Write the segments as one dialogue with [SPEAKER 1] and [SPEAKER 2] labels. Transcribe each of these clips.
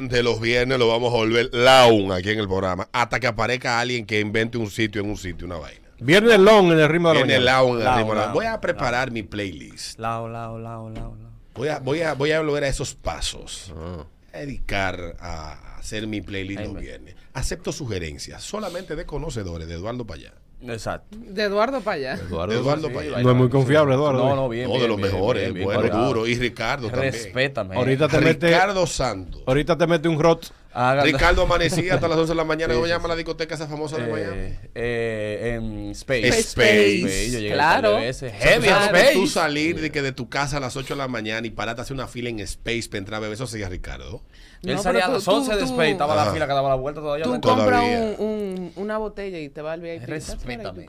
[SPEAKER 1] de los viernes lo vamos a volver laun aquí en el programa. Hasta que aparezca alguien que invente un sitio en un sitio, una vaina.
[SPEAKER 2] Viernes long en el ritmo de la
[SPEAKER 1] Viene
[SPEAKER 2] mañana.
[SPEAKER 1] laun en el
[SPEAKER 3] Laun,
[SPEAKER 1] ritmo de la-
[SPEAKER 3] laun,
[SPEAKER 1] Voy a preparar mi playlist.
[SPEAKER 3] Lao, lao, lao, lao, lao.
[SPEAKER 1] Voy a, voy a, voy a volver a esos pasos.
[SPEAKER 2] Ah.
[SPEAKER 1] A dedicar a hacer mi playlist los viernes. Acepto sugerencias solamente de conocedores de Eduardo Payá.
[SPEAKER 3] Exacto.
[SPEAKER 4] De Eduardo para allá.
[SPEAKER 1] De Eduardo
[SPEAKER 3] sí,
[SPEAKER 1] Payá.
[SPEAKER 3] vaya.
[SPEAKER 2] No es muy confiable, Eduardo.
[SPEAKER 3] No, no, bien.
[SPEAKER 1] Uno de
[SPEAKER 3] bien,
[SPEAKER 1] los
[SPEAKER 3] bien,
[SPEAKER 1] mejores,
[SPEAKER 3] bien, bien,
[SPEAKER 1] bueno,
[SPEAKER 3] cuadrado.
[SPEAKER 1] duro. Y Ricardo también.
[SPEAKER 3] Respétame.
[SPEAKER 2] Ahorita te mete,
[SPEAKER 1] Ricardo Santos.
[SPEAKER 2] ahorita te mete un rot.
[SPEAKER 3] Hagan-
[SPEAKER 1] Ricardo amanecía hasta las 11 de la mañana.
[SPEAKER 3] Sí,
[SPEAKER 1] ¿Cómo
[SPEAKER 3] sí,
[SPEAKER 1] llama la discoteca esa famosa de Miami?
[SPEAKER 3] Eh, eh, en Space.
[SPEAKER 1] Space. Space,
[SPEAKER 3] yo llegué
[SPEAKER 4] Claro.
[SPEAKER 3] un par de veces.
[SPEAKER 1] O sea,
[SPEAKER 3] Heavy
[SPEAKER 1] tú sabes,
[SPEAKER 3] Space.
[SPEAKER 1] Tú salir de, que de tu casa a las 8 de la mañana y pararte a hacer una fila en Space para entrar a beber, eso sería Ricardo.
[SPEAKER 3] Él
[SPEAKER 4] No,
[SPEAKER 3] salía a
[SPEAKER 4] pero tú-
[SPEAKER 3] las 11 de
[SPEAKER 4] tú-
[SPEAKER 3] Space. Estaba
[SPEAKER 1] Ajá.
[SPEAKER 3] la fila que daba la vuelta todavía.
[SPEAKER 4] Tú
[SPEAKER 3] Todavía.
[SPEAKER 4] compras
[SPEAKER 1] Todavía.
[SPEAKER 4] un- un- una botella y te va al VIP.
[SPEAKER 3] Respétame.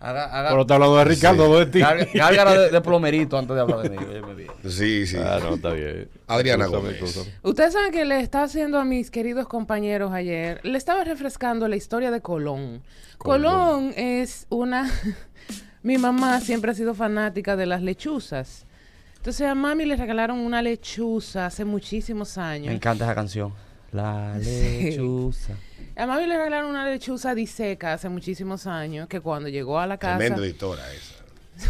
[SPEAKER 3] Haga, haga,
[SPEAKER 2] Pero está hablando de Ricardo,
[SPEAKER 1] Sí.
[SPEAKER 2] no de ti.
[SPEAKER 3] Gárgara- gárgara de, de plomerito antes de hablar de mí. Óyeme bien.
[SPEAKER 1] Sí, sí.
[SPEAKER 5] Ah, no, está bien.
[SPEAKER 1] Adriana
[SPEAKER 5] Escúchame,
[SPEAKER 1] Gómez.
[SPEAKER 5] escúchame.
[SPEAKER 4] Ustedes saben que le estaba haciendo a mis queridos compañeros ayer, le estaba refrescando la historia de Colón. Colón, es una... Mi mamá siempre ha sido fanática de las lechuzas. Entonces a mami le regalaron una lechuza hace muchísimos
[SPEAKER 3] Me
[SPEAKER 4] años.
[SPEAKER 3] encanta esa canción. La
[SPEAKER 4] Sí.
[SPEAKER 3] lechuza.
[SPEAKER 4] A mami le regalaron una lechuza diseca hace muchísimos años que cuando llegó a la casa...
[SPEAKER 1] Tremenda editora esa.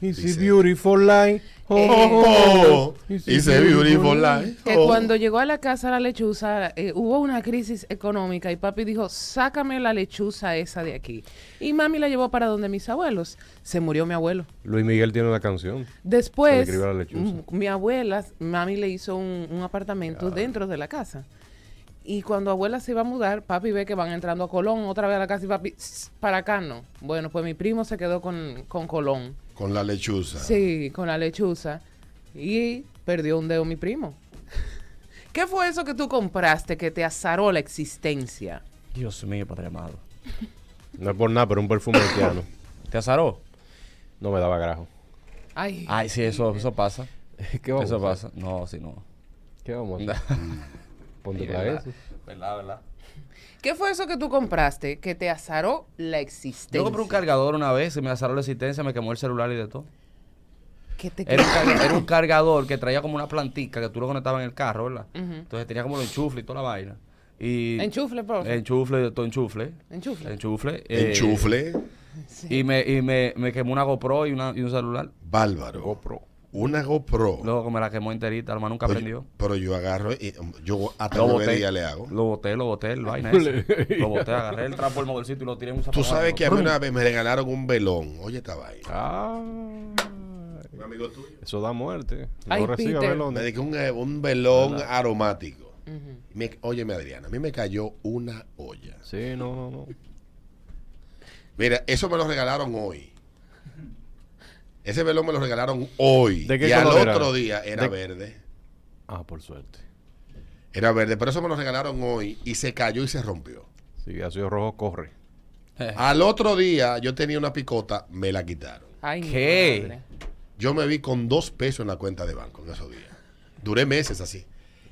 [SPEAKER 2] It's a
[SPEAKER 1] Dice.
[SPEAKER 2] beautiful line. Oh,
[SPEAKER 4] Eh,
[SPEAKER 2] oh, oh.
[SPEAKER 1] It's
[SPEAKER 2] It's
[SPEAKER 1] a
[SPEAKER 2] a
[SPEAKER 1] beautiful life.
[SPEAKER 4] Que
[SPEAKER 1] Oh.
[SPEAKER 4] cuando llegó a la casa la lechuza, eh, hubo una crisis económica y papi dijo, sácame la lechuza esa de aquí. Y mami la llevó para donde mis abuelos. Se murió mi abuelo.
[SPEAKER 2] Luis Miguel tiene una canción.
[SPEAKER 4] Después,
[SPEAKER 2] Se le escribió la lechuza.
[SPEAKER 4] mm, mi abuela, mami le hizo un, un apartamento dentro de la casa. Y cuando abuela se iba a mudar, papi ve que van entrando a Colón otra vez a la casa y papi, "Sss, para acá no. Bueno, pues mi primo se quedó con, con Colón.
[SPEAKER 1] Con la lechuza.
[SPEAKER 4] Sí, con la lechuza. Y perdió un dedo mi primo. ¿Qué fue eso que tú compraste que te azaró la existencia?
[SPEAKER 3] Dios mío, padre amado.
[SPEAKER 2] No es por nada, pero un perfume haitiano.
[SPEAKER 3] ¿Te azaró?
[SPEAKER 2] No me daba grajo.
[SPEAKER 4] Ay,
[SPEAKER 3] Ay, sí, eso, eso pasa.
[SPEAKER 2] ¿Qué
[SPEAKER 3] Eso pasa. No, sí, no.
[SPEAKER 2] ¿Qué vamos a
[SPEAKER 3] Nah.
[SPEAKER 2] hacer? Ponte para eso.
[SPEAKER 3] Verdad, verdad.
[SPEAKER 4] ¿qué fue eso que tú compraste que te azaró la existencia?
[SPEAKER 3] Yo compré un cargador una vez y me azaró la existencia, me quemó el celular y de todo.
[SPEAKER 4] ¿Qué te
[SPEAKER 3] Era un, carga- era un cargador que traía como una plantica que tú lo conectabas en el carro, ¿verdad?
[SPEAKER 4] Ujú.
[SPEAKER 3] Entonces tenía como el enchufle y toda la vaina. Y
[SPEAKER 4] Enchufle, profe.
[SPEAKER 3] Enchufle, de todo enchufle.
[SPEAKER 4] Enchufle.
[SPEAKER 3] Enchufle. eh,
[SPEAKER 1] Enchufle.
[SPEAKER 3] Y, me, y me, me quemó una GoPro y, una, y un celular.
[SPEAKER 1] Bárbaro. Una GoPro.
[SPEAKER 3] Luego me la quemó enterita, hermano, nunca
[SPEAKER 1] Pero-
[SPEAKER 3] aprendió.
[SPEAKER 1] Pero yo agarro y em, yo hasta
[SPEAKER 3] Lo
[SPEAKER 1] nueve
[SPEAKER 3] boté.
[SPEAKER 1] días le hago.
[SPEAKER 3] Lo boté, lo boté, el vaina ese. Lo boté, agarré el trapo, el motorcito y lo tiré en un zapato.
[SPEAKER 1] Tú sabes que a mí una vez me regalaron un velón. Oye, esta vaina.
[SPEAKER 2] Ah,
[SPEAKER 1] Un amigo tuyo.
[SPEAKER 2] eso da muerte. No
[SPEAKER 4] Ay,
[SPEAKER 2] reciba
[SPEAKER 4] Peter.
[SPEAKER 2] velones.
[SPEAKER 1] Me dedicó un, eh, un velón aromático. Me- óyeme, Adriana, a mí me cayó una olla.
[SPEAKER 2] Sí, no, no, no.
[SPEAKER 1] Mira, eso me lo regalaron hoy. Ese velón me lo regalaron hoy.
[SPEAKER 2] ¿De qué
[SPEAKER 1] y al
[SPEAKER 2] color era?
[SPEAKER 1] otro día era
[SPEAKER 2] ¿De-
[SPEAKER 1] verde.
[SPEAKER 2] Ah, por suerte.
[SPEAKER 1] Era verde, pero eso me lo regalaron hoy y se cayó y se rompió.
[SPEAKER 2] Si ha sido rojo, corre.
[SPEAKER 1] Al otro día yo tenía una picota, me la quitaron.
[SPEAKER 4] Ay, mi
[SPEAKER 3] ¿Qué?
[SPEAKER 4] madre.
[SPEAKER 1] Yo me vi con dos pesos en la cuenta de banco en esos días. Duré meses así.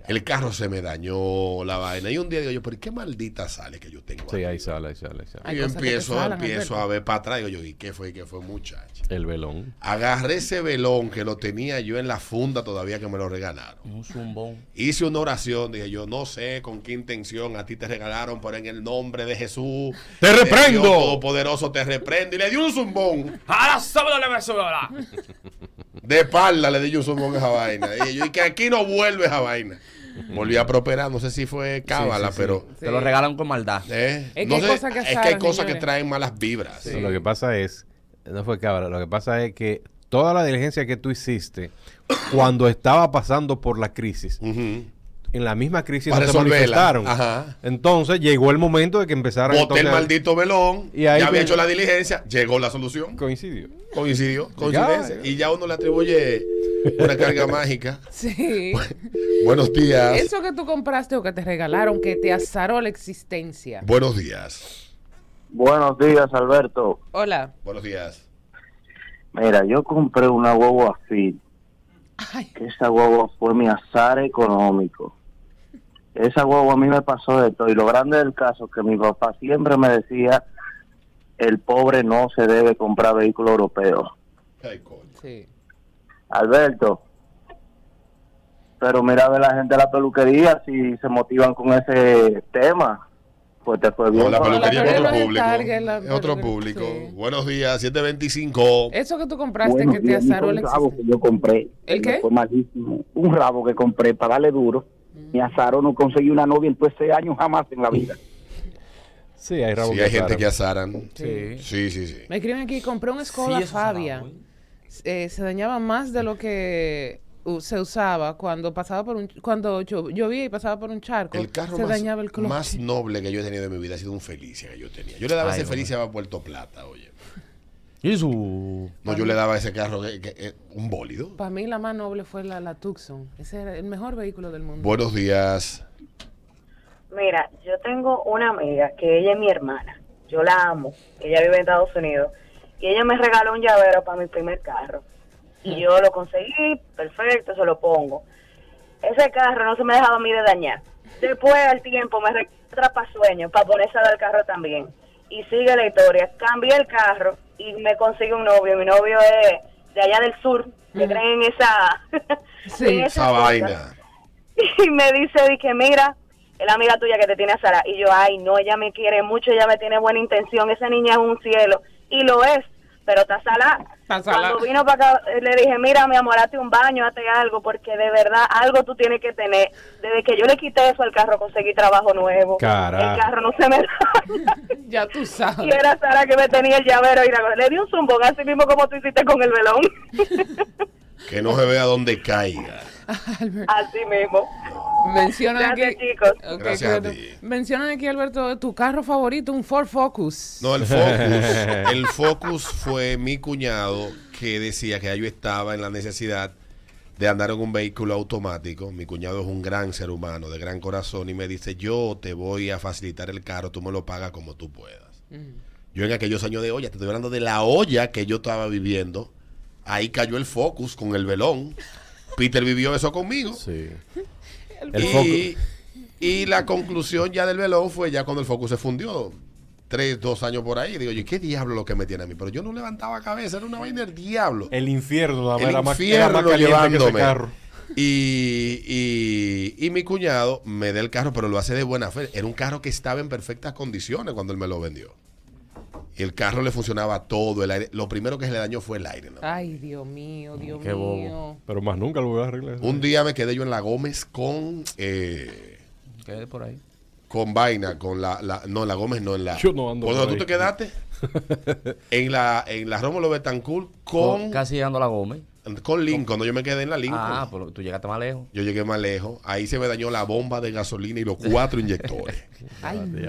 [SPEAKER 1] El carro se me dañó, la vaina. Y un día digo yo, pero ¿y ¿qué maldita sale que yo tengo?
[SPEAKER 2] Sí,
[SPEAKER 1] aquí?
[SPEAKER 5] ahí
[SPEAKER 1] y
[SPEAKER 5] sale, ahí sale, ahí sale.
[SPEAKER 4] Hay
[SPEAKER 1] yo
[SPEAKER 4] cosas que te
[SPEAKER 1] empiezo,
[SPEAKER 4] salan,
[SPEAKER 1] empiezo
[SPEAKER 4] Alberto.
[SPEAKER 1] a ver para atrás. Y yo, digo, ¿y qué fue? ¿Y qué fue, muchacho?
[SPEAKER 5] El velón.
[SPEAKER 1] Agarré ese velón que lo tenía yo en la funda todavía que me lo regalaron.
[SPEAKER 3] Un zumbón.
[SPEAKER 1] Hice una oración, dije yo, no sé con qué intención a ti te regalaron, pero en el nombre de Jesús.
[SPEAKER 2] ¡Te
[SPEAKER 1] de
[SPEAKER 2] reprendo!
[SPEAKER 1] Dios Todopoderoso, te reprendo. Y le di un zumbón.
[SPEAKER 3] ¡Ahora sábado le beso, ¿verdad?
[SPEAKER 1] De espalda le di un zumbón a esa vaina. Y yo, y que aquí no vuelve esa vaina. Volví a prosperar, no sé si fue cábala, pero.
[SPEAKER 3] Te lo regalan con maldad.
[SPEAKER 1] eh,
[SPEAKER 4] Es que
[SPEAKER 1] no
[SPEAKER 4] hay
[SPEAKER 1] sé,
[SPEAKER 4] cosas que
[SPEAKER 1] es que hay
[SPEAKER 4] saben,
[SPEAKER 1] cosas que
[SPEAKER 4] señores.
[SPEAKER 1] traen malas vibras.
[SPEAKER 2] Lo que pasa es, no fue cabra, lo que pasa es que toda la diligencia que tú hiciste cuando estaba pasando por la crisis,
[SPEAKER 1] Ujú.
[SPEAKER 2] en la misma crisis
[SPEAKER 1] Para
[SPEAKER 2] no se
[SPEAKER 1] resolverla.
[SPEAKER 2] manifestaron.
[SPEAKER 1] Ajá.
[SPEAKER 2] Entonces llegó el momento de que
[SPEAKER 1] Boté
[SPEAKER 2] empezaran
[SPEAKER 1] el
[SPEAKER 2] entonces a-
[SPEAKER 1] maldito velón,
[SPEAKER 2] Y ahí
[SPEAKER 1] ya había
[SPEAKER 2] coinc-
[SPEAKER 1] hecho la diligencia, llegó la solución.
[SPEAKER 2] Coincidió.
[SPEAKER 1] Coincidió, coincidencia.
[SPEAKER 2] Ya, ya.
[SPEAKER 1] Y ya uno le atribuye una carga mágica.
[SPEAKER 4] Sí.
[SPEAKER 1] Pues, Buenos días.
[SPEAKER 4] Eso que tú compraste o que te regalaron que te azaró la existencia.
[SPEAKER 1] Buenos días.
[SPEAKER 6] Buenos días, Alberto.
[SPEAKER 4] Hola.
[SPEAKER 1] Buenos días.
[SPEAKER 6] Mira, yo compré una guagua Fit,
[SPEAKER 4] Ay,
[SPEAKER 6] que esa guagua fue mi azar económico. Esa guagua a mí me pasó de todo. Y lo grande del caso es que mi papá siempre me decía, el pobre no se debe comprar vehículo europeo.
[SPEAKER 1] Ay, coño.
[SPEAKER 4] sí.
[SPEAKER 6] Alberto, Pero mira a ver la gente de la peluquería si se motivan con ese tema. Pues te fue bien.
[SPEAKER 1] No, la
[SPEAKER 6] con-
[SPEAKER 1] peluquería es
[SPEAKER 4] peluquería no
[SPEAKER 1] otro
[SPEAKER 4] es
[SPEAKER 1] público.
[SPEAKER 4] Target, la
[SPEAKER 1] Es otro
[SPEAKER 4] peluquería,
[SPEAKER 1] público.
[SPEAKER 4] sí.
[SPEAKER 1] Buenos días, 725.
[SPEAKER 4] Eso que tú compraste
[SPEAKER 5] Bueno,
[SPEAKER 4] que
[SPEAKER 5] y
[SPEAKER 4] te
[SPEAKER 5] a mí
[SPEAKER 4] azaró
[SPEAKER 5] fue
[SPEAKER 4] la
[SPEAKER 5] un rabo que
[SPEAKER 4] existencia.
[SPEAKER 5] yo compré.
[SPEAKER 4] ¿El
[SPEAKER 5] que
[SPEAKER 4] qué?
[SPEAKER 5] Fue malísimo. Un rabo que compré para darle duro.
[SPEAKER 4] Mm.
[SPEAKER 5] Me azaron, no conseguí una novia en todo ese año jamás en la vida.
[SPEAKER 2] Sí, hay rabos
[SPEAKER 1] Sí, hay gente
[SPEAKER 2] azaran.
[SPEAKER 1] que azaran.
[SPEAKER 3] Sí.
[SPEAKER 1] Sí, sí, sí.
[SPEAKER 4] Me escriben aquí, compré un Skoda
[SPEAKER 3] Sí, eso se da,
[SPEAKER 4] Fabia.
[SPEAKER 3] güey.
[SPEAKER 4] Eh, se dañaba más de lo que u- se usaba cuando pasaba por un cuando llo- llovía y pasaba por un charco.
[SPEAKER 1] El carro
[SPEAKER 4] se
[SPEAKER 1] más,
[SPEAKER 4] dañaba el clutch.
[SPEAKER 1] más noble que yo he tenido en mi vida ha sido un Felicia que yo tenía. Yo le daba
[SPEAKER 3] Ay,
[SPEAKER 1] ese
[SPEAKER 3] hombre.
[SPEAKER 1] Felicia a Puerto Plata, oye.
[SPEAKER 3] Y su...
[SPEAKER 1] No, yo le daba ese carro que- que- eh, un bólido.
[SPEAKER 4] Para mí la más noble fue la, la Tucson. Ese era el mejor vehículo del mundo.
[SPEAKER 1] Buenos días.
[SPEAKER 7] Mira, yo tengo una amiga que ella es mi hermana. Yo la amo. Ella vive en Estados Unidos. Y ella me regaló un llavero para mi primer carro. Y yo lo conseguí, perfecto, se lo pongo. Ese carro no se me ha dejado a mí de dañar. Después, al tiempo, me regaló otra pasueño para ponerse a dar el carro también. Y sigue la historia. Cambié el carro y me conseguí un novio. Mi novio es de allá del sur. que creen en esa...
[SPEAKER 4] Sí.
[SPEAKER 7] en esas
[SPEAKER 1] Esa
[SPEAKER 7] cosas
[SPEAKER 1] vaina.
[SPEAKER 7] y me dice di que mira es la amiga tuya que te tiene a Sara y yo ay no ella me quiere mucho ella me tiene buena intención esa niña es un cielo y lo es pero está salada
[SPEAKER 4] Está salá.
[SPEAKER 7] cuando vino para acá eh, le dije mira mi amor hazte un baño hazte algo porque de verdad algo tú tienes que tener desde que yo le quité eso al carro conseguí trabajo nuevo
[SPEAKER 2] Carajo.
[SPEAKER 7] el carro no se me da
[SPEAKER 4] ya tú
[SPEAKER 7] y
[SPEAKER 4] sabes.
[SPEAKER 7] era Sara que me tenía el llavero y la- le di un zumbón así mismo como tú hiciste con el velón
[SPEAKER 1] Que no se vea dónde caiga.
[SPEAKER 4] Albert,
[SPEAKER 7] así mismo
[SPEAKER 4] Mencionan aquí,
[SPEAKER 7] Gracias, chicos.
[SPEAKER 4] Ok,
[SPEAKER 1] Gracias a
[SPEAKER 4] cuídate.
[SPEAKER 1] ti.
[SPEAKER 4] Mencionan aquí, Alberto, tu carro favorito, un Ford Focus.
[SPEAKER 1] No, el Focus. el Focus fue mi cuñado que decía que ya yo estaba en la necesidad de andar en un vehículo automático. Mi cuñado es un gran ser humano, de gran corazón, y me dice, yo te voy a facilitar el carro, tú me lo pagas como tú puedas. Yo en aquellos años de olla, te estoy hablando de la olla que yo estaba viviendo, ahí cayó el Focus con el velón. Peter vivió eso conmigo.
[SPEAKER 2] Sí. El
[SPEAKER 1] Y, y la conclusión ya del velón fue ya cuando el Focus se fundió. Tres, dos años por ahí. Digo, yo, ¿qué diablo lo que me tiene a mí? Pero yo no levantaba cabeza, era una vaina del diablo.
[SPEAKER 2] El infierno, la
[SPEAKER 1] El
[SPEAKER 2] era más, era
[SPEAKER 1] infierno
[SPEAKER 2] más caliente que ese
[SPEAKER 1] llevándome.
[SPEAKER 2] carro.
[SPEAKER 1] Y, y, y mi cuñado me da el carro, pero lo hace de buena fe. Era un carro que estaba en perfectas condiciones cuando él me lo vendió. Y el carro le funcionaba todo, el aire. Lo primero que se le dañó fue el aire. ¿no?
[SPEAKER 4] Ay, Dios mío, Dios
[SPEAKER 3] Mm, Qué bobo.
[SPEAKER 4] mío.
[SPEAKER 2] Pero más nunca lo voy a arreglar.
[SPEAKER 1] Un día me quedé yo en la Gómez con eh,
[SPEAKER 3] ¿Qué hay por ahí?
[SPEAKER 1] con vaina, con la, la- no, en la Gómez no, en la.
[SPEAKER 2] Yo no ando
[SPEAKER 1] Cuando
[SPEAKER 2] por
[SPEAKER 1] tú
[SPEAKER 2] ahí.
[SPEAKER 1] te quedaste en la, en la Rómulo Betancourt con,
[SPEAKER 3] Casi llegando a la Gómez.
[SPEAKER 1] con Lincoln, cuando yo me quedé en la Lincoln.
[SPEAKER 3] Ah, pero tú llegaste más lejos.
[SPEAKER 1] Yo llegué más lejos, ahí se me dañó la bomba de gasolina y los cuatro inyectores.
[SPEAKER 4] Ay, mi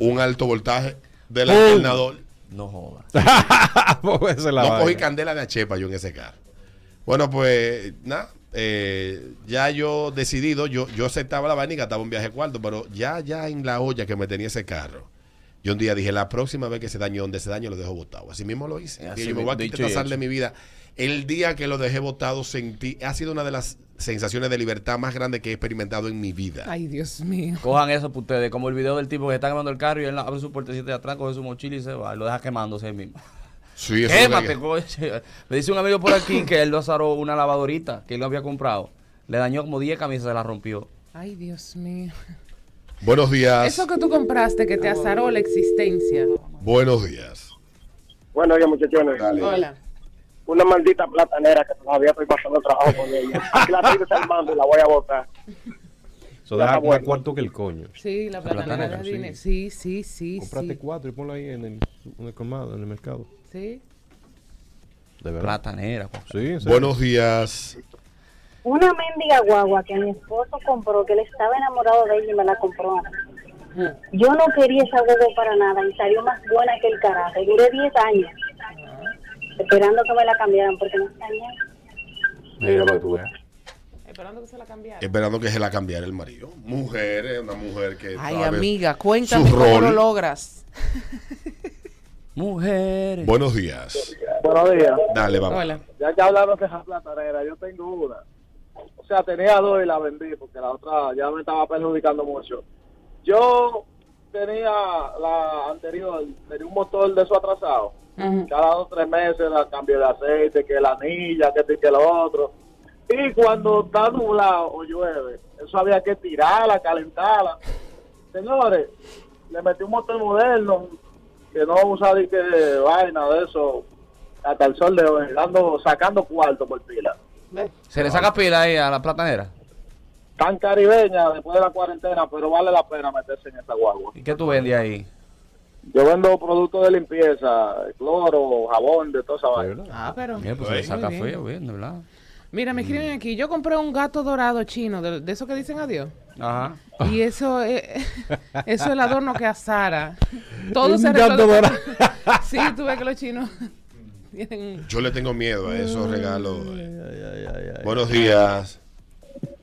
[SPEAKER 1] Un alto voltaje del alternador.
[SPEAKER 3] No jodas.
[SPEAKER 2] Pues esa es la
[SPEAKER 1] No
[SPEAKER 2] vaina.
[SPEAKER 1] cogí candela de achepa yo en ese carro. Bueno, pues nada, eh, ya yo decidido, yo, yo aceptaba la vaina y gastaba un viaje cuarto, pero ya, ya en la olla que me tenía ese carro, yo un día dije, la próxima vez que se dañe donde se dañe, lo dejo botado. Así mismo lo hice.
[SPEAKER 3] Así
[SPEAKER 1] y yo me voy a
[SPEAKER 3] mismo, dicho y
[SPEAKER 1] quitar de
[SPEAKER 3] hecho.
[SPEAKER 1] mi vida. El día que lo dejé botado sentí, ha sido una de las sensaciones de libertad más grandes que he experimentado en mi vida.
[SPEAKER 4] Ay, Dios mío.
[SPEAKER 3] Cojan eso para ustedes, como el video del tipo que está quemando el carro y él abre su puertecita de atrás, coge su mochila y se va, y lo deja quemándose ahí mismo.
[SPEAKER 1] Sí, eso es lo que-
[SPEAKER 3] Quémate, coche. Me dice un amigo por aquí que él lo azaró una lavadorita que él lo había comprado. Le dañó como 10 camisas, se la rompió.
[SPEAKER 4] Ay, Dios mío.
[SPEAKER 1] Buenos días.
[SPEAKER 4] Eso que tú compraste que te azaró la existencia.
[SPEAKER 1] Buenos días.
[SPEAKER 5] Bueno, ya muchachones.
[SPEAKER 4] Hola.
[SPEAKER 5] Una maldita platanera que todavía estoy pasando trabajo con ella. Aquí la estoy desarmando y la voy a botar.
[SPEAKER 2] Eso deja
[SPEAKER 5] Ya,
[SPEAKER 2] más
[SPEAKER 5] bueno.
[SPEAKER 2] cuarto que el coño.
[SPEAKER 4] Sí, la
[SPEAKER 3] platanera,
[SPEAKER 4] platanera de
[SPEAKER 3] sí.
[SPEAKER 4] dinero. Sí, sí, sí,
[SPEAKER 2] Comprate
[SPEAKER 4] sí.
[SPEAKER 2] cuatro y ponlo ahí en el, en el colmado, en el mercado.
[SPEAKER 4] Sí.
[SPEAKER 2] De verdad.
[SPEAKER 3] Platanera, coche.
[SPEAKER 2] Sí, en serio.
[SPEAKER 1] Buenos días.
[SPEAKER 7] una mendiga guagua que mi esposo compró, que él estaba enamorado de ella y me la compró a mí. Yo no quería esa guagua para nada y salió más buena que el carajo. Y Duré 10 años esperando que me la cambiaran porque no sabía.
[SPEAKER 4] Esperando que se la cambiara.
[SPEAKER 1] Esperando que se la cambiara el marido. Mujer, es una mujer que.
[SPEAKER 4] Ay,
[SPEAKER 1] sabe
[SPEAKER 4] amiga,
[SPEAKER 1] su
[SPEAKER 4] cuéntame cómo
[SPEAKER 1] rol.
[SPEAKER 4] lo logras.
[SPEAKER 3] Mujeres.
[SPEAKER 1] Buenos días.
[SPEAKER 5] Buenos días.
[SPEAKER 1] Dale, vamos.
[SPEAKER 4] Hola.
[SPEAKER 5] Ya que hablaron de esa platanera, yo tengo una. O sea, tenía dos y la vendí porque la otra ya me estaba perjudicando mucho. Yo tenía la anterior, tenía un motor de eso atrasado. Cada dos o tres meses la cambié de aceite, que la anilla, que esto y que lo otro. Y cuando está nublado o llueve, eso había que tirarla, calentarla. Señores, le metí un motor moderno que no usa de que vaina de eso hasta el sol de hoy, dando, sacando cuarto por pila.
[SPEAKER 3] Se le saca pila ahí a la platanera.
[SPEAKER 5] Tan caribeña después de la cuarentena, pero vale la pena meterse en esa guagua.
[SPEAKER 3] ¿Y qué tú vendes ahí?
[SPEAKER 5] Yo vendo productos de limpieza, cloro, jabón, de toda esa vaina.
[SPEAKER 4] Ah, pero.
[SPEAKER 3] Bien, pues se le
[SPEAKER 4] Muy
[SPEAKER 3] saca
[SPEAKER 4] bien.
[SPEAKER 3] feo, bien, de verdad.
[SPEAKER 4] Mira, me escriben aquí. Yo compré un gato dorado chino, de, de esos que dicen adiós.
[SPEAKER 3] Ajá.
[SPEAKER 4] Y eso es, eso es el adorno que a Sara. Todo
[SPEAKER 2] Un
[SPEAKER 4] se
[SPEAKER 2] gato
[SPEAKER 4] resuelve-
[SPEAKER 2] dorado.
[SPEAKER 4] Sí, tú ves que los chinos tienen.
[SPEAKER 1] Yo le tengo miedo a esos regalos. Buenos días.
[SPEAKER 4] Hola.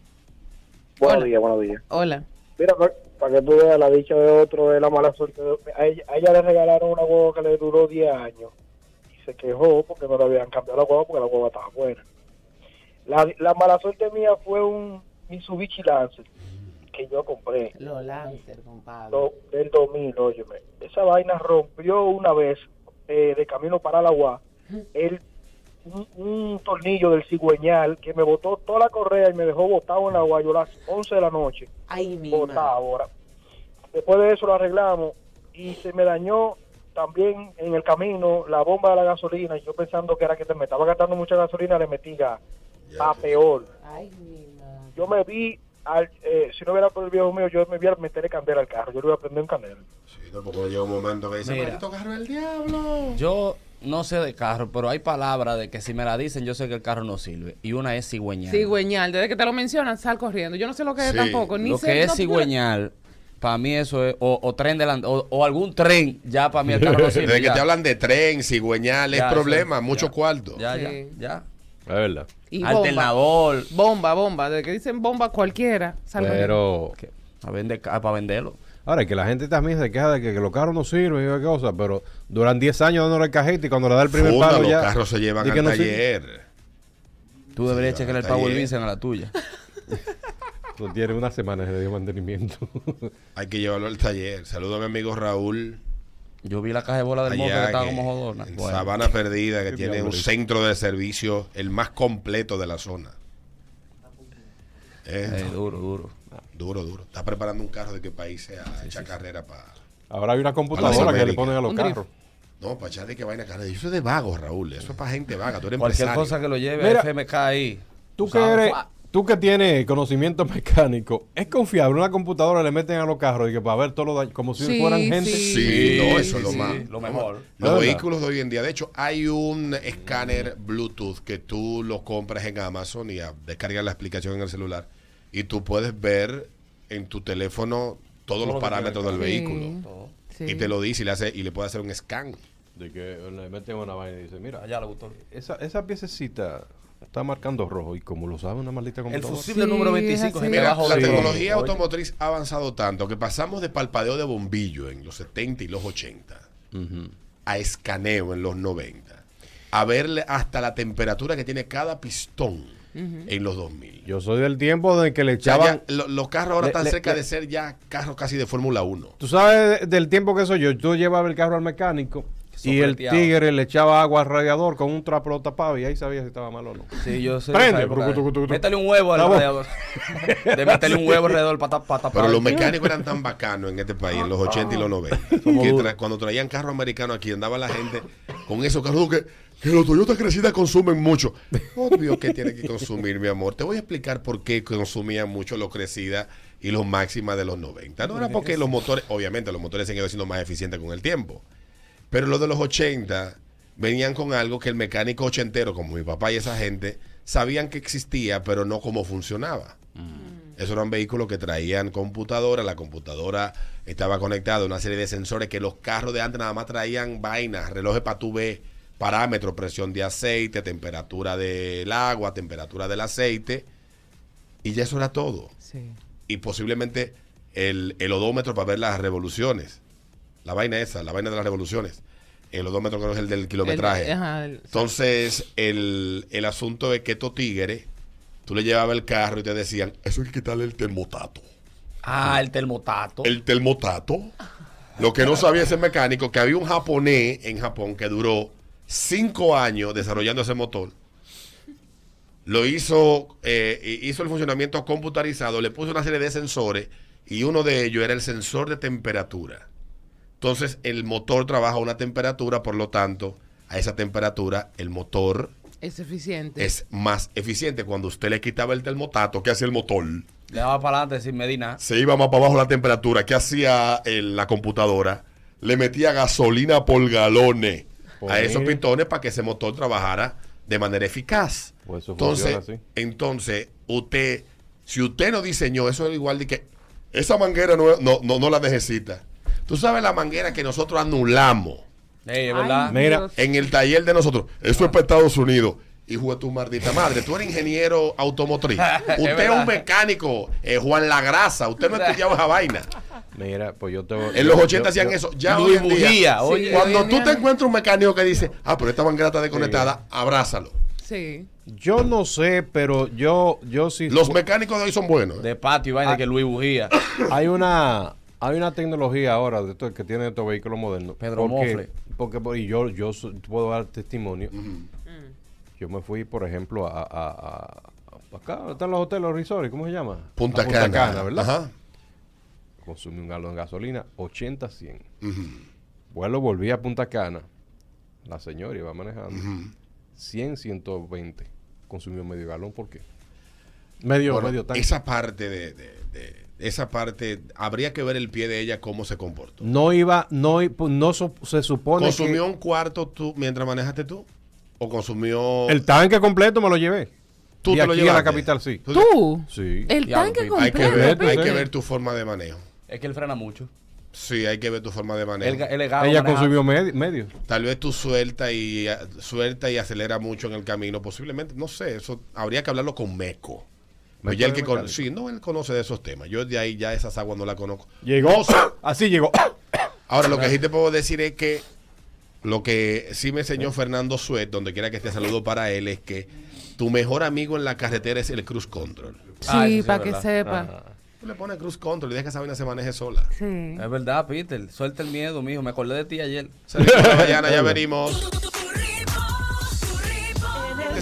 [SPEAKER 6] Buenos días, buenos días.
[SPEAKER 4] Hola.
[SPEAKER 5] Mira, pa- para que tú veas la dicha de otro, es la mala suerte. de- A ella, a ella le regalaron una huevo que le duró 10 años y se quejó porque no le habían cambiado la huevo porque la huevo estaba buena. La, la mala suerte mía fue un Mitsubishi Lancer que yo compré
[SPEAKER 4] Los Lancer, compadre.
[SPEAKER 5] do- del 2000, óyeme. Esa vaina rompió una vez eh, de camino para la UA el, un, un tornillo del cigüeñal que me botó toda la correa y me dejó botado en la UA yo a las 11 de la noche
[SPEAKER 4] Ay, mi
[SPEAKER 5] botada ahora. Después de eso lo arreglamos y se me dañó también en el camino la bomba de la gasolina. Y yo pensando que era que se me estaba gastando mucha gasolina, le metí gas. A peor.
[SPEAKER 4] Ay, mi madre.
[SPEAKER 5] Yo me vi, al, eh, si no hubiera por el viejo mío, yo me vi a meter candela al carro. Yo le iba a prender un candela.
[SPEAKER 1] Sí, no, porque llega un momento que dice,
[SPEAKER 3] Mira.
[SPEAKER 1] maldito carro del diablo.
[SPEAKER 3] Yo no sé de carro, pero hay palabras de que si me la dicen, yo sé que el carro no sirve. Y una es cigüeñal.
[SPEAKER 4] Cigüeñal, desde que te lo mencionan, sal corriendo. Yo no sé lo que es
[SPEAKER 1] Sí,
[SPEAKER 4] tampoco. Ni
[SPEAKER 3] Lo
[SPEAKER 4] sé,
[SPEAKER 3] que es
[SPEAKER 4] no-
[SPEAKER 3] cigüeñal, para mí eso es, o, o tren delan- o, o algún tren, ya para mí el carro no sirve.
[SPEAKER 1] Desde que
[SPEAKER 3] ya.
[SPEAKER 1] te hablan de tren, cigüeñal, es
[SPEAKER 3] Ya, eso,
[SPEAKER 1] problema,
[SPEAKER 3] ya.
[SPEAKER 1] mucho cuarto.
[SPEAKER 3] Ya, ya,
[SPEAKER 4] Sí.
[SPEAKER 3] ya.
[SPEAKER 2] La verdad.
[SPEAKER 4] Y bomba.
[SPEAKER 3] Alternador.
[SPEAKER 4] Bomba, bomba. Desde que dicen bomba cualquiera, sal corriendo.
[SPEAKER 2] Pero
[SPEAKER 3] A vender,
[SPEAKER 1] ah,
[SPEAKER 3] para venderlo.
[SPEAKER 2] ahora que la gente también se queja de que, que los carros no sirven y qué cosa, pero duran 10 años dándole el cajete y cuando le da el primer
[SPEAKER 1] Funda,
[SPEAKER 2] palo
[SPEAKER 1] los
[SPEAKER 2] ya.
[SPEAKER 1] carros se llevan
[SPEAKER 2] di que
[SPEAKER 1] al
[SPEAKER 2] no sirve.
[SPEAKER 1] taller.
[SPEAKER 3] Tú deberías
[SPEAKER 1] Sí,
[SPEAKER 3] checar el
[SPEAKER 1] está
[SPEAKER 3] Power
[SPEAKER 1] bien.
[SPEAKER 3] Vincent a la tuya.
[SPEAKER 2] No tiene unas semanas de mantenimiento.
[SPEAKER 1] Hay que llevarlo al taller. Saludo a mi amigo Raúl.
[SPEAKER 3] Yo vi la caja de bola del mozo que
[SPEAKER 1] Allá
[SPEAKER 3] estaba
[SPEAKER 1] que-
[SPEAKER 3] como jodona.
[SPEAKER 1] en
[SPEAKER 3] Bueno.
[SPEAKER 1] Sabana Perdida, que
[SPEAKER 2] Qué
[SPEAKER 1] tiene un
[SPEAKER 2] diablo.
[SPEAKER 1] centro de servicio, el más completo de la zona. Eh,
[SPEAKER 3] Eh, duro, duro.
[SPEAKER 1] Duro, duro. Está preparando un carro de qué país sea a echar carrera para.
[SPEAKER 2] Ahora hay una computadora que
[SPEAKER 1] Américas.
[SPEAKER 2] le ponen a los
[SPEAKER 4] Un drift.
[SPEAKER 2] carros.
[SPEAKER 1] No, para echarle que vaina carrera. Eso es de vago, Raúl. Eso es para gente vaga. Tú eres
[SPEAKER 3] Cualquier
[SPEAKER 1] empresario.
[SPEAKER 3] cosa que lo lleve
[SPEAKER 2] Mira.
[SPEAKER 3] a FMK ahí.
[SPEAKER 2] Tú que,
[SPEAKER 3] sabes.
[SPEAKER 2] eres- tú que tienes conocimiento mecánico, es confiable. Una computadora le meten a los carros y que para ver todo lo daño, como si
[SPEAKER 4] Sí,
[SPEAKER 2] fueran gente.
[SPEAKER 4] sí.
[SPEAKER 1] Sí, no, eso es lo
[SPEAKER 3] sí,
[SPEAKER 1] más.
[SPEAKER 3] lo mejor.
[SPEAKER 1] Los
[SPEAKER 2] ¿Verdad?
[SPEAKER 1] vehículos de hoy en día. De hecho, hay un escáner Bluetooth que tú lo compras en Amazon y ah, descargas la aplicación en el celular. Y tú puedes ver en tu teléfono todos los
[SPEAKER 3] lo que tiene el
[SPEAKER 1] parámetros del
[SPEAKER 4] Sí,
[SPEAKER 1] vehículo.
[SPEAKER 4] sí.
[SPEAKER 1] Y te lo dice y le, hace, y le puede hacer un scan.
[SPEAKER 2] De que le meten una vaina y dicen, mira,
[SPEAKER 3] Allá le gustó.
[SPEAKER 2] esa, esa piececita está marcando rojo y como lo sabe una maldita
[SPEAKER 3] El
[SPEAKER 2] computadora.
[SPEAKER 3] fusible número
[SPEAKER 4] Sí, es
[SPEAKER 3] 25
[SPEAKER 4] así.
[SPEAKER 3] se me
[SPEAKER 1] Mira,
[SPEAKER 3] bajó
[SPEAKER 1] la
[SPEAKER 3] de-
[SPEAKER 1] tecnología
[SPEAKER 3] Oye,
[SPEAKER 1] automotriz ha avanzado tanto que pasamos de palpadeo de bombillo en los 70 y los 80 a escaneo en los 90. A verle hasta la temperatura que tiene cada pistón en los 2000.
[SPEAKER 2] Yo soy del tiempo de que le
[SPEAKER 1] O sea,
[SPEAKER 2] echaban...
[SPEAKER 1] ya lo- los carros ahora
[SPEAKER 2] Le-
[SPEAKER 1] están
[SPEAKER 2] le-
[SPEAKER 1] cerca
[SPEAKER 2] le-
[SPEAKER 1] de ser ya carros casi de Fórmula 1.
[SPEAKER 2] Tú sabes de- del tiempo que soy yo. Yo llevaba el carro al mecánico y el
[SPEAKER 3] Sopleteado.
[SPEAKER 2] tigre le echaba agua al radiador con un trapo lo tapaba y ahí sabía si estaba mal o no.
[SPEAKER 3] Sí, yo sé.
[SPEAKER 2] Prende.
[SPEAKER 3] esa época.
[SPEAKER 2] Tucu, tucu, tucu, tucu.
[SPEAKER 3] Métele un huevo
[SPEAKER 2] La
[SPEAKER 3] al
[SPEAKER 2] voz.
[SPEAKER 3] alrededor. De meterle un huevo alrededor para tapar. Ah.
[SPEAKER 1] Pero los mecánicos eran tan bacanos en este país, en los 80 y los 90. que
[SPEAKER 3] duro.
[SPEAKER 1] tra- cuando traían carros americanos aquí, andaba la gente con esos carros que, que los Toyota crecidas consumen mucho. Obvio que tiene que consumir, mi amor. Te voy a explicar por qué consumían mucho los crecidas y los máximas de los 90. No era porque los motores, obviamente, los motores se han ido siendo más eficientes con el tiempo. Pero los de los 80 venían con algo que el mecánico ochentero, como mi papá y esa gente, sabían que existía, pero no cómo funcionaba. Esos eran vehículos que traían computadora, la computadora estaba conectada a una serie de sensores que los carros de antes nada más traían vainas, relojes para tu ver parámetros, presión de aceite, temperatura del agua, temperatura del aceite, y ya eso era todo.
[SPEAKER 4] Sí.
[SPEAKER 1] Y posiblemente el, el odómetro para ver las revoluciones. La vaina esa, la vaina de las revoluciones. El odómetro creo que es el del kilometraje.
[SPEAKER 4] El- ajá, el-
[SPEAKER 1] Entonces, el, el asunto es que estos tigres, tú le llevabas el carro y te decían, eso hay que quitarle el termotato.
[SPEAKER 3] Ah, el termotato.
[SPEAKER 1] El termotato. Lo que no sabía ese mecánico, que había un japonés en Japón que duró cinco años desarrollando ese motor. lo hizo, eh, hizo el funcionamiento computarizado, le puso una serie de sensores y uno de ellos era el sensor de temperatura. Entonces el motor trabaja a una temperatura, por lo tanto, a esa temperatura el motor
[SPEAKER 4] Es eficiente.
[SPEAKER 1] es más eficiente. Cuando usted le quitaba el termotato, ¿qué hacía el motor?
[SPEAKER 3] Le daba para adelante sin Medina.
[SPEAKER 1] Se iba más para abajo la temperatura, ¿qué hacía el- la computadora? Le metía gasolina por galones a
[SPEAKER 2] Pues
[SPEAKER 1] esos
[SPEAKER 2] mire.
[SPEAKER 1] pistones para que ese motor trabajara de manera eficaz.
[SPEAKER 2] Pues eso
[SPEAKER 1] entonces,
[SPEAKER 2] funciona así.
[SPEAKER 1] entonces, usted, si usted no diseñó, eso es igual de que esa manguera no, no, no, no la necesita. Tú sabes la manguera que nosotros anulamos
[SPEAKER 3] Ey,
[SPEAKER 4] Ay,
[SPEAKER 3] es verdad.
[SPEAKER 2] Mira,
[SPEAKER 4] Dios.
[SPEAKER 1] en el taller de nosotros. Eso es para Estados Unidos. Hijo de tu maldita madre, tú eres ingeniero automotriz. Usted es
[SPEAKER 3] verdad.
[SPEAKER 1] un mecánico, eh, Juan La Grasa. Usted no ha estudiado esa vaina.
[SPEAKER 2] Mira, pues yo te
[SPEAKER 1] En los 80
[SPEAKER 2] yo-
[SPEAKER 1] hacían
[SPEAKER 2] yo-
[SPEAKER 1] eso. Ya
[SPEAKER 3] Luis
[SPEAKER 1] hoy en día,
[SPEAKER 3] Bujía, oye.
[SPEAKER 1] cuando
[SPEAKER 4] hoy en
[SPEAKER 1] tú
[SPEAKER 4] día
[SPEAKER 1] te
[SPEAKER 4] no.
[SPEAKER 1] encuentras un mecánico que dice, ah, pero esta manguera está desconectada, abrázalo.
[SPEAKER 4] Sí.
[SPEAKER 2] Yo no sé, pero yo, yo sí.
[SPEAKER 1] Los mecánicos de hoy son buenos. ¿eh?
[SPEAKER 3] De patio y vaina que Luis Bujía.
[SPEAKER 2] Ah. hay una hay una tecnología ahora de esto, que tienen estos vehículos modernos.
[SPEAKER 3] Pedro
[SPEAKER 2] porque,
[SPEAKER 3] Mofle.
[SPEAKER 2] porque por- y yo, yo so- puedo dar testimonio. Mm. Yo me fui, por ejemplo, a, a- a- a- acá donde están los hoteles, los resorts, ¿cómo se llama?
[SPEAKER 1] Punta,
[SPEAKER 2] A
[SPEAKER 1] Cana.
[SPEAKER 2] ¿verdad?
[SPEAKER 1] Ajá.
[SPEAKER 2] Consumí un galón de gasolina, 80, 100.
[SPEAKER 1] Ujú,
[SPEAKER 2] Vuelo, volví a Punta Cana. La señora iba manejando.
[SPEAKER 1] ujú.
[SPEAKER 2] 100, 120. Consumió medio galón, ¿por qué? Medio,
[SPEAKER 1] Bueno,
[SPEAKER 2] medio tanque.
[SPEAKER 1] esa parte de, de- de- esa parte, habría que ver el pie de ella cómo se comportó.
[SPEAKER 2] No iba, no, i- pu- no su- se supone
[SPEAKER 1] ¿Consumió
[SPEAKER 2] que-
[SPEAKER 1] un cuarto tú mientras manejaste tú? ¿O consumió...
[SPEAKER 2] El tanque completo me lo llevé.
[SPEAKER 1] tú
[SPEAKER 2] de
[SPEAKER 1] te lo
[SPEAKER 2] aquí a la
[SPEAKER 1] llevaste?
[SPEAKER 2] capital, sí.
[SPEAKER 4] ¿Tú?
[SPEAKER 2] Sí.
[SPEAKER 4] El
[SPEAKER 3] Diablo,
[SPEAKER 4] tanque
[SPEAKER 3] Pipo.
[SPEAKER 1] Hay que,
[SPEAKER 4] completo.
[SPEAKER 1] ver,
[SPEAKER 2] Completo,
[SPEAKER 1] hay
[SPEAKER 2] sí.
[SPEAKER 1] que ver tu forma de manejo.
[SPEAKER 3] Es que él frena mucho.
[SPEAKER 1] Sí, hay que ver tu forma de manejo.
[SPEAKER 3] Él, él es gago
[SPEAKER 2] Ella
[SPEAKER 3] manejando.
[SPEAKER 2] consumió medi- medio.
[SPEAKER 1] Tal vez tú suelta y ah, suelta y acelera mucho en el camino, posiblemente, no sé, eso habría que hablarlo con Meco.
[SPEAKER 2] Meco
[SPEAKER 1] Pues ya el
[SPEAKER 2] es
[SPEAKER 1] que conoce,
[SPEAKER 2] mecánico.
[SPEAKER 1] sí, no, él conoce de esos temas. Yo de ahí ya esas aguas no las conozco.
[SPEAKER 2] Llegó. así llegó.
[SPEAKER 1] Ahora, lo que sí te puedo decir es que lo que sí me enseñó Fernando Suet, donde quiera que esté, saludo para él, es que tu mejor amigo en la carretera es el cruise control. ah,
[SPEAKER 3] Ah, eso sí
[SPEAKER 4] Sí,
[SPEAKER 3] es
[SPEAKER 4] para que
[SPEAKER 3] verdad.
[SPEAKER 4] sepa.
[SPEAKER 1] Tú le pones cruise control y dejas que esa vaina se maneje sola.
[SPEAKER 4] Sí.
[SPEAKER 3] Es verdad, Peter. Suelta el miedo, mijo. Me acordé de ti ayer.
[SPEAKER 1] Saludos, mañana ya venimos.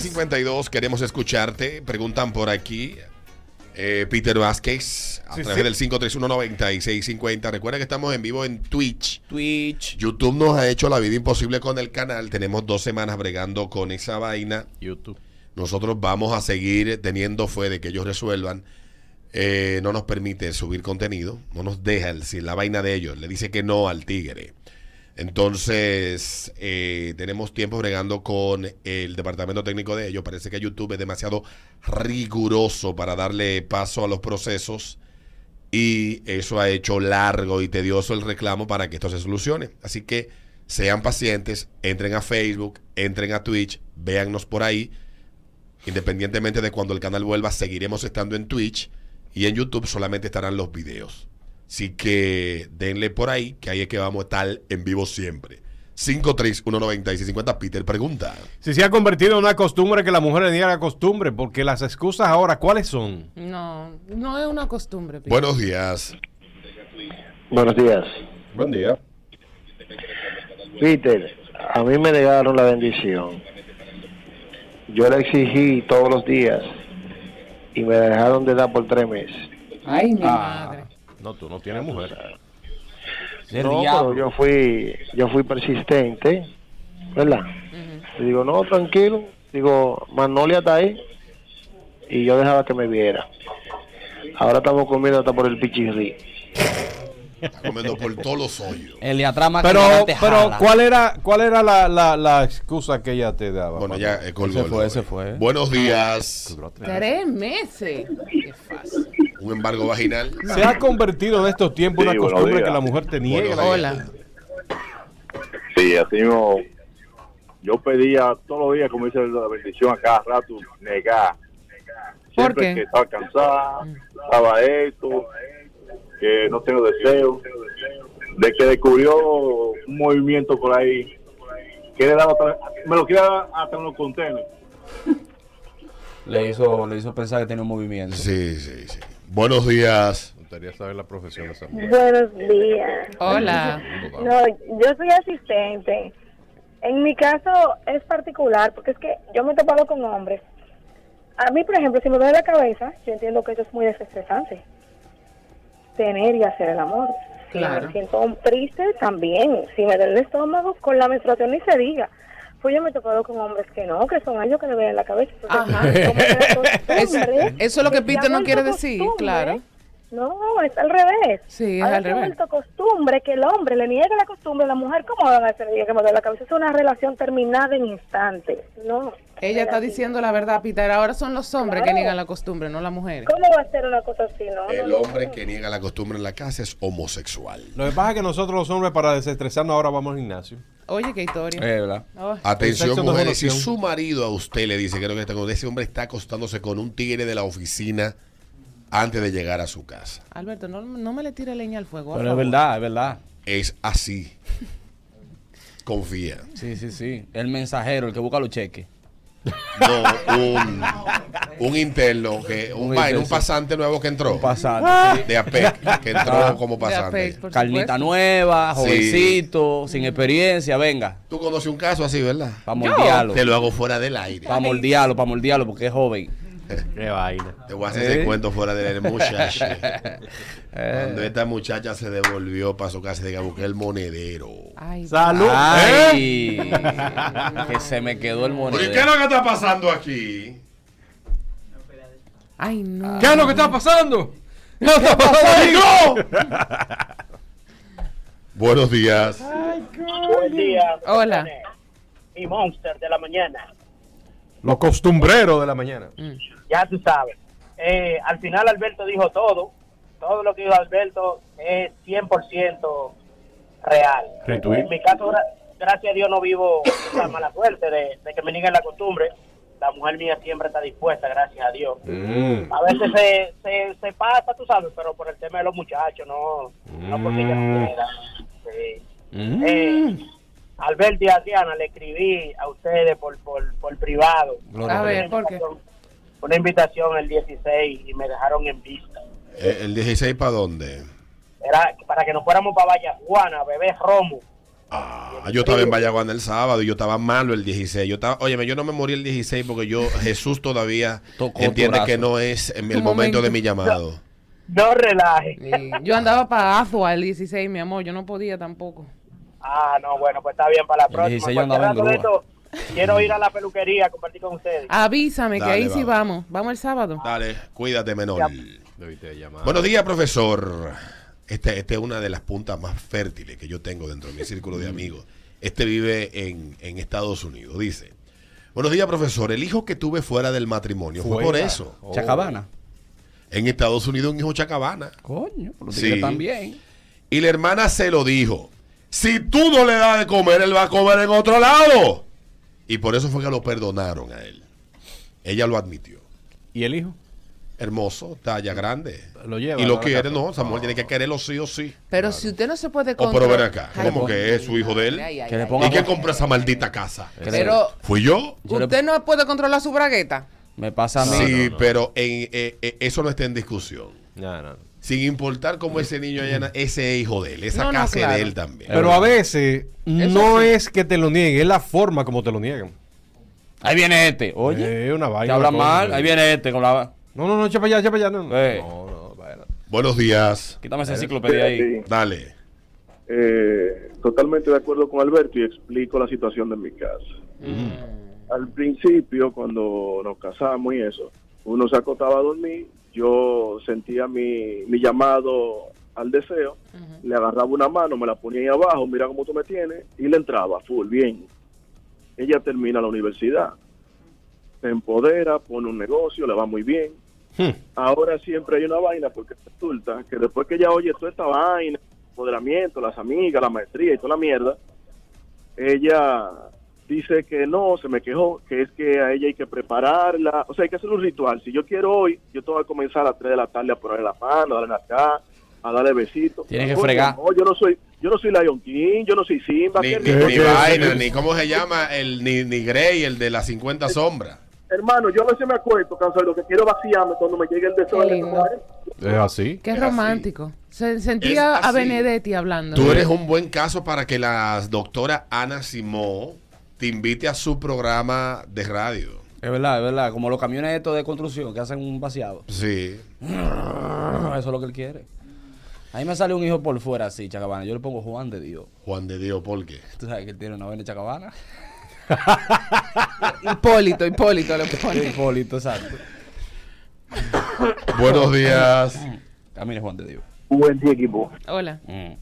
[SPEAKER 1] 52, queremos escucharte. Preguntan por aquí. eh, Peter Vázquez, a
[SPEAKER 2] Sí,
[SPEAKER 1] través
[SPEAKER 2] sí.
[SPEAKER 1] del 5319650. Recuerda que estamos en vivo en Twitch.
[SPEAKER 3] Twitch.
[SPEAKER 1] YouTube nos ha hecho la vida imposible con el canal. Tenemos dos semanas bregando con esa vaina.
[SPEAKER 2] YouTube.
[SPEAKER 1] Nosotros vamos a seguir teniendo fe de que ellos resuelvan. Eh, no nos permite subir contenido, no nos deja el, si la vaina de ellos, le dice que no al tigre. Entonces, eh, tenemos tiempo bregando con el departamento técnico de ellos. Parece que YouTube es demasiado riguroso para darle paso a los procesos y eso ha hecho largo y tedioso el reclamo para que esto se solucione. Así que sean pacientes, entren a Facebook, entren a Twitch, véannos por ahí. Independientemente de cuando el canal vuelva, seguiremos estando en Twitch y en YouTube solamente estarán los videos. Así que denle por ahí, que ahí es que vamos a estar en vivo siempre. 5319650 Peter pregunta.
[SPEAKER 2] Si se ha convertido en una costumbre que la mujer tenía la costumbre, porque las excusas ahora, ¿cuáles son?
[SPEAKER 4] No, no es una costumbre. Pipo.
[SPEAKER 1] Buenos días.
[SPEAKER 6] Buenos días.
[SPEAKER 2] Buen día.
[SPEAKER 6] Peter, a mí me negaron la bendición. Yo la exigí todos los días y me dejaron de dar por tres meses.
[SPEAKER 4] Ay, mi
[SPEAKER 6] Ah.
[SPEAKER 4] madre.
[SPEAKER 2] Ah. No, tú no tienes mujer.
[SPEAKER 3] Del
[SPEAKER 6] no,
[SPEAKER 3] diablo.
[SPEAKER 6] pero yo fui, yo fui persistente, ¿verdad? Le digo, no, tranquilo. Digo, Magnolia está ahí. Y yo dejaba que me viera. Ahora estamos comiendo hasta por el pichirri.
[SPEAKER 1] Está comiendo por todos los hoyos.
[SPEAKER 3] El de atrás más que
[SPEAKER 2] Pero,
[SPEAKER 3] adelante
[SPEAKER 2] pero
[SPEAKER 3] jala.
[SPEAKER 2] ¿cuál era, cuál era la, la, la excusa que ella te daba?
[SPEAKER 1] Bueno,
[SPEAKER 2] Pablo?
[SPEAKER 1] ya eh, colgó.
[SPEAKER 3] Ese
[SPEAKER 1] el
[SPEAKER 3] fue,
[SPEAKER 1] joven.
[SPEAKER 3] ese fue.
[SPEAKER 1] Buenos días.
[SPEAKER 4] Tres meses. Qué fácil.
[SPEAKER 1] Un embargo vaginal.
[SPEAKER 2] Se ha convertido en estos tiempos
[SPEAKER 8] Sí,
[SPEAKER 2] una
[SPEAKER 8] buenos
[SPEAKER 2] costumbre
[SPEAKER 8] días.
[SPEAKER 2] que la mujer te niega.
[SPEAKER 1] Buenos días.
[SPEAKER 4] Hola.
[SPEAKER 8] Sí, así mismo. Yo pedía todos los días, como dice la bendición, a cada rato, negar.
[SPEAKER 4] ¿Por
[SPEAKER 8] Siempre
[SPEAKER 4] qué?
[SPEAKER 8] que estaba cansada, estaba esto, que no tengo deseo. De que descubrió un movimiento por ahí, que le daba otra- me lo quería dar hasta en los contenedores.
[SPEAKER 3] Le hizo, le hizo pensar que tenía un movimiento.
[SPEAKER 1] Sí, sí, sí. Buenos días.
[SPEAKER 2] Me gustaría saber la profesión de esa mujer.
[SPEAKER 9] Buenos días.
[SPEAKER 4] Hola.
[SPEAKER 9] No, yo soy asistente. En mi caso es particular porque es que yo me he topado con hombres A mí, por ejemplo, si me duele la cabeza, yo entiendo que eso es muy desestresante. Tener y hacer el amor. Si
[SPEAKER 4] Claro.
[SPEAKER 9] me siento triste, también. Si me duele el estómago, con la menstruación ni se diga. Pues yo me he topado con hombres que no, que son ellos que le duelen la cabeza. Entonces,
[SPEAKER 4] Ajá.
[SPEAKER 9] como que la costumbre-
[SPEAKER 4] Eso, eso es lo que
[SPEAKER 9] ya
[SPEAKER 4] Peter no
[SPEAKER 9] vuelto
[SPEAKER 4] quiere decir,
[SPEAKER 9] costumbre,
[SPEAKER 4] claro.
[SPEAKER 9] No, es al revés.
[SPEAKER 4] Sí, es
[SPEAKER 9] Ahora
[SPEAKER 4] al
[SPEAKER 9] se ha
[SPEAKER 4] revés.
[SPEAKER 9] vuelto costumbre que el hombre le niegue la costumbre a la mujer. ¿Cómo van a hacer ella que me duele la cabeza? Es una relación terminada en instantes. No.
[SPEAKER 4] Ella está
[SPEAKER 9] Así.
[SPEAKER 4] diciendo la verdad, Peter. Ahora son los hombres que
[SPEAKER 9] Claro.
[SPEAKER 4] niegan la costumbre, no las mujeres.
[SPEAKER 9] ¿Cómo va a ser una cosa así? No, no,
[SPEAKER 1] El
[SPEAKER 9] no.
[SPEAKER 1] hombre que niega la costumbre en la casa es homosexual.
[SPEAKER 2] Lo que pasa es que nosotros los hombres para desestresarnos ahora vamos al gimnasio.
[SPEAKER 4] Oye, qué historia.
[SPEAKER 3] Eh, ¿verdad?
[SPEAKER 4] Oh,
[SPEAKER 1] Atención,
[SPEAKER 2] El sexo no es
[SPEAKER 1] mujeres. Si
[SPEAKER 2] una opción.
[SPEAKER 1] su marido a usted le dice que no que está con ese hombre está acostándose con un tigre de la oficina antes de llegar a su casa.
[SPEAKER 4] Alberto, no, no me le tire leña al fuego. por
[SPEAKER 3] Pero es
[SPEAKER 4] favor.
[SPEAKER 3] verdad, es verdad.
[SPEAKER 1] Es así. Confía.
[SPEAKER 3] Sí, sí, sí. El mensajero, el que busca los cheques.
[SPEAKER 1] No, un, un interno, que, un,
[SPEAKER 3] Un
[SPEAKER 1] vaina,
[SPEAKER 3] interno,
[SPEAKER 1] un
[SPEAKER 3] sí.
[SPEAKER 1] pasante nuevo que entró.
[SPEAKER 4] Ah,
[SPEAKER 3] Pasando.
[SPEAKER 1] de APEC, que entró como
[SPEAKER 4] De Apex,
[SPEAKER 1] pasante.
[SPEAKER 4] por
[SPEAKER 3] Carnita
[SPEAKER 4] supuesto.
[SPEAKER 3] Ah. nueva,
[SPEAKER 1] Sí.
[SPEAKER 3] jovencito, sin experiencia, venga.
[SPEAKER 1] Tú conoces un caso así, ¿verdad?
[SPEAKER 3] Para moldearlo.
[SPEAKER 1] Te lo hago fuera del aire.
[SPEAKER 3] Para moldearlo, para moldearlo, porque es joven.
[SPEAKER 2] Qué vaina.
[SPEAKER 1] Te voy a hacer ese
[SPEAKER 3] ¿Eh?
[SPEAKER 1] cuento fuera del aire,
[SPEAKER 2] Eh.
[SPEAKER 1] muchacha. Cuando esta muchacha se devolvió para su casa, diga, busqué el monedero.
[SPEAKER 4] Ay, ¿Eh?
[SPEAKER 2] Salud.
[SPEAKER 3] Ay,
[SPEAKER 1] ¿Eh?
[SPEAKER 3] que se me quedó el monedero.
[SPEAKER 1] que está pasando aquí?
[SPEAKER 4] ay, no.
[SPEAKER 2] es lo que está pasando? ¿Qué está
[SPEAKER 1] Buenos días.
[SPEAKER 5] Buen día,
[SPEAKER 4] Hola.
[SPEAKER 5] mi monster de la mañana.
[SPEAKER 2] Los costumbreros de la mañana.
[SPEAKER 3] Mm.
[SPEAKER 5] Ya tú sabes. Eh, al final Alberto dijo todo. Todo lo que dijo Alberto es 100% real.
[SPEAKER 2] Retweet.
[SPEAKER 5] En mi caso, gra- gracias a Dios, no vivo la mala suerte de, de que me digan la costumbre. La mujer mía siempre está dispuesta, gracias a Dios.
[SPEAKER 1] Mm.
[SPEAKER 5] A veces se, se, se pasa, tú sabes, pero por el tema de los muchachos, no, no porque ella
[SPEAKER 4] Mm.
[SPEAKER 5] no quiera. Sí.
[SPEAKER 1] Mm.
[SPEAKER 5] Eh, Alberto y Adriana, le escribí a ustedes por, por, por privado.
[SPEAKER 4] A ver, ¿por qué?
[SPEAKER 5] Una invitación el 16 y me dejaron en vista.
[SPEAKER 1] Eh, ¿El 16 para dónde?
[SPEAKER 5] Era para que nos fuéramos para Vallajuana, bebé Romo.
[SPEAKER 1] Ah, yo estaba en Vallaguana el sábado y yo estaba malo el 16. Yo estaba, óyeme, yo no me morí el 16 porque yo, Jesús todavía
[SPEAKER 3] Tocó
[SPEAKER 1] entiende
[SPEAKER 3] tu brazo.
[SPEAKER 1] que no es el momento,
[SPEAKER 4] momento.
[SPEAKER 1] de mi llamado.
[SPEAKER 5] No relaje.
[SPEAKER 4] Sí, Yo andaba para Azua el 16, mi amor. Yo no podía tampoco.
[SPEAKER 5] Ah, no, bueno, pues está bien para la
[SPEAKER 3] El
[SPEAKER 5] próxima.
[SPEAKER 3] 16 yo andaba en
[SPEAKER 5] Cualquier
[SPEAKER 3] grúa.
[SPEAKER 5] rato de esto, quiero ir a la peluquería a compartir con ustedes.
[SPEAKER 4] Avísame que
[SPEAKER 1] Dale,
[SPEAKER 4] ahí sí
[SPEAKER 1] vamos.
[SPEAKER 4] vamos. Vamos el sábado.
[SPEAKER 1] Dale, cuídate, menor.
[SPEAKER 2] Debiste llamar.
[SPEAKER 1] Buenos días, profesor. Esta este es una de las puntas más fértiles que yo tengo dentro de mi círculo
[SPEAKER 3] Mm.
[SPEAKER 1] de amigos. Este vive en, en Estados Unidos. Dice: Buenos días, profesor. El hijo que tuve fuera del matrimonio fue, por
[SPEAKER 2] Fuera.
[SPEAKER 1] eso.
[SPEAKER 2] Oh.
[SPEAKER 3] Chacabana.
[SPEAKER 1] En Estados Unidos, un hijo chacabana.
[SPEAKER 3] Coño, pero
[SPEAKER 1] Sí.
[SPEAKER 3] sí. también.
[SPEAKER 1] Y la hermana se lo dijo. Si tú no le das de comer, él va a comer en otro lado. Y por eso fue que lo perdonaron a él. Ella lo admitió.
[SPEAKER 2] ¿Y el hijo?
[SPEAKER 1] Hermoso, talla grande.
[SPEAKER 2] Lo lleva,
[SPEAKER 1] y
[SPEAKER 2] ¿no?
[SPEAKER 1] lo
[SPEAKER 2] La
[SPEAKER 1] quiere,
[SPEAKER 2] casa.
[SPEAKER 1] no. Esa mujer
[SPEAKER 2] Ah.
[SPEAKER 1] tiene que quererlo sí o sí.
[SPEAKER 4] Pero si usted no se puede
[SPEAKER 1] O pero ven
[SPEAKER 4] controlar-
[SPEAKER 1] acá,
[SPEAKER 4] Ay,
[SPEAKER 1] ¿cómo que es su hijo de él?
[SPEAKER 4] ay, ay,
[SPEAKER 3] Que le
[SPEAKER 4] ay.
[SPEAKER 3] ponga-
[SPEAKER 1] ¿Y quién compró esa maldita casa?
[SPEAKER 3] Que le-
[SPEAKER 4] Pero
[SPEAKER 1] ¿Fui yo?
[SPEAKER 3] Yo le-
[SPEAKER 4] usted no puede controlar su bragueta.
[SPEAKER 3] Me pasa a mí.
[SPEAKER 1] sí, pero en- eh, eh, eso no está en discusión.
[SPEAKER 2] No, no, no.
[SPEAKER 1] Sin importar cómo ese niño haya na- ese es hijo de él, esa
[SPEAKER 4] No, no,
[SPEAKER 1] casa es
[SPEAKER 4] claro.
[SPEAKER 1] de él también.
[SPEAKER 2] Pero a veces no es que te lo nieguen, es la forma como te lo niegan.
[SPEAKER 3] Ahí viene este. Oye,
[SPEAKER 2] Es una
[SPEAKER 3] que
[SPEAKER 2] vaina.
[SPEAKER 3] habla
[SPEAKER 2] una cosa,
[SPEAKER 3] mal.
[SPEAKER 2] sí.
[SPEAKER 3] Ahí viene este con la.
[SPEAKER 2] No, no, no, echa para allá, echa para allá. No, no,
[SPEAKER 3] Eh.
[SPEAKER 2] no, vaina.
[SPEAKER 1] Buenos días.
[SPEAKER 3] Quítame esa enciclopedia ahí.
[SPEAKER 10] Sí,
[SPEAKER 1] Dale.
[SPEAKER 10] eh, totalmente de acuerdo con Alberto y explico la situación de mi casa.
[SPEAKER 4] Mm.
[SPEAKER 10] Al principio, cuando nos casamos y eso, uno se acostaba a dormir, yo sentía mi, mi llamado al deseo, le agarraba una mano, me la ponía ahí abajo, mira cómo tú me tienes, y le entraba full, bien. Ella termina la universidad, se empodera, pone un negocio, le va muy bien.
[SPEAKER 2] Hmm.
[SPEAKER 10] Ahora siempre hay una vaina porque resulta que después que ella oye toda esta vaina, empoderamiento, las amigas, la maestría y toda la mierda, ella dice que no, se me quejó, que es que a ella hay que prepararla, o sea, hay que hacer un ritual. Si yo quiero hoy, yo tengo que comenzar a las 3 de la tarde a ponerle la mano, a darle acá, a darle besitos.
[SPEAKER 3] Tienes que
[SPEAKER 10] Oye,
[SPEAKER 3] fregar.
[SPEAKER 10] No, yo no soy, yo no soy Lion King, yo no soy Simba.
[SPEAKER 1] Ni,
[SPEAKER 10] qué
[SPEAKER 1] ni,
[SPEAKER 10] rico.
[SPEAKER 1] ni vaina, ni cómo se llama, el, ni, ni Grey, el de las 50 sombras.
[SPEAKER 10] Hermano, yo a veces me acuerdo, cansado, lo que quiero vaciarme cuando me llegue el deseo
[SPEAKER 4] Qué
[SPEAKER 10] de esa
[SPEAKER 4] lindo.
[SPEAKER 10] mujer.
[SPEAKER 2] Es así.
[SPEAKER 4] Qué
[SPEAKER 1] Es
[SPEAKER 4] romántico. Se sentía
[SPEAKER 1] Es
[SPEAKER 4] a
[SPEAKER 1] así.
[SPEAKER 4] Benedetti hablando.
[SPEAKER 1] Tú eres un buen caso para que la doctora Ana Simó te invite a su programa de radio.
[SPEAKER 3] Es verdad, es verdad. Como los camiones estos de construcción que hacen un vaciado.
[SPEAKER 1] Sí.
[SPEAKER 3] Ah, Eso es lo que él quiere. A mí me sale un hijo por fuera así, Chacabana. Yo le pongo Juan de Dios.
[SPEAKER 1] Juan de Dios, ¿por qué?
[SPEAKER 3] Tú sabes que él tiene una vaina de Chacabana.
[SPEAKER 4] Hipólito, Hipólito le pone.
[SPEAKER 3] Hipólito, exacto.
[SPEAKER 1] Buenos días.
[SPEAKER 3] Camila Ah, Juan de Dios.
[SPEAKER 5] Buen día, equipo.
[SPEAKER 4] Hola.
[SPEAKER 3] Mm.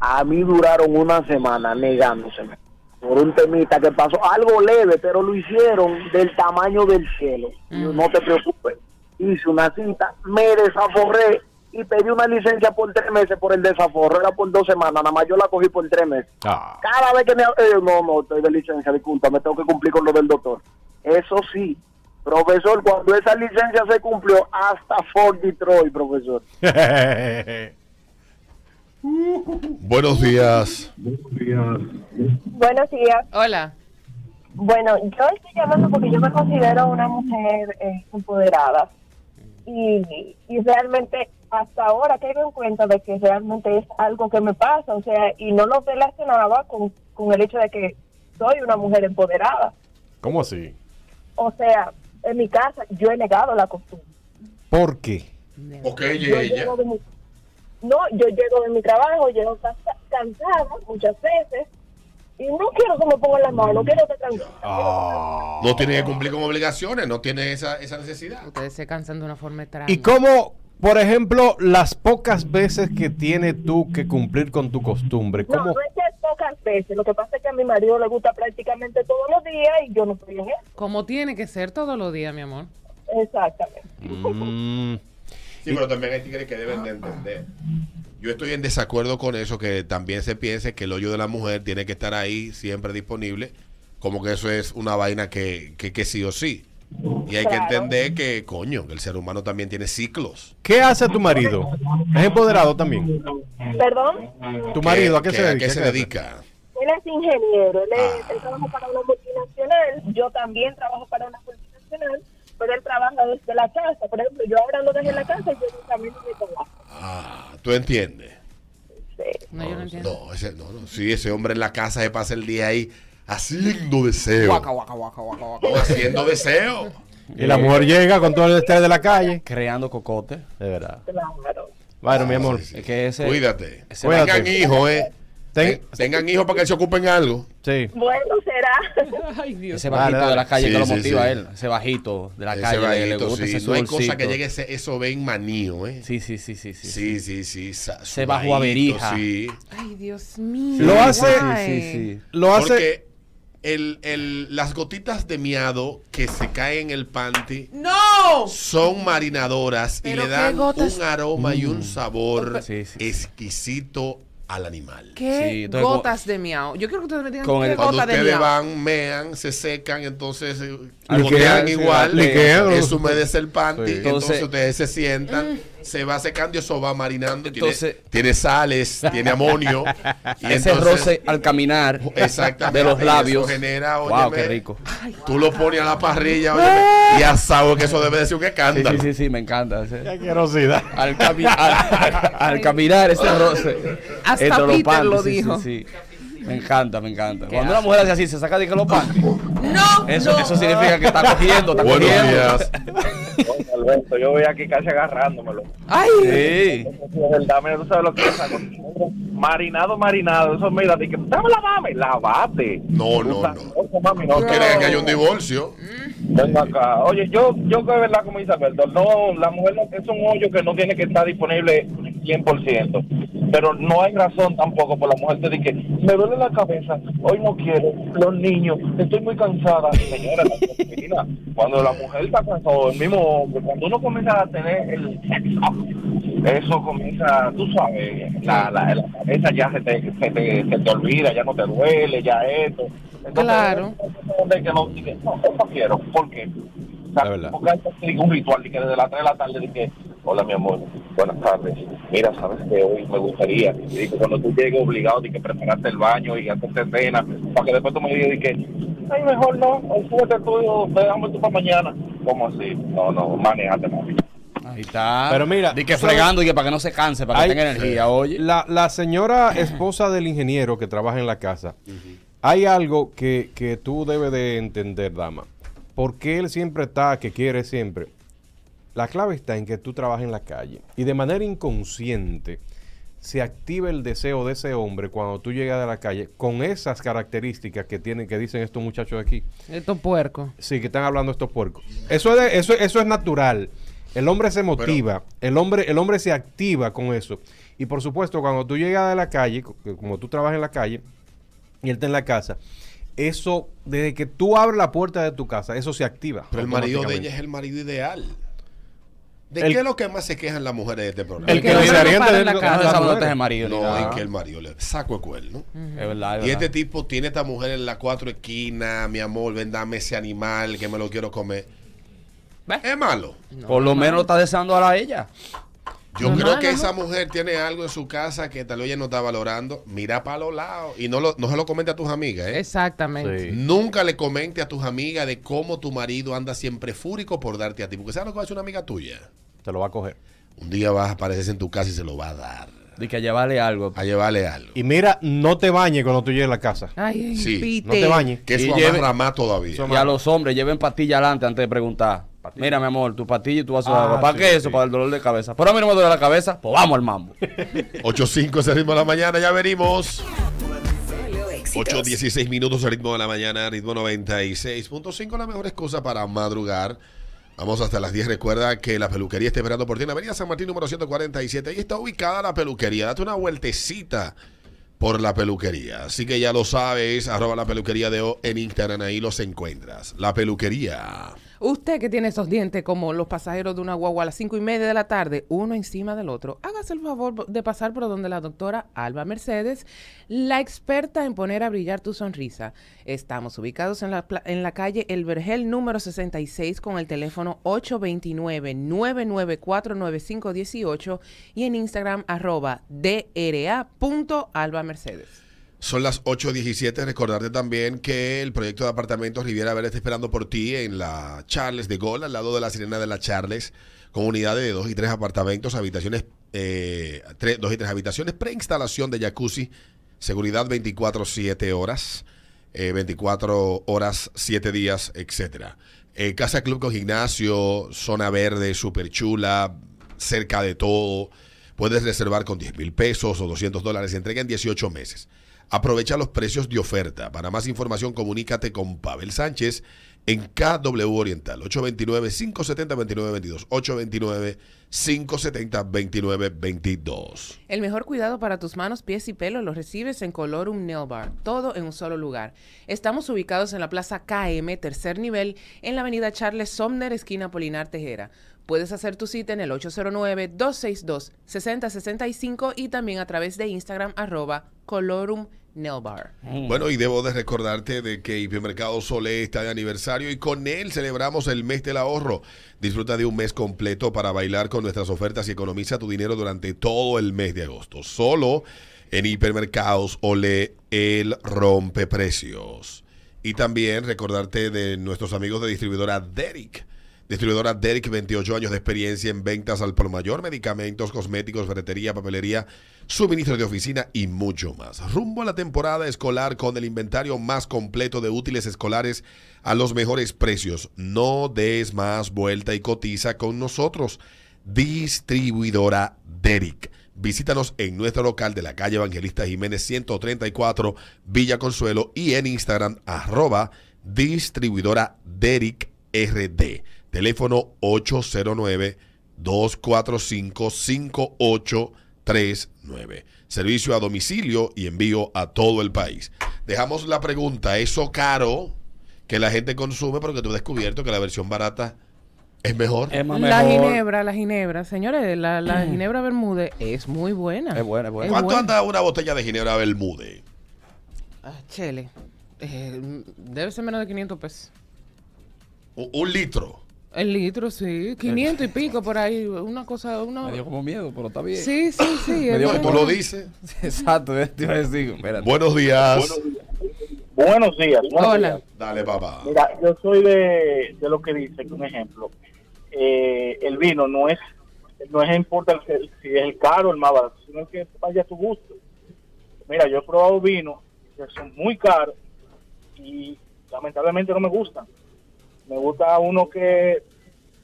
[SPEAKER 5] A mí duraron una semana negándoseme por un temita que pasó, algo leve, pero lo hicieron del tamaño del cielo. Y yo, No te preocupes. Hice una cita, me desaforré y pedí una licencia por tres meses por el desaforro. Era por dos semanas, nada más yo la cogí por tres meses.
[SPEAKER 2] Ah.
[SPEAKER 5] Cada vez que me... eh, no, no, estoy de licencia, disculpa, me tengo que cumplir con lo del doctor. Eso sí, profesor, cuando esa licencia se cumplió, hasta Fort Detroit, profesor.
[SPEAKER 1] Buenos días.
[SPEAKER 9] Buenos días.
[SPEAKER 4] Hola.
[SPEAKER 9] Bueno, yo estoy llamando porque yo me considero una mujer eh, empoderada. Y, y realmente hasta ahora caigo en cuenta de que realmente es algo que me pasa, o sea, y no lo relacionaba con, con el hecho de que soy una mujer empoderada.
[SPEAKER 2] ¿Cómo así?
[SPEAKER 9] O sea, en mi casa yo he negado la costumbre.
[SPEAKER 2] ¿Por qué?
[SPEAKER 1] Ok,
[SPEAKER 9] Yo
[SPEAKER 1] ella.
[SPEAKER 9] llego de mi- no, yo llego de mi trabajo, llego cansa- cansada muchas veces y no quiero que me pongan las manos, no quiero estar cansada.
[SPEAKER 1] No tiene que cumplir con obligaciones, no tiene esa, esa necesidad.
[SPEAKER 4] Ustedes se cansan de una forma extraña.
[SPEAKER 2] ¿Y cómo, por ejemplo, las pocas veces que tiene tú que cumplir con tu costumbre?
[SPEAKER 9] No,
[SPEAKER 2] ¿Cómo?
[SPEAKER 9] no es que es pocas veces. Lo que pasa es que a mi marido le gusta prácticamente todos los días y yo no soy en eso.
[SPEAKER 4] Como tiene que ser todos los días, mi amor.
[SPEAKER 9] Exactamente.
[SPEAKER 2] Mm,
[SPEAKER 1] Sí, pero también hay tigres que deben de entender. Yo estoy en desacuerdo con eso, que también se piense que el hoyo de la mujer tiene que estar ahí, siempre disponible, como que eso es una vaina que, que, que sí o sí. Y hay que
[SPEAKER 9] Claro.
[SPEAKER 1] entender que, coño, que el ser humano también tiene ciclos.
[SPEAKER 2] ¿Qué hace tu marido? ¿Es empoderado también?
[SPEAKER 9] Perdón,
[SPEAKER 2] ¿Tu
[SPEAKER 1] Que-
[SPEAKER 2] marido a qué
[SPEAKER 1] que-
[SPEAKER 2] se dedica?
[SPEAKER 1] se
[SPEAKER 2] ¿Qué hace?
[SPEAKER 1] dedica?
[SPEAKER 9] él es ingeniero, él, es-
[SPEAKER 1] Ah.
[SPEAKER 9] él trabaja para una multinacional, yo también trabajo para una multinacional, pero él trabaja desde la casa. Por ejemplo, yo ahora lo dejé en la casa y yo también me trabajo.
[SPEAKER 1] Ah, ¿tú entiendes?
[SPEAKER 9] Sí.
[SPEAKER 4] No, yo no entiendo.
[SPEAKER 1] No, ese, no, no. Sí, ese hombre en la casa se pasa el día ahí haciendo deseo. O haciendo deseo.
[SPEAKER 2] Y la mujer llega con todo el estrés de la calle.
[SPEAKER 3] Creando cocote.
[SPEAKER 2] De verdad.
[SPEAKER 9] Claro.
[SPEAKER 2] Bueno, mi amor.
[SPEAKER 1] Sí.
[SPEAKER 3] Es que ese.
[SPEAKER 1] Cuídate.
[SPEAKER 3] ese
[SPEAKER 2] Cuídate.
[SPEAKER 1] Tengan hijos, eh.
[SPEAKER 2] Ten-
[SPEAKER 1] Ten- tengan hijos para que se ocupen algo.
[SPEAKER 2] Sí.
[SPEAKER 9] Bueno, será.
[SPEAKER 4] Ay, Dios.
[SPEAKER 3] Ese
[SPEAKER 2] Dale,
[SPEAKER 3] bajito
[SPEAKER 2] dale.
[SPEAKER 3] de la calle
[SPEAKER 1] Sí,
[SPEAKER 3] que lo
[SPEAKER 1] sí,
[SPEAKER 3] motiva
[SPEAKER 1] sí.
[SPEAKER 3] a él. Ese bajito de la
[SPEAKER 1] Ese
[SPEAKER 3] calle. que le
[SPEAKER 1] vaguito,
[SPEAKER 3] gusta
[SPEAKER 1] sí.
[SPEAKER 3] ese
[SPEAKER 1] No hay
[SPEAKER 3] solcito.
[SPEAKER 1] cosa que llegue ese- eso ven manío, eh.
[SPEAKER 3] Sí, sí, sí, sí. sí,
[SPEAKER 1] Sí,
[SPEAKER 3] sí.
[SPEAKER 1] sí, sí. sa-
[SPEAKER 3] Se
[SPEAKER 1] su
[SPEAKER 3] bajó
[SPEAKER 1] vaguito,
[SPEAKER 3] a verija.
[SPEAKER 1] Sí.
[SPEAKER 4] Ay, Dios mío.
[SPEAKER 2] Lo hace-
[SPEAKER 4] Guay.
[SPEAKER 3] Sí, sí, sí.
[SPEAKER 2] Lo hace.
[SPEAKER 1] Porque el, el- las gotitas de miado que se caen en el panty
[SPEAKER 4] ¡No!
[SPEAKER 1] son marinadoras y
[SPEAKER 4] Pero
[SPEAKER 1] le
[SPEAKER 4] qué
[SPEAKER 1] dan
[SPEAKER 4] gotas-
[SPEAKER 1] un aroma y un sabor
[SPEAKER 3] Mm. Sí, sí, sí.
[SPEAKER 1] exquisito al animal.
[SPEAKER 4] ¿Qué
[SPEAKER 3] Sí, entonces,
[SPEAKER 4] gotas de miau? Yo quiero que ustedes me digan
[SPEAKER 3] con
[SPEAKER 4] qué
[SPEAKER 3] el-
[SPEAKER 1] Cuando
[SPEAKER 4] gotas de
[SPEAKER 1] ustedes
[SPEAKER 4] miau.
[SPEAKER 1] van, mean, se secan, entonces eh,
[SPEAKER 2] Liquean,
[SPEAKER 1] gotean
[SPEAKER 2] sí,
[SPEAKER 1] igual,
[SPEAKER 2] liquean.
[SPEAKER 1] eso humedece el panty,
[SPEAKER 2] Sí.
[SPEAKER 1] entonces,
[SPEAKER 3] Entonces-
[SPEAKER 1] ustedes se
[SPEAKER 2] Mm.
[SPEAKER 1] sientan, se va secando y eso va marinando, tiene-
[SPEAKER 3] Entonces-
[SPEAKER 1] tiene, sales, tiene amonio, y
[SPEAKER 3] Ese
[SPEAKER 1] entonces-
[SPEAKER 3] roce al caminar
[SPEAKER 1] Exactamente,
[SPEAKER 3] de los
[SPEAKER 1] eso
[SPEAKER 3] labios.
[SPEAKER 1] genera,
[SPEAKER 3] wow,
[SPEAKER 1] óyeme,
[SPEAKER 3] qué rico.
[SPEAKER 1] tú lo pones a la parrilla óyeme, y asado que eso debe de ser un
[SPEAKER 3] Sí,
[SPEAKER 1] escándalo.
[SPEAKER 3] sí, sí, sí, me encanta. ese-
[SPEAKER 2] Qué asquerosidad.
[SPEAKER 3] Al, cami- al- al caminar ese roce.
[SPEAKER 4] Hasta
[SPEAKER 3] entre los
[SPEAKER 4] Peter
[SPEAKER 3] panties,
[SPEAKER 4] lo
[SPEAKER 3] sí, sí,
[SPEAKER 4] dijo.
[SPEAKER 3] sí. Me encanta, me encanta. Cuando una mujer hace así, se saca de que los panties.
[SPEAKER 4] ¡No!
[SPEAKER 3] Eso,
[SPEAKER 4] no.
[SPEAKER 3] eso significa que está cogiendo, está
[SPEAKER 1] Buenos
[SPEAKER 3] cogiendo.
[SPEAKER 1] días.
[SPEAKER 5] Alberto, yo voy aquí casi agarrándomelo.
[SPEAKER 4] ¡Ay!
[SPEAKER 3] Sí.
[SPEAKER 5] De verdad, mira, tú sabes lo que es esa cosa. Marinado, marinado. Eso, mira, di que dame la mami, lavate.
[SPEAKER 1] No, no,
[SPEAKER 5] Puta,
[SPEAKER 1] no.
[SPEAKER 5] ojo, mami, no. Mm.
[SPEAKER 1] No crean que hay un divorcio.
[SPEAKER 5] Venga acá. Oye, yo, yo que de verdad, como dice Alberto, no, la mujer no, es un hoyo que no tiene que estar disponible 100%. Pero no hay razón tampoco por la mujer de que me duele la cabeza, hoy no quiero, los niños, estoy muy cansada. Señora, la cocina, cuando la mujer está cansada, o el mismo hombre, cuando uno comienza a tener el sexo, eso comienza, tú sabes, la, la, la cabeza ya se te, se, te, se te olvida, ya no te duele, ya esto.
[SPEAKER 4] Claro.
[SPEAKER 5] De que no, dije, no, yo no quiero, ¿por qué? O sea,
[SPEAKER 2] La verdad.
[SPEAKER 5] porque hay que hacer un ritual de que desde las 3 de la tarde dije, hola mi amor, buenas tardes, mira, sabes que hoy me gustaría, y digo, cuando tú llegues obligado de que prepararte el baño y hacerte cena, para que después tú me digas de que, ay, mejor no, hoy súbete tú, te damos tú para mañana. ¿Cómo así? No, no, manejate, mami.
[SPEAKER 3] Ahí está.
[SPEAKER 2] Pero mira,
[SPEAKER 3] Di que
[SPEAKER 2] ¿sabes?
[SPEAKER 3] fregando y que para que no se canse, para que
[SPEAKER 2] Hay-
[SPEAKER 3] tenga energía, oye.
[SPEAKER 2] La, la señora esposa del ingeniero que trabaja en la casa, hay algo que, que tú debes de entender, dama. ¿Por qué él siempre está, que quiere siempre? La clave está en que tú trabajas en la calle y de manera inconsciente se activa el deseo de ese hombre cuando tú llegas de la calle con esas características que tienen que dicen estos muchachos aquí.
[SPEAKER 4] Estos puercos.
[SPEAKER 2] Sí, que están hablando estos puercos. Eso es, de- eso, eso es natural. El hombre se motiva, el, hombre, el hombre se activa con eso. Y por supuesto, cuando tú llegas de la calle, co- que como tú trabajas en la calle y él está en la casa, eso, desde que tú abres la puerta de tu casa, eso se activa.
[SPEAKER 1] Pero el marido de
[SPEAKER 2] automáticamente.
[SPEAKER 1] ella es el marido ideal. ¿De
[SPEAKER 2] El-
[SPEAKER 1] qué es lo que más se quejan las mujeres de este programa?
[SPEAKER 2] El que El que no se orienta para de- la
[SPEAKER 3] Que no se sabe dónde está el marido. ni
[SPEAKER 1] No,
[SPEAKER 3] nada.
[SPEAKER 1] y que el marido le saco el cuerno.
[SPEAKER 3] Es verdad, es
[SPEAKER 1] Y este
[SPEAKER 3] verdad.
[SPEAKER 1] tipo tiene a esta mujer en las cuatro esquinas, mi amor, ven dame ese animal que me lo quiero comer. Es malo.
[SPEAKER 3] Por lo menos lo está deseando ahora a ella.
[SPEAKER 1] Yo
[SPEAKER 4] No es
[SPEAKER 1] creo que
[SPEAKER 4] malo,
[SPEAKER 1] esa mujer tiene algo en su casa que tal vez ella no está valorando. Mira para los lados y no, lo- no se lo comente a tus amigas. ¿eh?
[SPEAKER 4] Exactamente.
[SPEAKER 2] Sí.
[SPEAKER 1] Nunca le comente a tus amigas de cómo tu marido anda siempre fúrico por darte a ti. Porque sabes lo que va a hacer una amiga tuya.
[SPEAKER 2] Te lo va a coger.
[SPEAKER 1] Un día vas a aparecer en tu casa y se lo va a dar.
[SPEAKER 3] De que llevarle algo.
[SPEAKER 1] A llevarle algo.
[SPEAKER 2] Y mira, no te bañes cuando tú llegues a la casa.
[SPEAKER 4] Ay,
[SPEAKER 1] Sí,
[SPEAKER 4] Pite.
[SPEAKER 2] No te bañes.
[SPEAKER 1] Que eso
[SPEAKER 3] Y lleve-
[SPEAKER 1] amarra más todavía.
[SPEAKER 3] Y a los hombres lleven pastillas adelante antes de preguntar. Mira, mi amor, tu pastilla y tú vas a
[SPEAKER 2] Ah,
[SPEAKER 3] ¿Para
[SPEAKER 2] sí,
[SPEAKER 3] qué eso?
[SPEAKER 2] sí.
[SPEAKER 3] Para el dolor de cabeza. Pero a mí no me duele la cabeza. Pues vamos al mambo.
[SPEAKER 1] 8.05 es el ritmo de la mañana, ya venimos.
[SPEAKER 11] Solo éxitos.
[SPEAKER 1] 8.16 minutos el ritmo de la mañana, ritmo 96.5, la mejor excusa para madrugar. Vamos hasta las 10. Recuerda que la peluquería está esperando por ti en la Avenida San Martín número 147. Ahí está ubicada la peluquería. Date una vueltecita por la peluquería. Así que ya lo sabes, arroba la peluquería de O en Instagram, ahí los encuentras. La peluquería.
[SPEAKER 4] Usted que tiene esos dientes como los pasajeros de una guagua a las cinco y media de la tarde, uno encima del otro, hágase el favor de pasar por donde la doctora Alba Mercedes, la experta en poner a brillar tu sonrisa. Estamos ubicados en la, pla- en la calle El Vergel número 66 con el teléfono 829-9949518 y en Instagram arroba DRA.alba Mercedes.
[SPEAKER 1] Son las 8.17. Recordarte también que el proyecto de apartamentos Riviera Verde está esperando por ti en la Charles de Gol, al lado de la Sirena de la Charles, con unidades de dos y tres apartamentos, habitaciones, eh, tres- dos y tres habitaciones, preinstalación de jacuzzi, seguridad 24-7 horas, eh, 24 horas, 7 días, etcétera. Eh, Casa Club con gimnasio, zona verde, super chula, cerca de todo. Puedes reservar con 10 mil pesos o 200 dólares. Se entrega en 18 meses. Aprovecha los precios de oferta. Para más información, comunícate con Pavel Sánchez en KW Oriental. 829-570-2922. 829-570-2922.
[SPEAKER 4] El mejor cuidado para tus manos, pies y pelo lo recibes en Colorum Nail Bar, todo en un solo lugar. Estamos ubicados en la Plaza KM, tercer nivel, en la avenida Charles Somner, esquina Polinar Tejera. Puedes hacer tu cita en el 809-262-6065 y también a través de Instagram arroba Colorum Nail Bar.
[SPEAKER 1] Bueno, y debo de recordarte de que Hipermercado Solé está de aniversario y con él celebramos el mes del ahorro. Disfruta de un mes completo para bailar con nuestras ofertas y economiza tu dinero durante todo el mes de agosto. Solo en Hipermercados Olé, el rompe precios. Y también recordarte de nuestros amigos de distribuidora Derek. Distribuidora Derek, 28 años de experiencia en ventas al por mayor, medicamentos, cosméticos, ferretería, papelería, suministros de oficina y mucho más. Rumbo a la temporada escolar con el inventario más completo de útiles escolares a los mejores precios. No des más vuelta y cotiza con nosotros. Distribuidora Derek. Visítanos en nuestro local de la calle Evangelista Jiménez 134, Villa Consuelo y en Instagram arroba distribuidora Derek RD. Teléfono 809-245-5839. Servicio a domicilio y envío a todo el país. Dejamos la pregunta, ¿eso caro que la gente consume porque tú has descubierto que la versión barata es mejor?
[SPEAKER 3] Es más
[SPEAKER 4] La
[SPEAKER 3] mejor. Mm.
[SPEAKER 4] ginebra, la ginebra. Señores, la, la ginebra Bermúdez es muy buena.
[SPEAKER 3] Es buena, es buena.
[SPEAKER 1] ¿Cuánto
[SPEAKER 4] buena.
[SPEAKER 1] anda una botella de Ginebra Bermúdez?
[SPEAKER 4] Ah, chele. Eh, debe ser menos de 500 pesos.
[SPEAKER 1] Un, un litro.
[SPEAKER 4] El litro, sí. 500 y pico por ahí. Una cosa, una...
[SPEAKER 3] Me dio como miedo, pero está bien.
[SPEAKER 4] Sí, sí, sí. es
[SPEAKER 3] dio
[SPEAKER 1] No,
[SPEAKER 4] verdad.
[SPEAKER 1] tú lo dices.
[SPEAKER 3] Exacto, eh, te iba a decir. Espérate.
[SPEAKER 1] Buenos días.
[SPEAKER 5] Buenos días. buenos
[SPEAKER 4] Hola.
[SPEAKER 5] días.
[SPEAKER 1] Dale, papá.
[SPEAKER 5] Mira, yo soy de, de lo que dice, que un ejemplo, eh, el vino no es, no es importa el- el- si es el caro o el más barato, sino que vaya a tu gusto. Mira, yo he probado vinos que son muy caros y lamentablemente no me gustan. Me gusta uno que,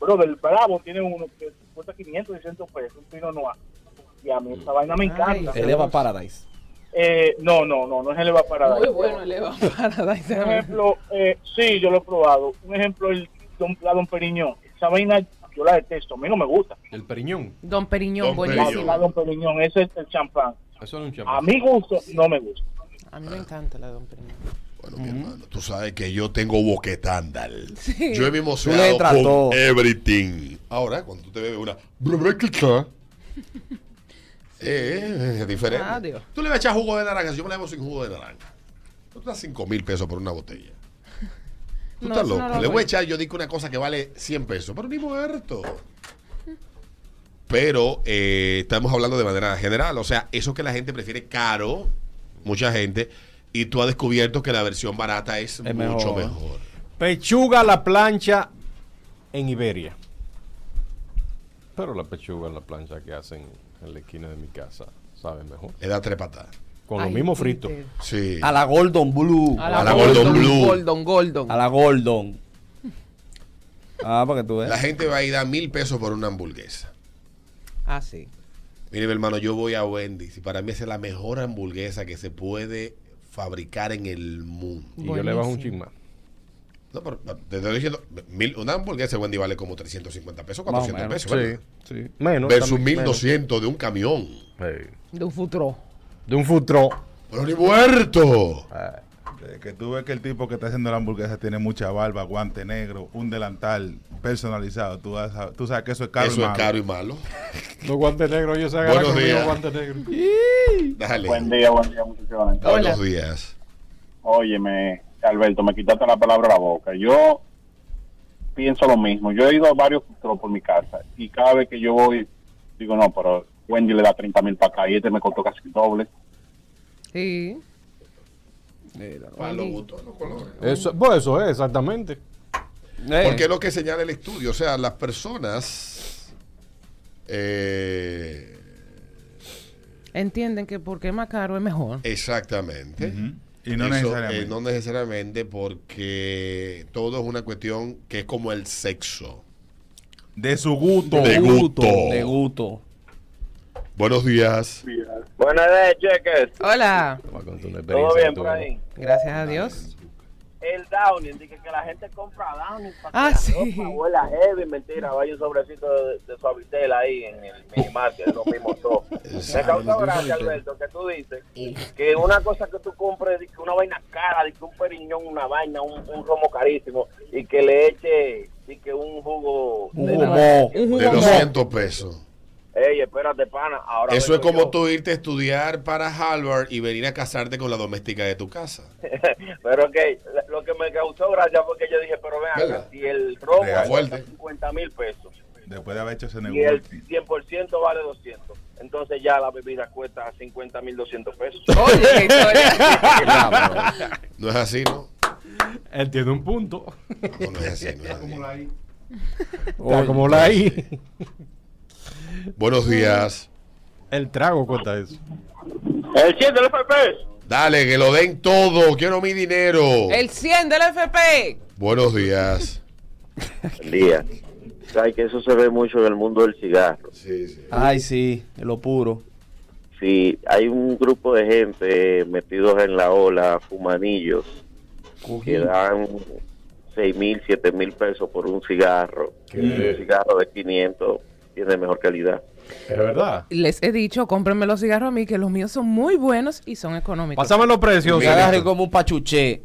[SPEAKER 5] bro, del Bravo tiene uno que cuesta 500, 600 pesos, un Pinot Noir. Y a mí esa vaina me encanta.
[SPEAKER 3] Mm. Eleva Paradise.
[SPEAKER 5] Eh, no, no, no, no es el Eva Paradise.
[SPEAKER 4] Muy bueno el Eva Paradise.
[SPEAKER 5] Un ejemplo, eh, sí, yo lo he probado. Un ejemplo, el Don, la Don Periñón. Esa vaina yo la detesto, a mí no me gusta.
[SPEAKER 2] El periñón.
[SPEAKER 4] Don Periñón,
[SPEAKER 1] Don
[SPEAKER 4] buenísimo.
[SPEAKER 1] Periñón.
[SPEAKER 5] La Don Periñón, ese es el champán.
[SPEAKER 2] Eso es un champán.
[SPEAKER 12] Ah,
[SPEAKER 5] A mi gusto, no me gusta.
[SPEAKER 4] A mí me encanta la Don Periñón.
[SPEAKER 1] Bueno, mi hermano, tú sabes que yo tengo boquetándal.
[SPEAKER 4] Sí.
[SPEAKER 1] Yo me
[SPEAKER 3] Tú le
[SPEAKER 1] emocionado
[SPEAKER 3] entras
[SPEAKER 1] con
[SPEAKER 3] todo.
[SPEAKER 1] everything. Ahora, cuando tú te bebes una... eh, es diferente.
[SPEAKER 4] Ah, Dios.
[SPEAKER 1] Tú le vas a echar jugo de naranja. Si yo me la bebo sin jugo de naranja. Tú te das 5 mil pesos por una botella. Tú
[SPEAKER 4] No,
[SPEAKER 1] estás
[SPEAKER 4] eso no
[SPEAKER 1] loco.
[SPEAKER 4] lo
[SPEAKER 1] le
[SPEAKER 4] voy.
[SPEAKER 1] voy a echar, yo digo una cosa que vale 100 pesos. Pero ni muerto. Pero eh, estamos hablando de manera general. O sea, eso que la gente prefiere caro, mucha gente, y tú has descubierto que la versión barata es,
[SPEAKER 3] Es
[SPEAKER 1] mucho
[SPEAKER 3] mejor.
[SPEAKER 1] mejor.
[SPEAKER 2] Pechuga a la plancha en Iberia. Pero la pechuga a la plancha que hacen en la esquina de mi casa sabe mejor.
[SPEAKER 1] Le da tres patadas.
[SPEAKER 2] Con
[SPEAKER 4] Ay,
[SPEAKER 2] lo mismo frito.
[SPEAKER 4] Peter.
[SPEAKER 1] Sí.
[SPEAKER 3] A la Golden Blue.
[SPEAKER 4] A
[SPEAKER 1] la Golden Blue.
[SPEAKER 4] Golden, Golden.
[SPEAKER 3] A la Golden. Ah, para que tú
[SPEAKER 1] La
[SPEAKER 3] veas.
[SPEAKER 1] gente va a ir a mil pesos por una hamburguesa.
[SPEAKER 4] Ah, sí.
[SPEAKER 1] Mire, mi hermano, yo voy a Wendy's y para mí esa es la mejor hamburguesa que se puede fabricar en el mundo.
[SPEAKER 2] Y yo le bajo un
[SPEAKER 4] Buenísimo.
[SPEAKER 2] chisma.
[SPEAKER 1] No, pero, pero te estoy diciendo, mil- una hamburguesa de Wendy vale como 350 pesos, 400
[SPEAKER 3] menos,
[SPEAKER 1] pesos. ¿verdad?
[SPEAKER 2] sí. Menos.
[SPEAKER 1] Versus
[SPEAKER 2] también,
[SPEAKER 1] 1200 de un camión.
[SPEAKER 2] menos. Sí.
[SPEAKER 4] De un futuro.
[SPEAKER 2] De un futuro.
[SPEAKER 1] Pero ni muerto.
[SPEAKER 13] Ah, eh, que tú ves que el tipo que está haciendo la hamburguesa tiene mucha barba, guante negro, un delantal personalizado. Tú, vas a- tú sabes que eso es caro.
[SPEAKER 1] Eso es
[SPEAKER 13] hermano.
[SPEAKER 1] caro y malo.
[SPEAKER 2] Los guantes negros, yo se
[SPEAKER 1] agarran Buenos conmigo días.
[SPEAKER 2] guantes
[SPEAKER 1] guantes
[SPEAKER 2] negros.
[SPEAKER 1] Dale.
[SPEAKER 5] Buen día, buen día, muchachones.
[SPEAKER 1] Buenos días.
[SPEAKER 5] Óyeme, Alberto, me quitaste la palabra de la boca. Yo pienso lo mismo. Yo he ido a varios futuros por mi casa y cada vez que yo voy, digo, no, pero Wendy le da 30 mil para acá y este me costó casi el doble.
[SPEAKER 4] Sí.
[SPEAKER 1] Para los gustos, los colores.
[SPEAKER 2] Eso, eh. pues eso es, exactamente.
[SPEAKER 1] Porque es lo que señala el estudio. O sea, las personas. eh,
[SPEAKER 4] Entienden que porque es más caro es mejor.
[SPEAKER 1] exactamente.
[SPEAKER 13] Ujú. Y no
[SPEAKER 1] Eso,
[SPEAKER 13] necesariamente.
[SPEAKER 1] eh, no necesariamente porque todo es una cuestión que es como el sexo.
[SPEAKER 13] De su gusto.
[SPEAKER 1] De gusto.
[SPEAKER 3] De gusto.
[SPEAKER 1] Buenos días.
[SPEAKER 5] Buenas noches, cheques.
[SPEAKER 4] Hola.
[SPEAKER 5] Todo bien por ahí.
[SPEAKER 4] Gracias a Dios.
[SPEAKER 5] El Downing, dije que la gente compra Downing para
[SPEAKER 4] Ah,
[SPEAKER 5] que la
[SPEAKER 4] sí.
[SPEAKER 5] ropa huela heavy, mentira, vaya un sobrecito de, de suavitel ahí en el minimarket, lo mismo todo. Me causa gracia, Alberto, que tú dices que una cosa que tú compres, di que una vaina cara, di que un periñón, una vaina, un, un romo carísimo, y que le eche di que un jugo...
[SPEAKER 3] Un
[SPEAKER 5] de
[SPEAKER 3] jugo
[SPEAKER 5] naranja.
[SPEAKER 3] mo.
[SPEAKER 4] Un
[SPEAKER 1] De
[SPEAKER 4] jugo mo.
[SPEAKER 1] 200 pesos.
[SPEAKER 5] Ey, espérate, pana, ahora...
[SPEAKER 1] Eso es
[SPEAKER 5] vengo
[SPEAKER 1] como
[SPEAKER 5] yo.
[SPEAKER 1] tú irte a estudiar para Harvard y venir a casarte con la doméstica de tu casa.
[SPEAKER 5] Pero que lo que me causó gracia fue que yo dije, pero vean,
[SPEAKER 1] ¿Verdad?
[SPEAKER 5] si el romo
[SPEAKER 13] Real.
[SPEAKER 5] cuesta
[SPEAKER 1] Fuerte.
[SPEAKER 5] 50 mil pesos,
[SPEAKER 13] Después de haber hecho ese
[SPEAKER 5] y el
[SPEAKER 13] negocio.
[SPEAKER 5] 100% vale 200. Entonces ya la bebida cuesta 50.200 pesos.
[SPEAKER 4] Oye, qué historia.
[SPEAKER 1] No es así, ¿no?
[SPEAKER 2] Él tiene un punto.
[SPEAKER 1] No, no es así. no es así.
[SPEAKER 2] Está como la I.
[SPEAKER 1] Buenos días.
[SPEAKER 2] El trago cuenta eso.
[SPEAKER 5] El 100 del FP.
[SPEAKER 1] Dale, que lo den todo. Quiero mi
[SPEAKER 3] Oh.
[SPEAKER 5] Eh.
[SPEAKER 1] dinero.
[SPEAKER 4] El 100 del FP.
[SPEAKER 1] Buenos días.
[SPEAKER 6] Día. Sabes que eso se ve mucho en el mundo del cigarro.
[SPEAKER 1] Sí, sí.
[SPEAKER 3] Ay, sí, de lo puro.
[SPEAKER 6] Si hay un grupo de gente metidos en la ola, fumanillos, que dan seis mil, siete mil pesos por un cigarro. Un cigarro de 500 tiene mejor calidad.
[SPEAKER 2] Es verdad.
[SPEAKER 4] Les he dicho, cómprenme los cigarros a mí, que los míos son muy buenos y son económicos.
[SPEAKER 2] Pásame los precios.
[SPEAKER 3] Se agarre como un pachuché.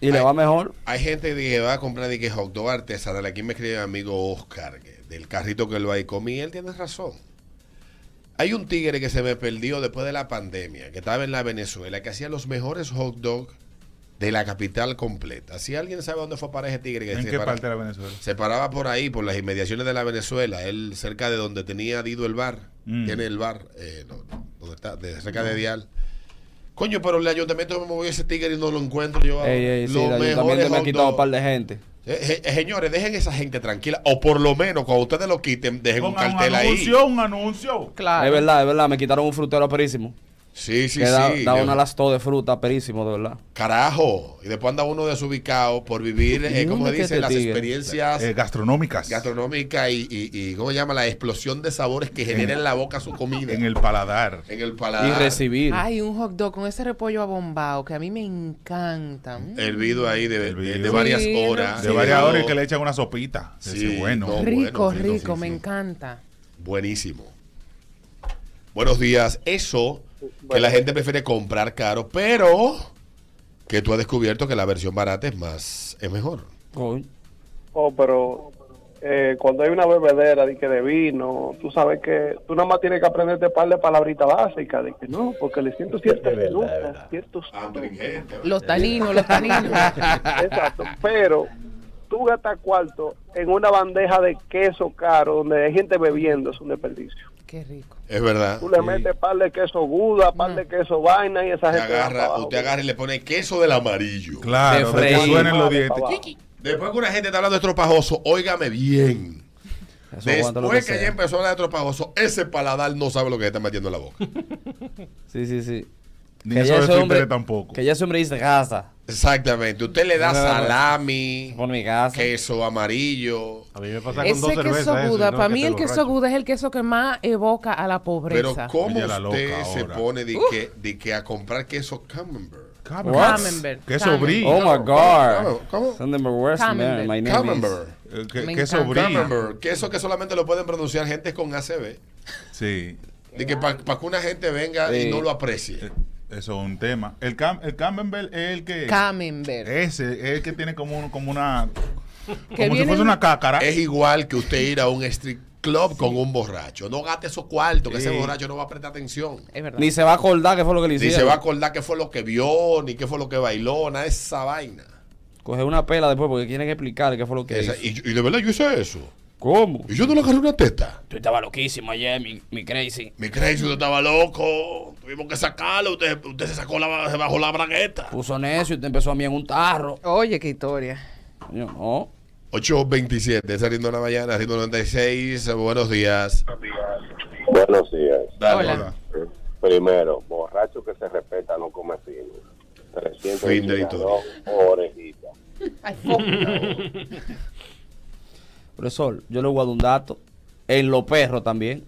[SPEAKER 3] Y le va mejor.
[SPEAKER 1] Hay gente que va a comprar y que hot dog artesanal. Aquí me escribe mi amigo Oscar, que- del carrito que lo hay comí. Él tiene razón. Hay un tigre que se me perdió después de la pandemia, que estaba en la Venezuela, que hacía los mejores hot dogs de la capital completa. Si alguien sabe dónde fue para ese tigre que
[SPEAKER 13] ¿En
[SPEAKER 1] se
[SPEAKER 13] qué
[SPEAKER 1] para-
[SPEAKER 13] parte de la Venezuela?
[SPEAKER 1] se paraba por ahí, por las inmediaciones de la Venezuela, él cerca de donde tenía Dido el bar,
[SPEAKER 13] Mm.
[SPEAKER 1] tiene el bar, eh, no, no, donde está, de- cerca de Dial. Coño, pero el ayuntamiento me movió ese tigre y no lo encuentro yo. ahora.
[SPEAKER 3] Ey, ey, sí,
[SPEAKER 1] Los
[SPEAKER 3] el ayuntamiento
[SPEAKER 1] mejores
[SPEAKER 3] me ha
[SPEAKER 1] hot
[SPEAKER 3] quitado un
[SPEAKER 1] dogs.
[SPEAKER 3] par de gente.
[SPEAKER 1] Eh, eh, señores, dejen esa gente tranquila, o por lo menos cuando ustedes lo quiten, dejen un
[SPEAKER 13] Pongan un
[SPEAKER 1] cartel ahí.
[SPEAKER 13] anuncio, un anuncio.
[SPEAKER 4] Claro.
[SPEAKER 3] Ah, Es verdad, es verdad, me quitaron un frutero perísimo.
[SPEAKER 1] Sí, sí,
[SPEAKER 3] que da,
[SPEAKER 1] sí.
[SPEAKER 3] da
[SPEAKER 1] De-
[SPEAKER 3] una lastó de fruta, perísimo, de verdad.
[SPEAKER 1] Carajo. Y después anda uno desubicado por vivir,
[SPEAKER 3] Y
[SPEAKER 1] eh, como
[SPEAKER 3] uno
[SPEAKER 1] se
[SPEAKER 3] que
[SPEAKER 1] dice,
[SPEAKER 3] te
[SPEAKER 1] las
[SPEAKER 3] tigre.
[SPEAKER 1] experiencias
[SPEAKER 13] Eh, gastronómicas.
[SPEAKER 1] gastronómicas y, y, y, ¿cómo se llama? La explosión de sabores que genera en la boca su comida.
[SPEAKER 13] En el paladar.
[SPEAKER 1] En el paladar.
[SPEAKER 4] Ay, un hot dog con ese repollo abombado que a mí me encanta. Mm.
[SPEAKER 1] Hervido ahí de, de- de
[SPEAKER 13] Sí,
[SPEAKER 1] varias
[SPEAKER 4] no,
[SPEAKER 1] horas.
[SPEAKER 13] De varias horas y
[SPEAKER 1] Yo-
[SPEAKER 13] que le echan una sopita.
[SPEAKER 1] Sí,
[SPEAKER 13] Ese es bueno.
[SPEAKER 1] no,
[SPEAKER 4] rico,
[SPEAKER 1] bueno,
[SPEAKER 4] rico,
[SPEAKER 1] sí,
[SPEAKER 4] me
[SPEAKER 1] sí.
[SPEAKER 4] encanta.
[SPEAKER 1] Buenísimo. Buenos días. Eso que la gente prefiere comprar caro, pero que tú has descubierto que la versión barata es más, es mejor.
[SPEAKER 5] Oh, pero eh, cuando hay una bebedera de, que de vino, tú sabes que tú nada más tienes que aprenderte un par de palabritas básicas, de que no, porque le siento ciertas frutas, ciertos
[SPEAKER 4] Los taninos, los taninos.
[SPEAKER 5] Exacto, pero tú gastas cuarto en una bandeja de queso caro donde hay gente bebiendo, es un desperdicio.
[SPEAKER 4] Qué rico.
[SPEAKER 1] Es verdad.
[SPEAKER 5] Tú le metes par de queso guda, par de queso vaina y esa
[SPEAKER 1] Usted
[SPEAKER 5] gente va para
[SPEAKER 1] agarra,
[SPEAKER 5] abajo.
[SPEAKER 1] usted agarra y le pone queso del amarillo.
[SPEAKER 13] Claro,
[SPEAKER 3] De
[SPEAKER 13] de que
[SPEAKER 3] freír.
[SPEAKER 13] suenen los
[SPEAKER 5] Vale,
[SPEAKER 13] dientes.
[SPEAKER 5] papá.
[SPEAKER 1] Después que una gente está hablando de estropajoso, óigame bien.
[SPEAKER 3] Eso aguanta lo que
[SPEAKER 1] Después que,
[SPEAKER 3] sea.
[SPEAKER 1] ya empezó a hablar de estropajoso, ese paladar no sabe lo que le está metiendo en la boca.
[SPEAKER 3] Sí, sí, sí.
[SPEAKER 13] Ni
[SPEAKER 3] Que
[SPEAKER 13] eso
[SPEAKER 3] ya
[SPEAKER 13] de
[SPEAKER 3] ese
[SPEAKER 13] fritere
[SPEAKER 3] hombre-
[SPEAKER 13] tampoco.
[SPEAKER 3] Que ya ese hombre dice casa.
[SPEAKER 1] Exactamente. Usted le da
[SPEAKER 3] No, no, no.
[SPEAKER 1] salami,
[SPEAKER 3] Con mi casa.
[SPEAKER 1] queso amarillo.
[SPEAKER 14] A mí me pasa con dos
[SPEAKER 4] Ese
[SPEAKER 14] cervezas.
[SPEAKER 4] queso
[SPEAKER 14] eso,
[SPEAKER 4] Buda,
[SPEAKER 14] ¿no?
[SPEAKER 4] para
[SPEAKER 14] Que
[SPEAKER 4] mí
[SPEAKER 14] te
[SPEAKER 4] el queso
[SPEAKER 14] borracho.
[SPEAKER 4] Buda es el queso que más evoca a la
[SPEAKER 1] Pero
[SPEAKER 4] pobreza.
[SPEAKER 1] ¿cómo
[SPEAKER 13] Oye, la loca
[SPEAKER 1] usted se
[SPEAKER 13] ahora.
[SPEAKER 1] pone de que, de que a comprar queso camembert?
[SPEAKER 13] Camembert.
[SPEAKER 4] Camembert,
[SPEAKER 13] Queso
[SPEAKER 4] camembert.
[SPEAKER 13] brie.
[SPEAKER 3] Oh my God.
[SPEAKER 1] ¿Cómo? ¿Cómo?
[SPEAKER 3] Son the worst
[SPEAKER 4] Camembert.
[SPEAKER 3] man. My name
[SPEAKER 1] Camembert.
[SPEAKER 13] Eh, que-
[SPEAKER 4] Me
[SPEAKER 13] Queso
[SPEAKER 4] encanta.
[SPEAKER 13] brie.
[SPEAKER 1] Camembert. Queso que solamente lo pueden pronunciar gente con ACB.
[SPEAKER 13] Sí. Eh,
[SPEAKER 1] De que para que una gente venga y
[SPEAKER 3] Sí.
[SPEAKER 1] no lo aprecie.
[SPEAKER 13] Eso es un tema. El, cam el Camembert es el que.
[SPEAKER 4] Camembert.
[SPEAKER 13] ese es el que tiene como, un- como una. Como si
[SPEAKER 4] viene-
[SPEAKER 13] fuese una cácara.
[SPEAKER 1] Es igual que usted ir a un strip club con un borracho. No gaste esos cuartos, que ese
[SPEAKER 13] Sí.
[SPEAKER 1] borracho no va a prestar atención.
[SPEAKER 4] Es verdad.
[SPEAKER 3] is. Ni se va a acordar qué fue lo que le
[SPEAKER 1] Ni
[SPEAKER 3] hicieron.
[SPEAKER 1] se va a acordar qué fue lo que vio, ni qué fue lo que bailó, nada de esa vaina.
[SPEAKER 3] Coger una pela después porque tienen que explicar qué fue lo que
[SPEAKER 1] Esa-
[SPEAKER 3] hizo.
[SPEAKER 1] y, yo- y de verdad yo hice eso.
[SPEAKER 3] ¿Cómo?
[SPEAKER 1] Y yo no le agarré una teta.
[SPEAKER 3] Tú estabas loquísimo ayer, mi, mi crazy.
[SPEAKER 1] Mi crazy, usted estaba loco. Tuvimos que sacarlo. Usted, usted se sacó la, se bajó la bragueta.
[SPEAKER 3] Puso necio y te empezó a mí en un tarro.
[SPEAKER 4] Oye, qué historia.
[SPEAKER 3] Coño, no.
[SPEAKER 1] 8.27, saliendo la mañana, rindo 96. Buenos días.
[SPEAKER 15] Buenos días.
[SPEAKER 1] Dale.
[SPEAKER 4] Hola.
[SPEAKER 15] Primero, borracho que se respeta no come fino. 300
[SPEAKER 1] Fin de historia.
[SPEAKER 15] orejitas.
[SPEAKER 3] Profesor, yo le voy a dar un dato. En los perros también.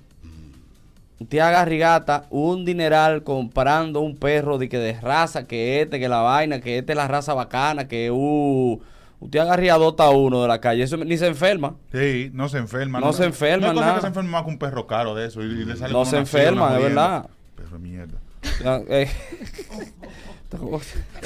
[SPEAKER 3] Usted agarra y gasta un dineral comprando un perro de que de raza, que este, que la vaina, que este es la raza bacana, que uh. Usted agarra y adopta a uno de la calle. Eso ni se enferma.
[SPEAKER 13] Sí, no se enferma.
[SPEAKER 3] No se enferma,
[SPEAKER 13] No hay cosa
[SPEAKER 3] nada.
[SPEAKER 13] que se enferma más que un perro caro de eso. Y, y le sale
[SPEAKER 3] No
[SPEAKER 13] con
[SPEAKER 3] se
[SPEAKER 13] una silla, una
[SPEAKER 3] enferma, de
[SPEAKER 13] jodienda.
[SPEAKER 3] verdad.
[SPEAKER 13] Perro de mierda.
[SPEAKER 3] Ya, eh.
[SPEAKER 1] Que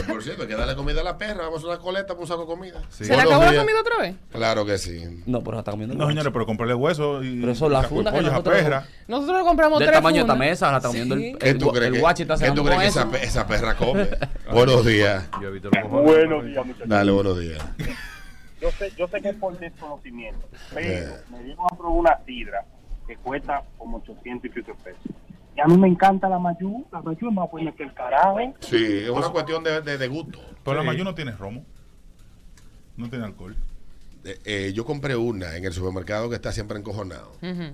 [SPEAKER 1] por cierto, hay que darle comida a la perra. Vamos a una coleta para un saco de comida.
[SPEAKER 13] Sí.
[SPEAKER 4] ¿Se le
[SPEAKER 1] Buenos
[SPEAKER 4] acabó la
[SPEAKER 1] días.
[SPEAKER 4] comida otra vez?
[SPEAKER 1] Claro que sí.
[SPEAKER 3] No, pero está comiendo.
[SPEAKER 13] No,
[SPEAKER 3] mucho.
[SPEAKER 13] señores, pero comprarle hueso y.
[SPEAKER 3] Pero eso, la
[SPEAKER 13] y saco de
[SPEAKER 3] funda que
[SPEAKER 13] pollo a
[SPEAKER 3] nosotros-
[SPEAKER 13] perra.
[SPEAKER 4] Nosotros le compramos
[SPEAKER 3] Del
[SPEAKER 4] tres
[SPEAKER 3] tamaño de esta
[SPEAKER 4] fundas.
[SPEAKER 3] mesa, la está comiendo
[SPEAKER 4] Sí.
[SPEAKER 3] el,
[SPEAKER 1] ¿Qué
[SPEAKER 3] el,
[SPEAKER 1] tú
[SPEAKER 3] gu-
[SPEAKER 1] crees
[SPEAKER 3] el
[SPEAKER 1] que-
[SPEAKER 3] guachi está
[SPEAKER 1] ¿Qué
[SPEAKER 3] cenando
[SPEAKER 1] tú
[SPEAKER 3] con
[SPEAKER 1] crees que
[SPEAKER 3] eso.
[SPEAKER 1] esa, pe- esa perra come? buenos días.
[SPEAKER 14] Yo he visto los mejores.
[SPEAKER 10] Buenos días, muchachos.
[SPEAKER 1] Dale, buenos días.
[SPEAKER 10] Yo sé, yo sé que es por desconocimiento, pero
[SPEAKER 1] Eh.
[SPEAKER 10] me dieron a probar una sidra que cuesta como 800 y pico pesos. Y a mí me encanta la mayú, la mayú es más buena que el carajo. ¿eh?
[SPEAKER 1] Sí, es una cuestión de, de- de gusto.
[SPEAKER 13] Pero la
[SPEAKER 14] Sí.
[SPEAKER 13] mayo no tiene romo. No tiene alcohol.
[SPEAKER 1] Eh, eh, yo compré una en el supermercado que está siempre encojonado,
[SPEAKER 4] Ujú.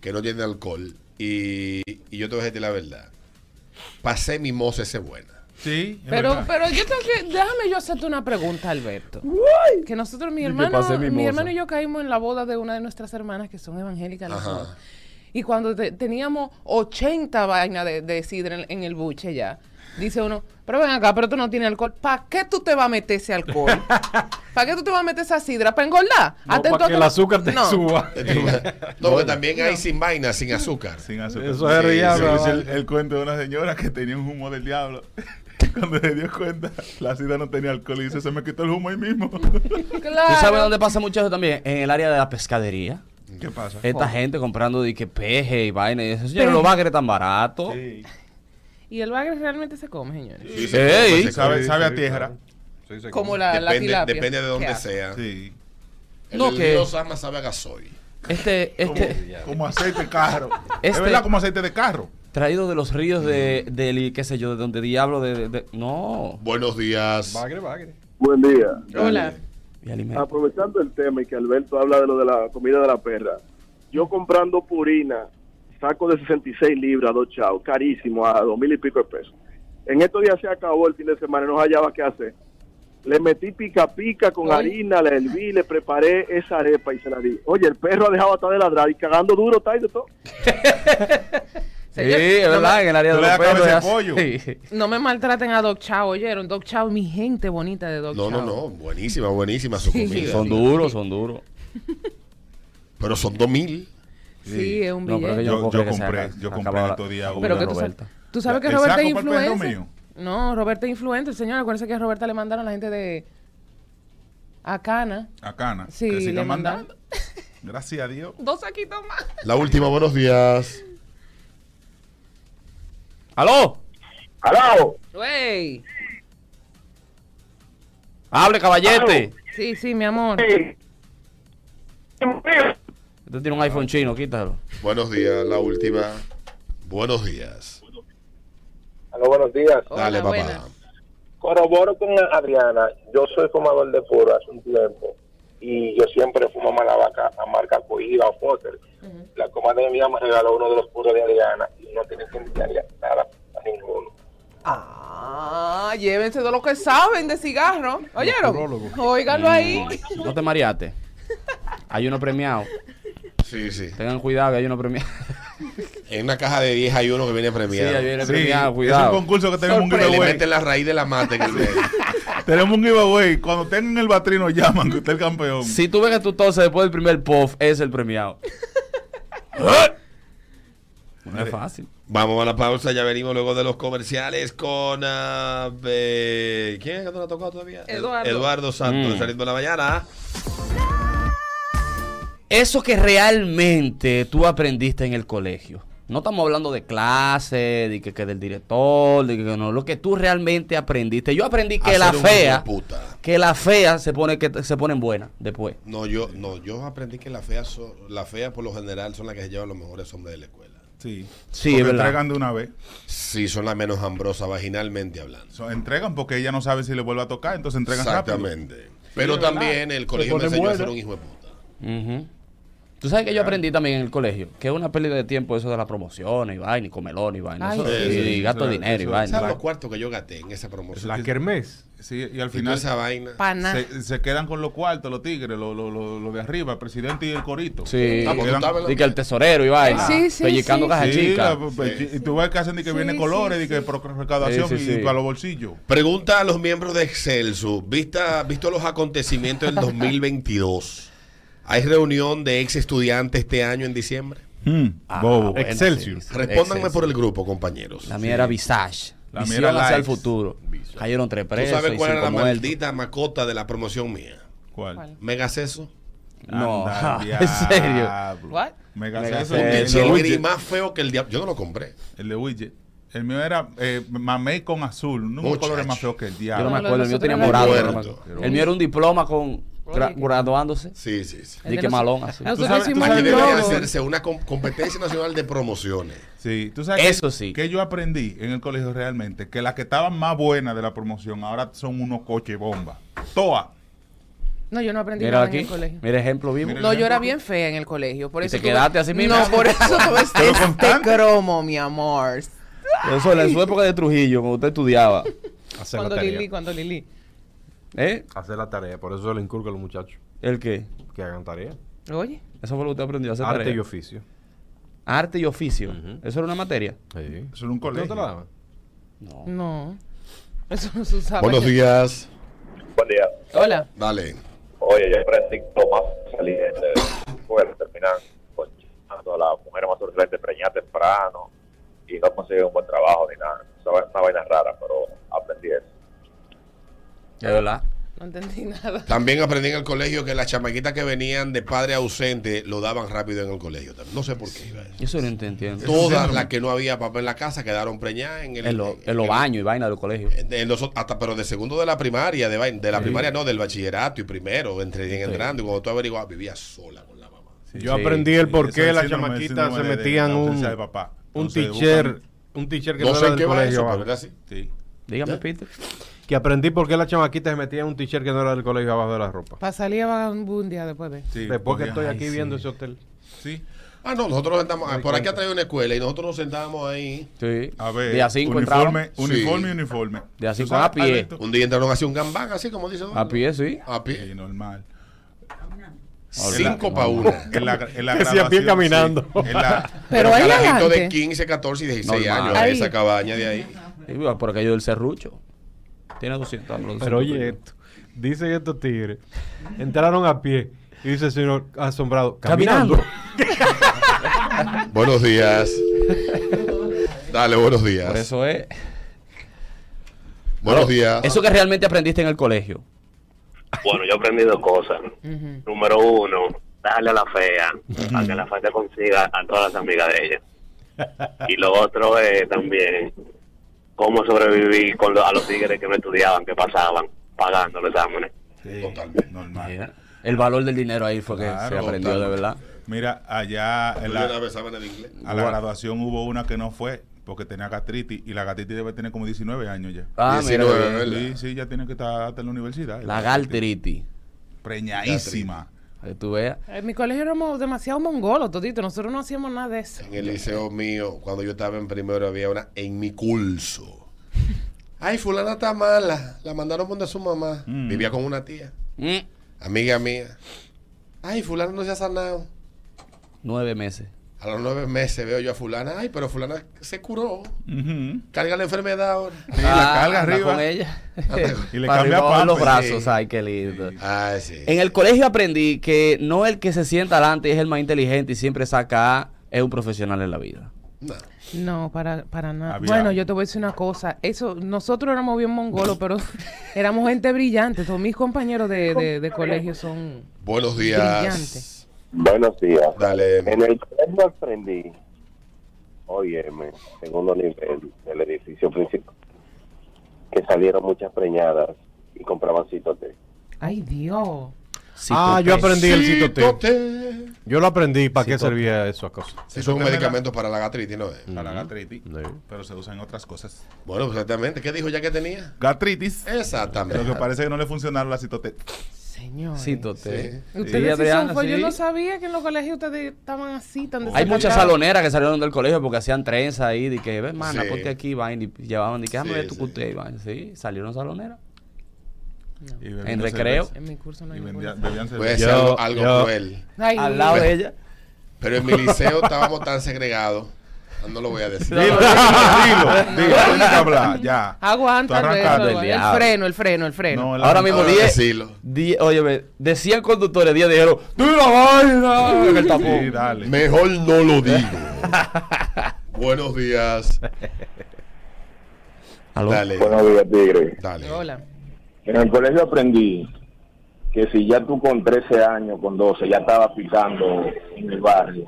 [SPEAKER 1] que no tiene alcohol. Y, y yo te voy a decir la verdad. Pasé mi moza ese buena.
[SPEAKER 13] Sí, es
[SPEAKER 4] Pero,
[SPEAKER 13] verdad.
[SPEAKER 4] pero yo tengo que, déjame yo hacerte una pregunta, Alberto. Que nosotros, mi
[SPEAKER 14] Y que
[SPEAKER 4] hermano,
[SPEAKER 14] pasé
[SPEAKER 4] mi
[SPEAKER 14] mimosa.
[SPEAKER 4] hermano y yo caímos en la boda de una de nuestras hermanas que son evangélicas las
[SPEAKER 1] Ajá.
[SPEAKER 4] dos. Y cuando te- teníamos 80 vainas de, de sidra en, en el buche ya, dice uno, pero ven acá, pero tú no tienes alcohol. ¿Para qué tú te vas a meter ese alcohol? ¿Para qué tú te vas a meter esa sidra? ¿Para engordar?
[SPEAKER 14] No,
[SPEAKER 4] Hasta
[SPEAKER 14] pa' que
[SPEAKER 4] entonces
[SPEAKER 14] el
[SPEAKER 4] no-
[SPEAKER 14] azúcar te
[SPEAKER 4] no.
[SPEAKER 14] suba.
[SPEAKER 1] No, que también hay sin vaina, sin azúcar.
[SPEAKER 13] Sin azúcar.
[SPEAKER 14] Eso es
[SPEAKER 13] Sí,
[SPEAKER 14] diablo,
[SPEAKER 13] sí, sí,
[SPEAKER 14] vale.
[SPEAKER 13] el, el cuento de una señora que tenía un humo del diablo. Cuando se dio cuenta, la sida no tenía alcohol y dice, se me quitó el humo ahí mismo.
[SPEAKER 4] Claro.
[SPEAKER 3] ¿Tú sabes dónde pasa mucho eso también? En el área de la pescadería.
[SPEAKER 13] ¿Qué pasa?
[SPEAKER 3] Esta gente comprando de que peje y vaina y eso. Señores, los bagres tan barato.
[SPEAKER 13] Sí.
[SPEAKER 4] Y el bagre realmente se come, señores.
[SPEAKER 1] Sí, se
[SPEAKER 3] Ey.
[SPEAKER 1] come, se
[SPEAKER 2] Pues,
[SPEAKER 13] Sabe,
[SPEAKER 1] come.
[SPEAKER 13] sabe a tierra.
[SPEAKER 14] Sí, se
[SPEAKER 4] Como
[SPEAKER 14] come.
[SPEAKER 4] la, la
[SPEAKER 1] Depende,
[SPEAKER 4] tilapia.
[SPEAKER 1] depende de
[SPEAKER 4] ¿Qué
[SPEAKER 1] dónde
[SPEAKER 4] hace?
[SPEAKER 1] sea.
[SPEAKER 13] Sí.
[SPEAKER 1] El
[SPEAKER 3] No,
[SPEAKER 1] del
[SPEAKER 3] que-
[SPEAKER 1] río Sama sabe a gasoil.
[SPEAKER 3] Este, este,
[SPEAKER 13] Como, como aceite de carro. Es
[SPEAKER 3] Este-
[SPEAKER 13] verdad, como aceite de carro.
[SPEAKER 3] traído de los ríos de, del, qué sé yo, de donde diablo, de, de- de- no.
[SPEAKER 1] Buenos días.
[SPEAKER 14] Bagre, bagre.
[SPEAKER 10] Buen día.
[SPEAKER 4] Hola.
[SPEAKER 3] Y alimento.
[SPEAKER 10] Aprovechando el tema y que Alberto habla de lo de la comida de la perra, yo comprando purina saco de 66 libras, dos chavos, carísimo, a dos mil y pico de pesos. En estos días se acabó el fin de semana, no hallaba qué hacer. Le metí pica pica con
[SPEAKER 16] Ay.
[SPEAKER 10] harina, la herví, le preparé esa arepa y se la di. Oye, el perro ha dejado hasta de ladrar y cagando duro está y de todo.
[SPEAKER 3] Sí, es verdad, en el área de los
[SPEAKER 1] Pues
[SPEAKER 3] perros es así. Sí.
[SPEAKER 4] No me maltraten a Doc Chao, oyeron. Doc Chao, mi gente bonita de Doc
[SPEAKER 1] No,
[SPEAKER 4] Chao.
[SPEAKER 1] no, no. Buenísima, buenísima su
[SPEAKER 4] Sí.
[SPEAKER 1] comida.
[SPEAKER 4] Son
[SPEAKER 3] duros, son duros.
[SPEAKER 1] Pero son dos mil.
[SPEAKER 4] Sí, Sí. es un
[SPEAKER 1] No, pero
[SPEAKER 4] billete.
[SPEAKER 1] que yo
[SPEAKER 13] Yo,
[SPEAKER 1] no
[SPEAKER 13] yo
[SPEAKER 1] puedo creer que se
[SPEAKER 13] compré,
[SPEAKER 1] haya
[SPEAKER 13] yo compré
[SPEAKER 1] acabado la-
[SPEAKER 13] estos días
[SPEAKER 4] Pero
[SPEAKER 13] una
[SPEAKER 4] que tú sabes,
[SPEAKER 13] Roberta.
[SPEAKER 4] tú sabes que
[SPEAKER 13] ¿El
[SPEAKER 4] Roberta es
[SPEAKER 13] saco para el perro
[SPEAKER 4] influencer.
[SPEAKER 13] mío?
[SPEAKER 4] No, Roberta es influencer, señor. Acuérdense que a Roberta le mandaron la gente de Acana.
[SPEAKER 13] A Cana.
[SPEAKER 4] Sí,
[SPEAKER 13] que siga
[SPEAKER 4] le
[SPEAKER 13] mandando. Gracias a Dios.
[SPEAKER 4] Dos saquitos más.
[SPEAKER 1] La última, buenos días.
[SPEAKER 3] ¡Aló!
[SPEAKER 12] ¡Aló!
[SPEAKER 4] Wey.
[SPEAKER 3] ¡Hable, caballete!
[SPEAKER 4] Sí, sí, mi amor.
[SPEAKER 3] Usted tiene un iPhone chino, quítalo.
[SPEAKER 1] Buenos días, la última. Buenos días.
[SPEAKER 15] Aló, buenos días.
[SPEAKER 1] Dale, papá.
[SPEAKER 15] Corroboro con Adriana. Yo soy fumador de puro hace un tiempo y yo siempre fumo mala vaca a marca Cohiba o Potter. La comadre mía me regaló uno de los puros de Adriana y no tiene que enviarle nada a ninguno.
[SPEAKER 4] Ah, llévense de lo que saben de cigarro. ¿Oyeron? Óiganlo ahí.
[SPEAKER 3] No te mareaste. Hay uno premiado.
[SPEAKER 1] Sí, sí.
[SPEAKER 3] Tengan cuidado que hay uno premiado.
[SPEAKER 1] En una caja de 10 hay uno que viene premiado.
[SPEAKER 3] Sí, ahí viene Sí, premiado, es cuidado. un concurso que tenemos un
[SPEAKER 1] Que
[SPEAKER 3] giveaway.
[SPEAKER 1] Le meten la raíz de la mate en el medio.
[SPEAKER 13] Tenemos un giveaway. Cuando tengan el batrino, llaman que usted es el campeón.
[SPEAKER 3] Si tú ves que tú toses después del primer puff, eh. es el premiado. no es fácil.
[SPEAKER 1] Ah. Vamos a la pausa, ya venimos luego de los comerciales con... ah, eh, ¿Quién es que no la ha tocado todavía?
[SPEAKER 4] Eduardo.
[SPEAKER 1] Eduardo Santos,
[SPEAKER 3] Mm.
[SPEAKER 1] de saliendo de la mañana.
[SPEAKER 3] Eso que realmente tú aprendiste en el colegio. No estamos hablando de clase, de que, que del director, de que que no, lo que tú realmente aprendiste. Yo aprendí
[SPEAKER 1] A
[SPEAKER 3] que la
[SPEAKER 1] ser un
[SPEAKER 3] fea,
[SPEAKER 1] hijo de
[SPEAKER 3] que la fea se pone que se ponen buena después.
[SPEAKER 1] No, yo, no, yo aprendí que las feas son- las feas por lo general son las que se llevan los mejores hombres de la escuela.
[SPEAKER 13] Sí.
[SPEAKER 3] Sí,
[SPEAKER 13] Porque es verdad. entregan de una vez.
[SPEAKER 1] Sí, son las menos hambrosas vaginalmente hablando.
[SPEAKER 13] So, entregan porque ella no sabe si le vuelve a tocar, entonces entregan
[SPEAKER 1] Exactamente.
[SPEAKER 13] rápido.
[SPEAKER 1] Pero también el colegio me enseñó a ser un hijo de puta.
[SPEAKER 3] Ujú. Tú sabes que yo aprendí también en el colegio que es una pérdida de tiempo eso de la promoción y vaina, y comelón y vaina.
[SPEAKER 1] Ay,
[SPEAKER 3] Eso-
[SPEAKER 1] sí.
[SPEAKER 3] y,
[SPEAKER 1] Sí,
[SPEAKER 3] y
[SPEAKER 1] sí,
[SPEAKER 3] gasto
[SPEAKER 1] sí,
[SPEAKER 3] de dinero y
[SPEAKER 1] eso-
[SPEAKER 3] vaina.
[SPEAKER 1] ¿Sabes los cuartos que yo gasté en esa promoción?
[SPEAKER 13] La
[SPEAKER 2] kermés.
[SPEAKER 13] Sí, y al
[SPEAKER 1] Y
[SPEAKER 13] final.
[SPEAKER 1] toda esa vaina. Pa' nada.
[SPEAKER 13] Se, se quedan con los cuartos, los tigres, los los- los- los de arriba, el presidente y el corito.
[SPEAKER 3] Sí,
[SPEAKER 1] Ah, pues
[SPEAKER 13] Se quedan-
[SPEAKER 3] y que el tesorero y vaina,
[SPEAKER 13] Sí, sí,
[SPEAKER 3] pellicando
[SPEAKER 13] sí.
[SPEAKER 3] caja
[SPEAKER 13] Sí,
[SPEAKER 3] chica.
[SPEAKER 13] la- pues, Y tú ves que hacen de que viene colores, de que por recaudación
[SPEAKER 1] Sí, sí,
[SPEAKER 13] y
[SPEAKER 1] sí.
[SPEAKER 13] para los bolsillos.
[SPEAKER 1] Pregunta a los miembros de Excelso, vista, visto los acontecimientos del 2022, ¿hay reunión de ex estudiantes este año en diciembre?
[SPEAKER 3] Ah,
[SPEAKER 13] bobo.
[SPEAKER 1] bueno,
[SPEAKER 13] Excelsior.
[SPEAKER 1] sí, sí. Respóndanme por el grupo, compañeros.
[SPEAKER 3] La mía era Visage.
[SPEAKER 1] La mía
[SPEAKER 3] Visión
[SPEAKER 1] era
[SPEAKER 3] hacia el
[SPEAKER 1] Lights.
[SPEAKER 3] futuro. Cayeron tres
[SPEAKER 1] ¿Tú
[SPEAKER 3] presos.
[SPEAKER 1] sabes
[SPEAKER 3] y
[SPEAKER 1] cuál era la
[SPEAKER 3] cinco muertos.
[SPEAKER 1] maldita macota de la promoción mía?
[SPEAKER 13] ¿Cuál?
[SPEAKER 1] Megaceso.
[SPEAKER 3] No,
[SPEAKER 1] Anda,
[SPEAKER 3] en serio.
[SPEAKER 13] diablo.
[SPEAKER 1] What?
[SPEAKER 13] Megaceso.
[SPEAKER 1] Un diccionario
[SPEAKER 13] Widget.
[SPEAKER 1] más feo que el diablo. Yo no lo compré.
[SPEAKER 13] El de Widget. El mío era eh, mamey con azul. Uno de los
[SPEAKER 1] Muchacho.
[SPEAKER 13] colores más feos que el
[SPEAKER 3] Yo
[SPEAKER 13] diablo.
[SPEAKER 3] no me acuerdo, el mío tenía morado. no me
[SPEAKER 13] Muerto.
[SPEAKER 3] acuerdo. El mío era un diploma con gra- graduándose.
[SPEAKER 1] Sí, sí, sí.
[SPEAKER 3] Di que malón así.
[SPEAKER 1] Tú sabes, aquí debería hacerse una com- competencia nacional de promociones.
[SPEAKER 13] Sí, tú sabes
[SPEAKER 1] Eso
[SPEAKER 13] que, sí. que yo aprendí en el colegio realmente que las que estaban más buenas de la promoción ahora son unos coches bomba. Toa.
[SPEAKER 4] No, yo no aprendí
[SPEAKER 3] Mira
[SPEAKER 4] nada en
[SPEAKER 3] aquí.
[SPEAKER 4] el colegio.
[SPEAKER 3] Mira ejemplo vivo.
[SPEAKER 4] No, yo era bien fea en el colegio. Por
[SPEAKER 3] ¿Y
[SPEAKER 4] eso
[SPEAKER 3] te quedaste así mismo?
[SPEAKER 4] No, por eso tuve
[SPEAKER 3] Pero
[SPEAKER 4] este cromo, mi amor.
[SPEAKER 3] Eso en su época de Trujillo, cuando usted estudiaba.
[SPEAKER 4] Cuando Lili, cuando Lili.
[SPEAKER 3] ¿Eh?
[SPEAKER 2] Hacer la tarea. Por eso le inculca a los muchachos.
[SPEAKER 3] ¿El qué?
[SPEAKER 2] Que hagan tarea.
[SPEAKER 4] Oye.
[SPEAKER 3] Eso fue lo que usted aprendió a hacer
[SPEAKER 2] Arte
[SPEAKER 3] tarea.
[SPEAKER 2] y oficio.
[SPEAKER 3] Arte y oficio. Eso era una materia.
[SPEAKER 2] Sí.
[SPEAKER 13] Eso era un
[SPEAKER 2] colegio. te la daban?
[SPEAKER 4] No. Eso no se usaba.
[SPEAKER 1] Buenos días.
[SPEAKER 17] Buen día.
[SPEAKER 4] Hola.
[SPEAKER 1] Dale.
[SPEAKER 17] Oye, yo aprendí tomar salir de escuela, terminar conchando a la mujer más sorprendente preñar temprano y no conseguir un buen trabajo ni nada. Eso es una vaina rara, pero aprendí eso.
[SPEAKER 3] De verdad.
[SPEAKER 4] No entendí nada.
[SPEAKER 1] También aprendí en el colegio que las chamaquitas que venían de padre ausente lo daban rápido en el colegio. también. No sé por qué. iba eso.
[SPEAKER 3] Eso no te entiendo.
[SPEAKER 1] Todas las que no había papá en la casa quedaron preñadas en el,
[SPEAKER 3] En los en los baños y vaina de los colegios.
[SPEAKER 1] en los ot- hasta pero de segundo de la primaria, de, vain- de la
[SPEAKER 3] Sí.
[SPEAKER 1] primaria no, del bachillerato y primero, entre en entrando, y cuando tú averiguas, vivía sola con la mamá.
[SPEAKER 2] Yo aprendí el por
[SPEAKER 13] Eso
[SPEAKER 2] qué
[SPEAKER 13] es
[SPEAKER 2] las
[SPEAKER 13] síndrome-
[SPEAKER 2] chamaquitas se
[SPEAKER 13] síndrome de- de
[SPEAKER 2] metían
[SPEAKER 13] la
[SPEAKER 2] un,
[SPEAKER 13] ausencia de papá.
[SPEAKER 2] un
[SPEAKER 13] Entonces,
[SPEAKER 2] teacher,
[SPEAKER 13] buscan-
[SPEAKER 2] un teacher que
[SPEAKER 13] No
[SPEAKER 2] no,
[SPEAKER 13] sé
[SPEAKER 2] era
[SPEAKER 13] en qué
[SPEAKER 2] del
[SPEAKER 13] va
[SPEAKER 2] colegio.
[SPEAKER 13] eso,
[SPEAKER 2] abajo.
[SPEAKER 13] pero era así. Sí.
[SPEAKER 3] Dígame, Peter.
[SPEAKER 2] Que aprendí por qué las chamaquitas se metían un teacher que no era del colegio abajo de la ropa.
[SPEAKER 4] Para salir a vagabundear después de.
[SPEAKER 2] Después que estoy aquí viendo ese hotel.
[SPEAKER 13] Sí.
[SPEAKER 1] Ah, no, nosotros nos sentamos. ah, por aquí atrás hay una escuela y nosotros nos sentábamos ahí.
[SPEAKER 3] Sí.
[SPEAKER 13] A ver,
[SPEAKER 3] Día cinco
[SPEAKER 13] uniforme,
[SPEAKER 3] entraba.
[SPEAKER 13] uniforme,
[SPEAKER 1] Sí.
[SPEAKER 13] uniforme.
[SPEAKER 3] De
[SPEAKER 13] ¿Tú
[SPEAKER 3] así con
[SPEAKER 13] sabes,
[SPEAKER 3] a pie.
[SPEAKER 13] Alberto?
[SPEAKER 1] Un día entraron así un gambán, así como dice.
[SPEAKER 3] A pie, sí.
[SPEAKER 1] A pie.
[SPEAKER 13] Sí, normal.
[SPEAKER 1] Cinco pa' uno.
[SPEAKER 13] En la, en la
[SPEAKER 2] Que si a pie
[SPEAKER 13] grabación,
[SPEAKER 2] caminando.
[SPEAKER 13] sí. En la-
[SPEAKER 4] Pero ahí
[SPEAKER 1] Carajito de
[SPEAKER 4] adelante.
[SPEAKER 1] 15, 14 y 16
[SPEAKER 3] Normal.
[SPEAKER 1] años.
[SPEAKER 4] Ahí.
[SPEAKER 1] Esa cabaña de ahí.
[SPEAKER 3] Sí, bueno, por aquello del serrucho. Tiene 200. hablo de
[SPEAKER 2] Pero oye
[SPEAKER 3] serrucho.
[SPEAKER 2] esto, dicen estos tigres, entraron a pie y dice el señor asombrado,
[SPEAKER 3] Caminando.
[SPEAKER 2] caminando.
[SPEAKER 1] Buenos días. Dale, Eh, buenos
[SPEAKER 3] Por
[SPEAKER 1] días.
[SPEAKER 3] eso es.
[SPEAKER 1] Buenos
[SPEAKER 3] Pero,
[SPEAKER 1] días.
[SPEAKER 3] Eso que realmente aprendiste en el colegio.
[SPEAKER 16] Bueno, yo he aprendido cosas. Número uno, darle a la fea, a que la fea te consiga a todas las amigas de ella. Y lo otro es también cómo sobrevivir con lo- a los tigres que no estudiaban, que pasaban, pagando los exámenes.
[SPEAKER 13] Totalmente. Normal.
[SPEAKER 3] El valor del dinero ahí fue que se
[SPEAKER 13] Claro,
[SPEAKER 3] aprendió de
[SPEAKER 13] totalmente.
[SPEAKER 3] verdad.
[SPEAKER 13] Mira, allá en
[SPEAKER 1] Yo
[SPEAKER 13] la,
[SPEAKER 1] daba exámenes de inglés.
[SPEAKER 13] a la graduación hubo una que no fue porque tenía gastritis y la gastritis debe tener como 19 años ya.
[SPEAKER 3] Ah, mira,
[SPEAKER 1] 19,
[SPEAKER 3] bien.
[SPEAKER 1] ¿verdad?
[SPEAKER 13] Sí, sí, ya tiene que estar hasta en la universidad.
[SPEAKER 3] La galteriti.
[SPEAKER 13] Preñadísima.
[SPEAKER 3] Ahí tú veas.
[SPEAKER 4] En mi colegio éramos demasiado mongolos, todito. Nosotros no hacíamos nada de eso.
[SPEAKER 1] En el liceo mío, cuando yo estaba en primero, había una en mi curso. Ay, fulana está mala. La mandaron donde su mamá.
[SPEAKER 13] Mm.
[SPEAKER 1] Vivía con una tía,
[SPEAKER 3] Mm.
[SPEAKER 1] amiga mía. Ay, fulana no se ha sanado.
[SPEAKER 3] Nueve meses.
[SPEAKER 1] A los nueve meses veo yo a fulana. Ay, pero fulana se curó.
[SPEAKER 13] Ujú.
[SPEAKER 1] Carga la enfermedad ahora.
[SPEAKER 13] Sí, Mm. la carga
[SPEAKER 3] Ah, anda
[SPEAKER 13] arriba.
[SPEAKER 3] con ella.
[SPEAKER 13] Y
[SPEAKER 3] Para
[SPEAKER 13] le cambia pues,
[SPEAKER 3] arriba, baja los
[SPEAKER 13] pamper.
[SPEAKER 3] brazos. Ay, qué lindo.
[SPEAKER 1] Ay, sí.
[SPEAKER 3] En el colegio aprendí que no el que se sienta adelante es el más inteligente y siempre saca A, es un profesional en la vida.
[SPEAKER 1] No.
[SPEAKER 4] No, para, para nada.
[SPEAKER 13] Había-
[SPEAKER 4] Bueno, yo te voy a decir una cosa. Eso, nosotros éramos bien mongolos, pero éramos gente brillante. Todos mis compañeros de, de- de colegio son
[SPEAKER 1] Buenos días.
[SPEAKER 4] brillantes.
[SPEAKER 16] Buenos días.
[SPEAKER 1] Dale.
[SPEAKER 16] En el colegio aprendí, óyeme, segundo nivel del edificio principal, que salieron muchas preñadas y compraban citote.
[SPEAKER 4] Ay, Dios.
[SPEAKER 2] Ah, yo aprendí el citoté.
[SPEAKER 1] Citoté.
[SPEAKER 2] Yo lo aprendí para qué
[SPEAKER 3] Citoté.
[SPEAKER 2] servía eso a cosa.
[SPEAKER 1] Eso es un medicamento para la gastritis, ¿no es?
[SPEAKER 13] Para la gastritis.
[SPEAKER 2] Sí.
[SPEAKER 13] Pero se usa en otras cosas.
[SPEAKER 1] Bueno, pues, exactamente. ¿Qué dijo ya que tenía?
[SPEAKER 13] Gastritis. Lo que
[SPEAKER 1] Exactamente.
[SPEAKER 13] parece que no le funcionaron las citote.
[SPEAKER 4] Señor.
[SPEAKER 3] Sí, tote.
[SPEAKER 4] Ustedes sí, son,
[SPEAKER 3] Adriana,
[SPEAKER 4] fue- yo
[SPEAKER 3] sí.
[SPEAKER 4] no sabía que en los colegios ustedes estaban así, tan
[SPEAKER 3] Hay
[SPEAKER 4] desacallados.
[SPEAKER 3] muchas saloneras que salieron del colegio porque hacían trenza ahí, de que, ves, mana,
[SPEAKER 1] Sí.
[SPEAKER 3] ponte aquí, vaina, y llevaban, de que, déjame
[SPEAKER 1] Sí,
[SPEAKER 3] ver tu
[SPEAKER 1] sí.
[SPEAKER 3] cuté, y vaina. Sí, salieron saloneras.
[SPEAKER 13] Y
[SPEAKER 4] No,
[SPEAKER 13] bebiendo
[SPEAKER 3] En recreo.
[SPEAKER 13] cerveza.
[SPEAKER 4] en mi curso no hay
[SPEAKER 13] Y vendía-
[SPEAKER 4] ninguna.
[SPEAKER 13] bebían
[SPEAKER 1] Puede
[SPEAKER 13] cerveza.
[SPEAKER 1] ser
[SPEAKER 2] Yo-
[SPEAKER 1] algo, algo
[SPEAKER 2] yo-
[SPEAKER 1] cruel.
[SPEAKER 4] Ay,
[SPEAKER 3] Al lado de ella.
[SPEAKER 1] Pero en mi liceo estábamos tan segregados. No lo voy a decir.
[SPEAKER 13] Dilo, dilo, dilo, dilo, tienes que hablar, ya.
[SPEAKER 4] Aguanta,
[SPEAKER 13] Tú
[SPEAKER 4] Alberto, aguanta.
[SPEAKER 13] arrancaste.
[SPEAKER 4] el
[SPEAKER 3] diablo.
[SPEAKER 4] freno, el freno, el freno.
[SPEAKER 13] No, la-
[SPEAKER 3] Ahora mismo
[SPEAKER 1] Ahora
[SPEAKER 3] 10.
[SPEAKER 1] decilo.
[SPEAKER 3] Oye, ve, de 100 conductores, 10 dijeron, ¡Tú la vaina! En el tapón.
[SPEAKER 13] Sí, dale.
[SPEAKER 1] Mejor no lo digo. Buenos días.
[SPEAKER 3] Aló.
[SPEAKER 1] Dale.
[SPEAKER 8] Buenos días, Tigre.
[SPEAKER 1] Dale.
[SPEAKER 4] Hola.
[SPEAKER 8] En el colegio aprendí que si ya tú con 13 años, con 12, ya estabas picando en el barrio,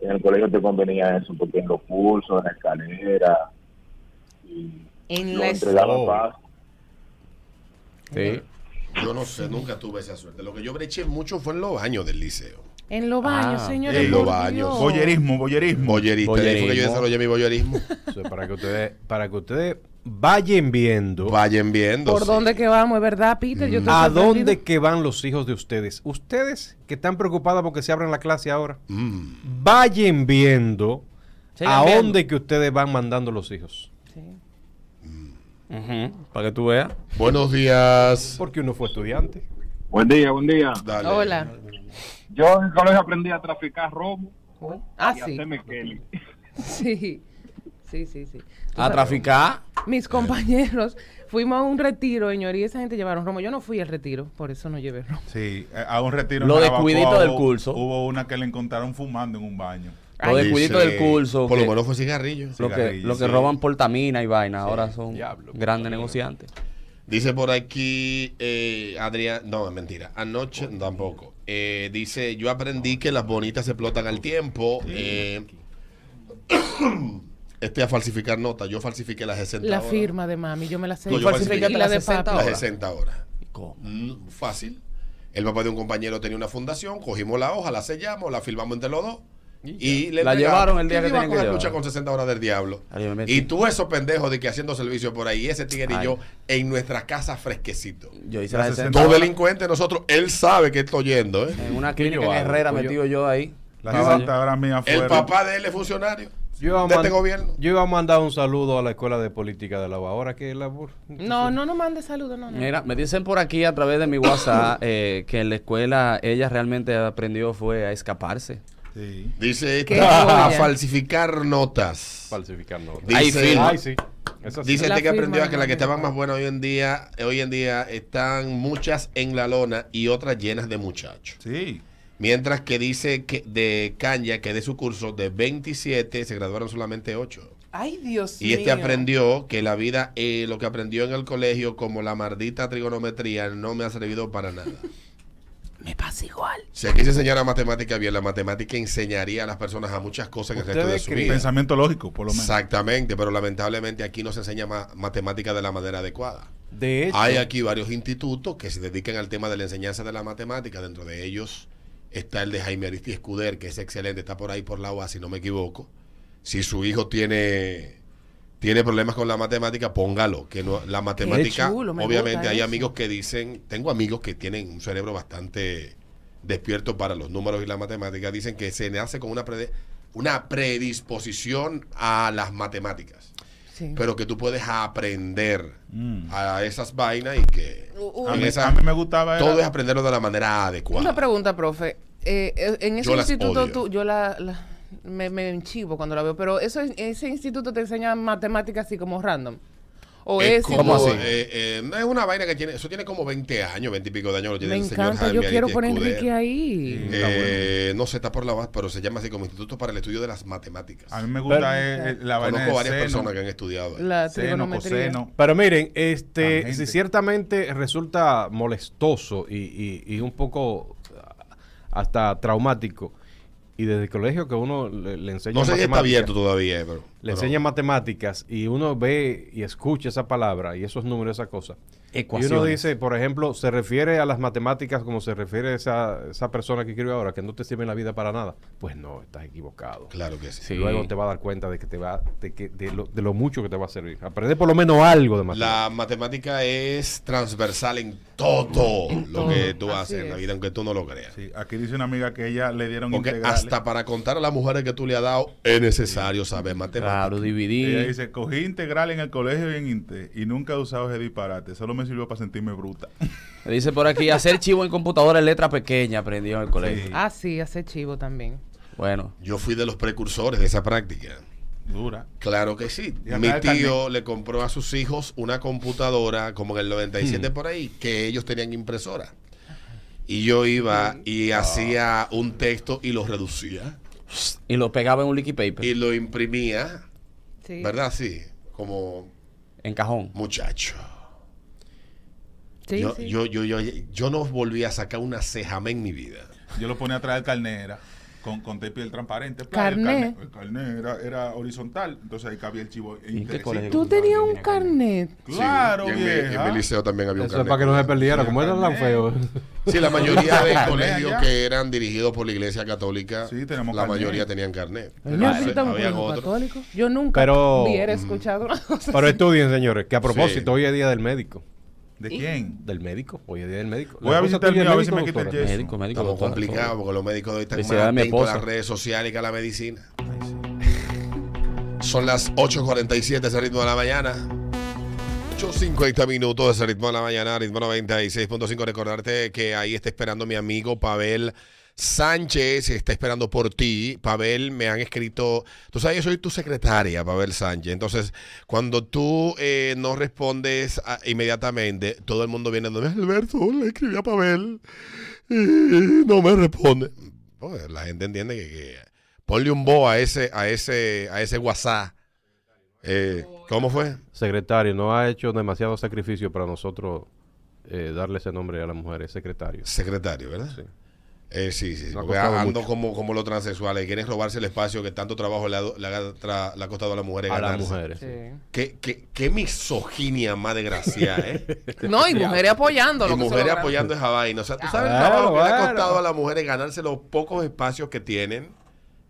[SPEAKER 8] en el colegio te convenía eso, porque en los cursos, en la escalera, y
[SPEAKER 4] En
[SPEAKER 8] lo
[SPEAKER 4] la
[SPEAKER 8] entregaba
[SPEAKER 2] Oh.
[SPEAKER 8] fácil.
[SPEAKER 3] Sí.
[SPEAKER 1] Yo no sé, nunca tuve esa suerte. Lo que yo breché mucho fue en los baños del liceo.
[SPEAKER 4] En los baños,
[SPEAKER 3] Ah,
[SPEAKER 4] señores.
[SPEAKER 1] en los
[SPEAKER 4] por
[SPEAKER 1] baños.
[SPEAKER 4] Dios.
[SPEAKER 13] Boyerismo, boyerismo.
[SPEAKER 1] Boyerista. de ahí fue que yo
[SPEAKER 3] Boyerismo.
[SPEAKER 1] desarrollé mi boyerismo.
[SPEAKER 2] Eso es para que ustedes, para que ustedes vayan viendo
[SPEAKER 1] Vayan viendo.
[SPEAKER 4] ¿Por
[SPEAKER 1] sí.
[SPEAKER 4] dónde que vamos? ¿Es verdad, Peter? Yo estoy
[SPEAKER 2] Mm. a
[SPEAKER 4] sorprendida.
[SPEAKER 2] dónde que van los hijos de ustedes. Ustedes que están preocupadas porque se abren la clase ahora,
[SPEAKER 1] Mm.
[SPEAKER 2] vayan viendo
[SPEAKER 3] Sigan
[SPEAKER 2] a
[SPEAKER 3] viendo.
[SPEAKER 2] dónde que ustedes van mandando los hijos.
[SPEAKER 4] Sí.
[SPEAKER 3] Mm. Ujú, Para que tú veas.
[SPEAKER 1] Buenos días.
[SPEAKER 2] Porque uno fue estudiante.
[SPEAKER 5] Buen día, buen día.
[SPEAKER 1] Dale.
[SPEAKER 4] Hola.
[SPEAKER 5] Yo en el colegio aprendí a traficar romo
[SPEAKER 4] Ah,
[SPEAKER 5] y
[SPEAKER 4] sí.
[SPEAKER 5] hacerme Kelly.
[SPEAKER 4] Sí. Sí, sí, sí. Tú
[SPEAKER 3] A
[SPEAKER 4] sabes,
[SPEAKER 3] traficar.
[SPEAKER 4] Mis compañeros, fuimos a un retiro, señor, y esa gente llevaron romo. Yo no fui al retiro, por eso no llevé romo.
[SPEAKER 13] Sí, eh, a un retiro. en
[SPEAKER 3] Lo
[SPEAKER 13] Jarabacoa
[SPEAKER 3] descuidito del
[SPEAKER 13] hubo-
[SPEAKER 3] curso.
[SPEAKER 13] Hubo una que le encontraron fumando en un baño.
[SPEAKER 3] Los descuiditos
[SPEAKER 1] Dice,
[SPEAKER 3] del curso.
[SPEAKER 1] Por
[SPEAKER 3] que-
[SPEAKER 1] lo menos fue cigarrillo.
[SPEAKER 3] lo que,
[SPEAKER 13] cigarrillos,
[SPEAKER 3] lo que
[SPEAKER 13] sí.
[SPEAKER 3] roban portamina y vaina. ahora son
[SPEAKER 2] diablo,
[SPEAKER 3] grandes negociantes.
[SPEAKER 1] Dice por aquí, eh, Adrián, no, es mentira, anoche tampoco. Eh, dice, yo aprendí que las bonitas se explotan al tiempo. eh, este a falsificar notas, yo falsifiqué las 60
[SPEAKER 4] La
[SPEAKER 1] horas.
[SPEAKER 4] firma de mami, yo me la sé.
[SPEAKER 1] No, yo falsificaste
[SPEAKER 4] y la
[SPEAKER 3] las
[SPEAKER 4] de
[SPEAKER 3] 60
[SPEAKER 1] Las
[SPEAKER 4] papá.
[SPEAKER 3] horas.
[SPEAKER 1] 60 horas.
[SPEAKER 3] ¿Cómo?
[SPEAKER 1] Mm, fácil. El papá de un compañero tenía una fundación, cogimos la hoja, la sellamos, la firmamos entre los dos. Y, le
[SPEAKER 3] La
[SPEAKER 1] entregamos.
[SPEAKER 3] llevaron el día
[SPEAKER 1] ¿Quién
[SPEAKER 3] que
[SPEAKER 1] iba a
[SPEAKER 3] tenían que
[SPEAKER 1] coger
[SPEAKER 3] llevar?
[SPEAKER 1] lucha con 60 horas del diablo.
[SPEAKER 3] Ahí me metí.
[SPEAKER 1] Y tú esos pendejos de que haciendo servicio por ahí, ese tigre y
[SPEAKER 3] Ay.
[SPEAKER 1] yo en nuestra casa fresquecito.
[SPEAKER 3] Yo hice
[SPEAKER 13] Las
[SPEAKER 3] la 60
[SPEAKER 1] Dos
[SPEAKER 3] horas
[SPEAKER 1] delincuentes, nosotros, él sabe que está oyendo, ¿eh?
[SPEAKER 3] En una clínica
[SPEAKER 2] yo
[SPEAKER 3] en
[SPEAKER 2] hago,
[SPEAKER 3] Herrera
[SPEAKER 2] pues yo-
[SPEAKER 3] metido yo ahí.
[SPEAKER 13] La
[SPEAKER 2] Caballo.
[SPEAKER 13] santa ahora mía
[SPEAKER 1] El
[SPEAKER 13] fueron.
[SPEAKER 1] papá de él es funcionario.
[SPEAKER 2] Yo iba, a
[SPEAKER 1] de este
[SPEAKER 2] man-
[SPEAKER 1] gobierno.
[SPEAKER 2] yo iba a mandar un saludo a la Escuela de Política de la UA. Ahora que la...
[SPEAKER 4] No, no nos mande saludos, no, no.
[SPEAKER 3] Mira, me dicen por aquí a través de mi WhatsApp eh, que en la escuela ella realmente aprendió fue a escaparse.
[SPEAKER 1] Dice
[SPEAKER 3] Qué
[SPEAKER 1] esta, a
[SPEAKER 3] joya.
[SPEAKER 1] falsificar notas.
[SPEAKER 2] Falsificar notas. Ahí
[SPEAKER 1] Dice,
[SPEAKER 2] firma. Ay, sí. Eso sí.
[SPEAKER 1] dice
[SPEAKER 2] La
[SPEAKER 1] este que
[SPEAKER 2] firma,
[SPEAKER 1] aprendió que
[SPEAKER 2] la
[SPEAKER 1] las que
[SPEAKER 2] firma.
[SPEAKER 1] estaban más buenas hoy en día, eh, hoy en día están muchas en la lona y otras llenas de muchachos.
[SPEAKER 13] Sí.
[SPEAKER 1] Mientras que dice que de Kanye que de su curso de 27 se graduaron solamente 8.
[SPEAKER 4] Ay, Dios
[SPEAKER 1] Y
[SPEAKER 4] mío.
[SPEAKER 1] este aprendió que la vida, eh, lo que aprendió en el colegio, como la maldita trigonometría, no me ha servido para nada.
[SPEAKER 4] Me pasa igual.
[SPEAKER 1] Si aquí se enseñara matemática bien, la matemática enseñaría a las personas a muchas cosas que el resto de
[SPEAKER 13] Ustedes
[SPEAKER 1] su
[SPEAKER 13] creen.
[SPEAKER 1] vida.
[SPEAKER 13] Pensamiento lógico, por lo menos.
[SPEAKER 1] Exactamente, pero lamentablemente aquí no se enseña ma- matemática de la manera adecuada.
[SPEAKER 2] De hecho,
[SPEAKER 1] Hay aquí varios institutos que se dedican al tema de la enseñanza de la matemática. Dentro de ellos está el de Jaime Aristi Escuder, que es excelente, está por ahí por la UA, si no me equivoco. Si su hijo tiene, tiene problemas con la matemática, póngalo. Que no, la matemática,
[SPEAKER 4] chulo, me
[SPEAKER 1] obviamente,
[SPEAKER 4] gusta
[SPEAKER 1] hay
[SPEAKER 4] eso.
[SPEAKER 1] amigos que dicen, tengo amigos que tienen un cerebro bastante despierto para los números y la matemática, dicen que se nace con una, prede- una predisposición a las matemáticas.
[SPEAKER 4] Sí.
[SPEAKER 1] Pero que tú puedes aprender
[SPEAKER 13] Mm.
[SPEAKER 1] a esas vainas y que
[SPEAKER 4] U- u-
[SPEAKER 1] en
[SPEAKER 4] A mí-
[SPEAKER 1] esa-
[SPEAKER 13] a mí me gustaba era-
[SPEAKER 1] todo es aprenderlo de la manera adecuada
[SPEAKER 4] Una pregunta, profe. Eh, eh, en ese
[SPEAKER 1] Yo las
[SPEAKER 4] instituto
[SPEAKER 1] odio.
[SPEAKER 4] tú, yo la, la- me, me enchivo cuando la veo, pero eso, es- ese instituto te enseña matemáticas así como random. O
[SPEAKER 1] es
[SPEAKER 4] es,
[SPEAKER 1] como,
[SPEAKER 4] tipo-
[SPEAKER 1] eh, eh, no es una vaina que tiene eso tiene como 20 años 20 y pico de años lo tiene
[SPEAKER 4] Me
[SPEAKER 1] el señor
[SPEAKER 4] encanta,
[SPEAKER 1] Jaime
[SPEAKER 4] yo quiero
[SPEAKER 1] Aristides
[SPEAKER 4] poner
[SPEAKER 1] Escudero.
[SPEAKER 4] Enrique ahí.
[SPEAKER 1] Eh, no sé está por la base pero se llama así como Instituto para el Estudio de las Matemáticas
[SPEAKER 13] A mí me gusta eh, eh, la vaina
[SPEAKER 1] conozco
[SPEAKER 13] de
[SPEAKER 1] varias
[SPEAKER 13] seno.
[SPEAKER 1] personas que han estudiado ahí.
[SPEAKER 4] La
[SPEAKER 13] Seno,
[SPEAKER 4] trigonometría.
[SPEAKER 13] coseno.
[SPEAKER 2] Pero miren, este,
[SPEAKER 13] Tangente.
[SPEAKER 2] si ciertamente resulta molestoso y, y- y un poco ah, hasta traumático, y desde el colegio que uno le, le enseña
[SPEAKER 1] no sé si está
[SPEAKER 2] matemáticas,
[SPEAKER 1] abierto todavía eh, pero
[SPEAKER 2] le
[SPEAKER 1] pero-
[SPEAKER 2] enseña matemáticas y uno ve y escucha esa palabra y esos números, esa cosa. Y uno
[SPEAKER 3] Ecuaciones.
[SPEAKER 2] dice, por ejemplo, se refiere a las matemáticas como se refiere esa, esa persona que escribe ahora, que no te sirve en la vida para nada. Pues no, estás equivocado.
[SPEAKER 1] claro que sí,
[SPEAKER 2] Luego te va a dar cuenta de que te va de, que, de, lo, de lo mucho que te va a servir. Aprender por lo menos algo de matemáticas.
[SPEAKER 1] la matemática es transversal en todo lo que tú
[SPEAKER 2] Así
[SPEAKER 1] haces en la
[SPEAKER 2] es.
[SPEAKER 1] vida aunque tú no lo creas
[SPEAKER 13] Sí, aquí dice una amiga que ella le dieron
[SPEAKER 1] porque
[SPEAKER 13] integrales.
[SPEAKER 1] hasta para contar a las mujeres que tú le has dado es necesario saber matemáticas
[SPEAKER 3] Claro,
[SPEAKER 13] Ella
[SPEAKER 3] dividir.
[SPEAKER 13] dice, cogí integral en el colegio y en Inte y nunca he usado ese disparate. Solo me sirvió para sentirme bruta.
[SPEAKER 3] Me dice por aquí, hacer chivo en computadora en letra pequeña aprendió en el colegio.
[SPEAKER 4] Ah, sí, hace chivo también.
[SPEAKER 3] Bueno.
[SPEAKER 1] Yo fui de los precursores de esa práctica.
[SPEAKER 13] Dura.
[SPEAKER 1] Claro que sí.
[SPEAKER 13] Y acá
[SPEAKER 1] Mi
[SPEAKER 13] el
[SPEAKER 1] tío le compró a sus hijos una computadora como en el 97
[SPEAKER 3] Hmm.
[SPEAKER 1] por ahí, que ellos tenían impresora. Y yo iba y
[SPEAKER 13] Ah.
[SPEAKER 1] hacía un texto y lo reducía
[SPEAKER 3] Y lo pegaba en un liquid paper.
[SPEAKER 1] y lo imprimía,
[SPEAKER 4] Sí.
[SPEAKER 1] ¿verdad? Sí, como
[SPEAKER 3] En cajón.
[SPEAKER 1] muchacho.
[SPEAKER 4] Sí,
[SPEAKER 1] yo,
[SPEAKER 4] sí.
[SPEAKER 1] Yo, yo, yo, yo no volví a sacar una cejame en mi vida.
[SPEAKER 13] Yo lo ponía atrás del carnera con, con tape del transparente. Pla, El
[SPEAKER 4] Carné.
[SPEAKER 13] carné, el carné era, era horizontal, entonces ahí cabía el chivo. interesante.
[SPEAKER 3] colegio?
[SPEAKER 4] Tú tenías un carnet.
[SPEAKER 13] Claro,
[SPEAKER 1] Sí, y en, mi,
[SPEAKER 13] vieja.
[SPEAKER 1] en mi liceo también había un
[SPEAKER 2] Eso es
[SPEAKER 1] carnet
[SPEAKER 2] para que no
[SPEAKER 1] con
[SPEAKER 2] se
[SPEAKER 1] eso.
[SPEAKER 2] perdiera,
[SPEAKER 13] Sí,
[SPEAKER 2] como eran tan
[SPEAKER 13] también.
[SPEAKER 2] feos.
[SPEAKER 1] Sí, la mayoría de
[SPEAKER 13] Carnet
[SPEAKER 1] colegios
[SPEAKER 13] allá.
[SPEAKER 1] que eran dirigidos por la iglesia católica,
[SPEAKER 13] Sí, tenemos
[SPEAKER 1] la
[SPEAKER 13] carnet.
[SPEAKER 1] mayoría tenían carnet.
[SPEAKER 4] Yo,
[SPEAKER 1] Pero
[SPEAKER 4] sí
[SPEAKER 1] había-
[SPEAKER 4] estaba en
[SPEAKER 1] habían
[SPEAKER 4] colegio
[SPEAKER 1] otros.
[SPEAKER 4] católico. Yo nunca
[SPEAKER 2] Pero-
[SPEAKER 4] hubiera escuchado una cosa
[SPEAKER 2] Pero
[SPEAKER 4] así.
[SPEAKER 2] estudien, señores, que a propósito,
[SPEAKER 1] Sí.
[SPEAKER 2] hoy es día del médico.
[SPEAKER 13] ¿De quién?
[SPEAKER 2] Del médico, hoy es día del médico.
[SPEAKER 13] Voy a visitar el
[SPEAKER 2] tuya es
[SPEAKER 13] mío, a ver si me
[SPEAKER 2] médico,
[SPEAKER 13] quita el
[SPEAKER 2] doctora.
[SPEAKER 13] yeso.
[SPEAKER 3] Médico, médico.
[SPEAKER 1] Estamos
[SPEAKER 3] doctora,
[SPEAKER 1] complicados porque los médicos de hoy están más
[SPEAKER 3] Felicidades a mi
[SPEAKER 1] atentos a las
[SPEAKER 3] esposa.
[SPEAKER 1] redes sociales que a la medicina. Son las 8.47 ese ritmo de la mañana. 8.50 minutos de ese ritmo de la mañana, ritmo 96.5. Recordarte que ahí está esperando mi amigo Pavel Sánchez, está esperando por ti. Pavel, me han escrito, tú sabes, yo soy tu secretaria, Pavel Sánchez. Entonces, cuando tú eh, no respondes a- inmediatamente, todo el mundo viene, donde Alberto, le escribí a Pavel y no me responde. Pues, la gente entiende que, que- ponle un bo a ese, a ese, a ese WhatsApp. Eh, ¿Cómo fue?
[SPEAKER 2] Secretario, no ha hecho demasiado sacrificio para nosotros eh, darle ese nombre a las mujeres, secretario.
[SPEAKER 1] Secretario, ¿verdad? Sí. sí, sí, sí,
[SPEAKER 2] No ha
[SPEAKER 1] porque
[SPEAKER 2] costado
[SPEAKER 1] ando
[SPEAKER 2] mucho.
[SPEAKER 1] como, como los transexuales, quieren robarse el espacio que tanto trabajo le ha, do- le ha tra- le ha costado a las mujeres
[SPEAKER 2] A las
[SPEAKER 1] ganarse.
[SPEAKER 2] mujeres.
[SPEAKER 4] Sí.
[SPEAKER 1] Qué, qué- qué misoginia más desgraciada, ¿eh?
[SPEAKER 4] No, y mujeres apoyando.
[SPEAKER 1] y
[SPEAKER 4] lo que se
[SPEAKER 1] mujeres
[SPEAKER 4] logra.
[SPEAKER 1] apoyando esa vaina. O sea, tú sabes el
[SPEAKER 2] Claro,
[SPEAKER 1] trabajo que le ha
[SPEAKER 2] claro.
[SPEAKER 1] costado a las mujeres ganarse los pocos espacios que tienen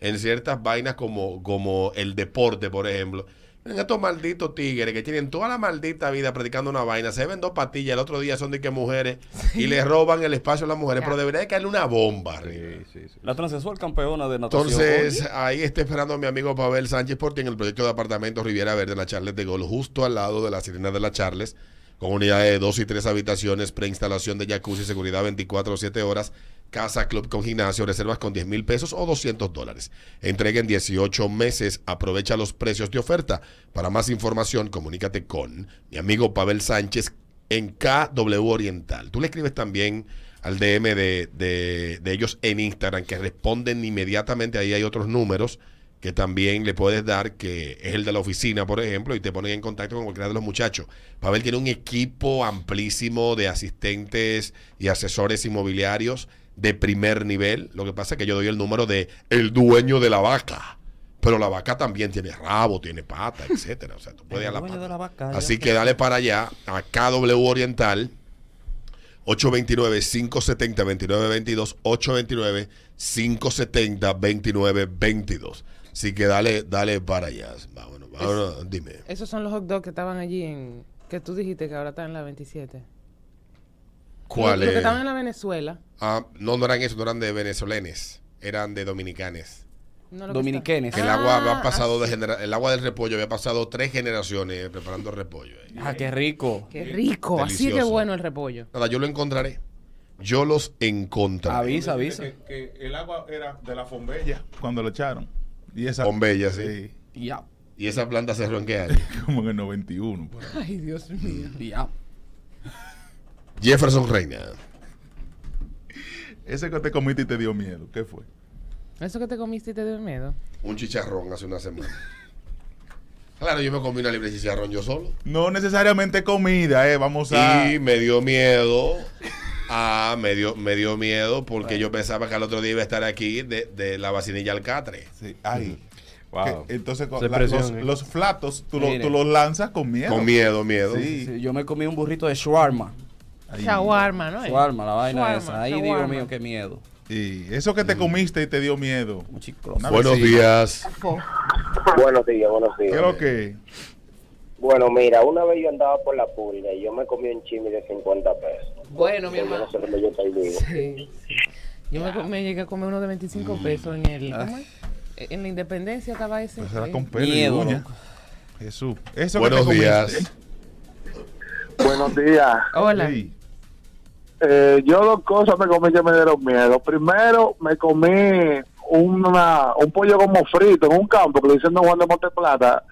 [SPEAKER 1] en ciertas vainas como, como el deporte, por ejemplo. En estos malditos tigres que tienen toda la maldita vida predicando una vaina, se ven dos patillas, el otro día son de que mujeres y le roban el espacio a las mujeres,
[SPEAKER 3] Ya.
[SPEAKER 1] pero debería de caerle una bomba arriba.
[SPEAKER 3] La transexual campeona de natación.
[SPEAKER 1] Entonces, ahí está esperando a mi amigo Pavel Sánchez Porti en el proyecto de apartamentos Riviera Verde en la Charles de Gol, justo al lado de la Sirena de la Charles, con unidades de dos y tres habitaciones, preinstalación de jacuzzi, seguridad 24 o 7 horas, casa club con gimnasio, reservas con 10 mil pesos o 200 dólares. Entrega en 18 meses, aprovecha los precios de oferta. Para más información, comunícate con mi amigo Pavel Sánchez en KW Oriental. Tú le escribes también al DM de, de- de ellos en Instagram, que responden inmediatamente. Ahí hay otros números que también le puedes dar, que es el de la oficina, por ejemplo, y te ponen en contacto con cualquiera de los muchachos. Pavel tiene un equipo amplísimo de asistentes y asesores inmobiliarios de primer nivel. Lo que pasa es que yo doy el número de el dueño de la vaca. Pero la vaca también tiene rabo, tiene pata, etcétera. O sea, tú puedes ir a la
[SPEAKER 3] Dueño
[SPEAKER 1] pata.
[SPEAKER 3] de la vaca,
[SPEAKER 1] Así
[SPEAKER 3] ya.
[SPEAKER 1] que dale para allá a KW Oriental 829-570-2922, 829-570-2922. Así que dale, dale para allá. Vámonos, vámonos, dime.
[SPEAKER 4] Esos son los hot dogs que estaban allí en. Que tú dijiste que ahora están en la 27.
[SPEAKER 1] ¿Cuál
[SPEAKER 4] Los
[SPEAKER 1] es?
[SPEAKER 4] que estaban en la Venezuela.
[SPEAKER 1] Ah, no, no eran esos, no eran de venezolanes, eran de dominicanes.
[SPEAKER 4] No lo que Ah,
[SPEAKER 3] Dominiquenes.
[SPEAKER 1] El agua había pasado de genera- el agua del repollo había pasado tres generaciones preparando repollo. eh.
[SPEAKER 3] Ah, qué rico.
[SPEAKER 4] Qué rico. Así de
[SPEAKER 1] Delicioso.
[SPEAKER 4] bueno el repollo.
[SPEAKER 1] Nada, yo lo encontraré. Yo los encontraré.
[SPEAKER 3] Avisa, avisa.
[SPEAKER 13] Que, que el agua era de la fombella cuando lo echaron. Y esa,
[SPEAKER 1] Fombella, sí.
[SPEAKER 3] Ya.
[SPEAKER 1] ¿Y esa planta cerró en qué año?
[SPEAKER 13] Como en el 91. por ahí.
[SPEAKER 4] Ay, Dios mío.
[SPEAKER 3] Ya.
[SPEAKER 1] Jefferson Reina.
[SPEAKER 13] Ese que te comiste y te dio miedo, ¿qué fue?
[SPEAKER 4] Eso que te comiste y te dio miedo.
[SPEAKER 1] Un chicharrón hace una semana. Claro, yo me comí una libre de chicharrón yo solo.
[SPEAKER 13] No necesariamente comida, eh, vamos a...
[SPEAKER 1] Y me dio miedo. Ah, me dio, me dio miedo porque yo pensaba que al otro día iba a estar aquí de, de la vacinilla al catre.
[SPEAKER 13] Sí, ay.
[SPEAKER 1] Mm. Wow.
[SPEAKER 13] Que- entonces con
[SPEAKER 1] Se
[SPEAKER 13] la-
[SPEAKER 1] presiona,
[SPEAKER 13] los,
[SPEAKER 1] eh.
[SPEAKER 13] los flatos tú, lo-
[SPEAKER 3] Mire.
[SPEAKER 13] tú los lanzas con miedo.
[SPEAKER 1] Con miedo, miedo.
[SPEAKER 13] Sí.
[SPEAKER 3] Sí, yo me comí un burrito de shawarma.
[SPEAKER 4] Shawarma, ¿no es?
[SPEAKER 3] Shawarma, la vaina
[SPEAKER 4] Shawarma,
[SPEAKER 3] esa. Ahí,
[SPEAKER 4] shawarma.
[SPEAKER 3] Dios mío, qué miedo.
[SPEAKER 13] Y eso que te comiste y te dio miedo. Una
[SPEAKER 1] Buenos
[SPEAKER 13] vecina.
[SPEAKER 1] días.
[SPEAKER 12] Buenos días, buenos
[SPEAKER 13] ¿Qué
[SPEAKER 12] días.
[SPEAKER 13] es lo que?
[SPEAKER 12] Bueno, mira, una vez yo andaba por la pulga y yo me comí un chimi de 50 pesos. Pues
[SPEAKER 4] Bueno, mi
[SPEAKER 12] Yo
[SPEAKER 4] hermano.
[SPEAKER 12] no sé dónde yo estoy vivo.
[SPEAKER 4] Yo me, co- me llegué a comer uno de 25 pesos en el. ¿cómo es? En la independencia estaba ese.
[SPEAKER 13] Pues era
[SPEAKER 4] eh,
[SPEAKER 13] con pelo y
[SPEAKER 3] Miedo,
[SPEAKER 13] uña.
[SPEAKER 3] loco.
[SPEAKER 13] Jesús. Eso que
[SPEAKER 1] Buenos
[SPEAKER 13] te comiste.
[SPEAKER 1] días.
[SPEAKER 10] Buenos días.
[SPEAKER 4] Hola.
[SPEAKER 10] Eh, yo dos cosas me comí que me dieron miedo. Primero, me comí una, un pollo como frito en un campo que le dicen Don Juan de Monte Plata.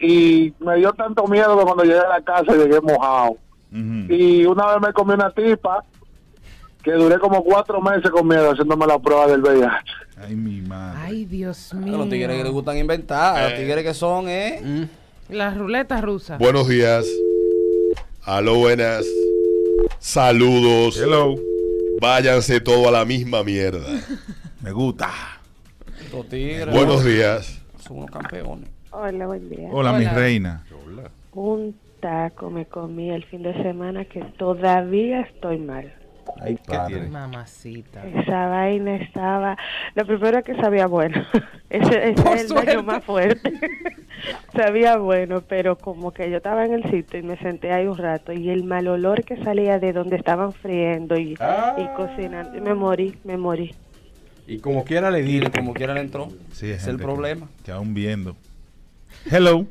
[SPEAKER 10] Y me dio tanto miedo que cuando llegué a la casa llegué mojado. Y una vez me comí una tipa que duré como cuatro meses con miedo haciéndome la prueba del VIH.
[SPEAKER 13] Ay, mi madre.
[SPEAKER 4] Ay, Dios mío.
[SPEAKER 3] Los tigres que les gustan inventar,
[SPEAKER 1] Eh.
[SPEAKER 3] los tigres que son, ¿eh?
[SPEAKER 4] Las ruletas rusas.
[SPEAKER 1] Buenos días. Aló, buenas. Saludos.
[SPEAKER 13] Hello.
[SPEAKER 1] Váyanse todo a la misma mierda.
[SPEAKER 13] Me gusta.
[SPEAKER 3] Los tigres.
[SPEAKER 1] Buenos días.
[SPEAKER 3] Son unos campeones.
[SPEAKER 18] Hola, buen día.
[SPEAKER 13] Hola, mi reina.
[SPEAKER 18] Un taco me comí el fin de semana que todavía estoy mal.
[SPEAKER 13] Ay,
[SPEAKER 4] Mamacita.
[SPEAKER 18] Esa vaina estaba... Lo primero que sabía bueno. Ese, ese
[SPEAKER 4] Por
[SPEAKER 18] es el daño
[SPEAKER 4] suerte.
[SPEAKER 18] más fuerte. sabía bueno, pero como que yo estaba en el sitio y me senté ahí un rato y el mal olor que salía de donde estaban friendo y, y
[SPEAKER 4] Ah.
[SPEAKER 18] cocinando, y me morí, me morí.
[SPEAKER 2] Y como quiera le di.
[SPEAKER 3] Como quiera le entró.
[SPEAKER 13] Sí, hay
[SPEAKER 3] Es el
[SPEAKER 13] gente que-
[SPEAKER 3] problema.
[SPEAKER 13] Que, aún viendo. Hello.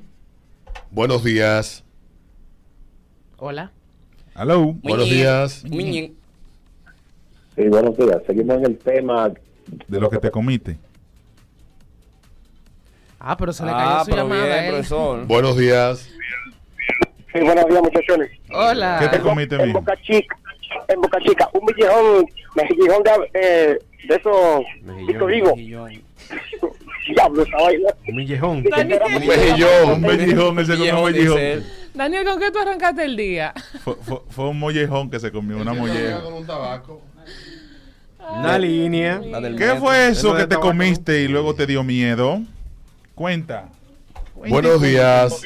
[SPEAKER 1] Buenos días.
[SPEAKER 4] Hola.
[SPEAKER 13] Hello.
[SPEAKER 1] Buenos días.
[SPEAKER 17] Sí, buenos días. Seguimos en el tema.
[SPEAKER 13] De lo que te comiste.
[SPEAKER 4] Ah, pero se le cayó
[SPEAKER 3] Ah,
[SPEAKER 4] su
[SPEAKER 3] pero
[SPEAKER 4] llamada.
[SPEAKER 3] bien,
[SPEAKER 4] a él.
[SPEAKER 3] profesor.
[SPEAKER 1] Buenos días.
[SPEAKER 12] Sí, buenos días, muchachones.
[SPEAKER 4] Hola.
[SPEAKER 13] ¿Qué te comiste,
[SPEAKER 12] En
[SPEAKER 13] mijo?
[SPEAKER 12] Boca Chica, en Boca Chica, un mejillón, mejillón de, eh, de esos pico vivo. Diablo, esa vaina.
[SPEAKER 2] Un millejón.
[SPEAKER 4] Daniel.
[SPEAKER 13] Un mellejón. Un mellejón. Él se comió un
[SPEAKER 3] Dice
[SPEAKER 13] mellejón.
[SPEAKER 3] él.
[SPEAKER 4] Daniel, ¿con qué tú arrancaste el día?
[SPEAKER 13] Fue, fue- fue un mollejón que se comió, una molleja.
[SPEAKER 1] Con un tabaco.
[SPEAKER 2] Una línea.
[SPEAKER 3] La del
[SPEAKER 13] ¿Qué
[SPEAKER 3] metro.
[SPEAKER 13] fue eso
[SPEAKER 2] Eso de
[SPEAKER 13] que te
[SPEAKER 2] tabaco.
[SPEAKER 13] comiste y luego te dio miedo? Cuenta.
[SPEAKER 1] Buenos días.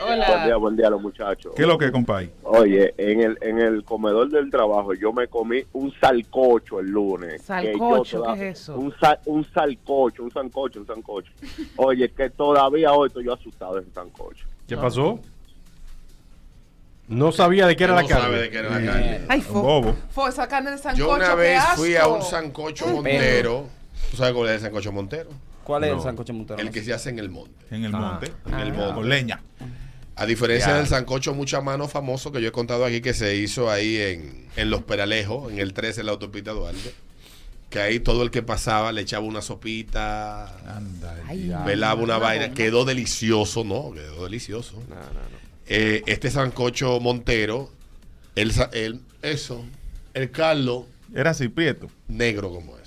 [SPEAKER 5] Hola. Buen día, buen día a los muchachos.
[SPEAKER 13] ¿Qué es lo que, compay?
[SPEAKER 5] Oye, en el, en el comedor del trabajo yo me comí un salcocho el lunes.
[SPEAKER 4] Salcocho,
[SPEAKER 5] Que yo toda-
[SPEAKER 4] ¿qué es eso?
[SPEAKER 5] Un, sal- un salcocho, un sancocho, un sancocho. Oye, que todavía hoy estoy yo asustado de ese sancocho.
[SPEAKER 2] ¿Qué pasó? No sabía de qué era
[SPEAKER 1] No
[SPEAKER 2] la carne.
[SPEAKER 1] sabe de qué era la carne.
[SPEAKER 4] Ay,
[SPEAKER 2] Un bobo.
[SPEAKER 4] Fue esa carne de sancocho.
[SPEAKER 1] Yo una
[SPEAKER 4] qué
[SPEAKER 1] vez fui a
[SPEAKER 4] asco.
[SPEAKER 1] un sancocho montero. ¿Tú sabes cuál es el sancocho montero?
[SPEAKER 3] ¿Cuál es el sancocho montero?
[SPEAKER 1] El que se hace en el monte.
[SPEAKER 13] En el monte.
[SPEAKER 1] En el
[SPEAKER 13] Ah.
[SPEAKER 1] monte.
[SPEAKER 13] Con leña.
[SPEAKER 1] A diferencia
[SPEAKER 13] Ya.
[SPEAKER 1] del sancocho mucha mano famoso que yo he contado aquí que se hizo ahí en, en Los Peralejos, en el 13 de la autopista Duarte. Que ahí todo el que pasaba le echaba una sopita, velaba una vaina. Quedó delicioso, ¿no? Quedó delicioso. Eh, este sancocho montero, el, sa- el- eso, el Carlos.
[SPEAKER 13] Era así, prieto.
[SPEAKER 1] Negro como es.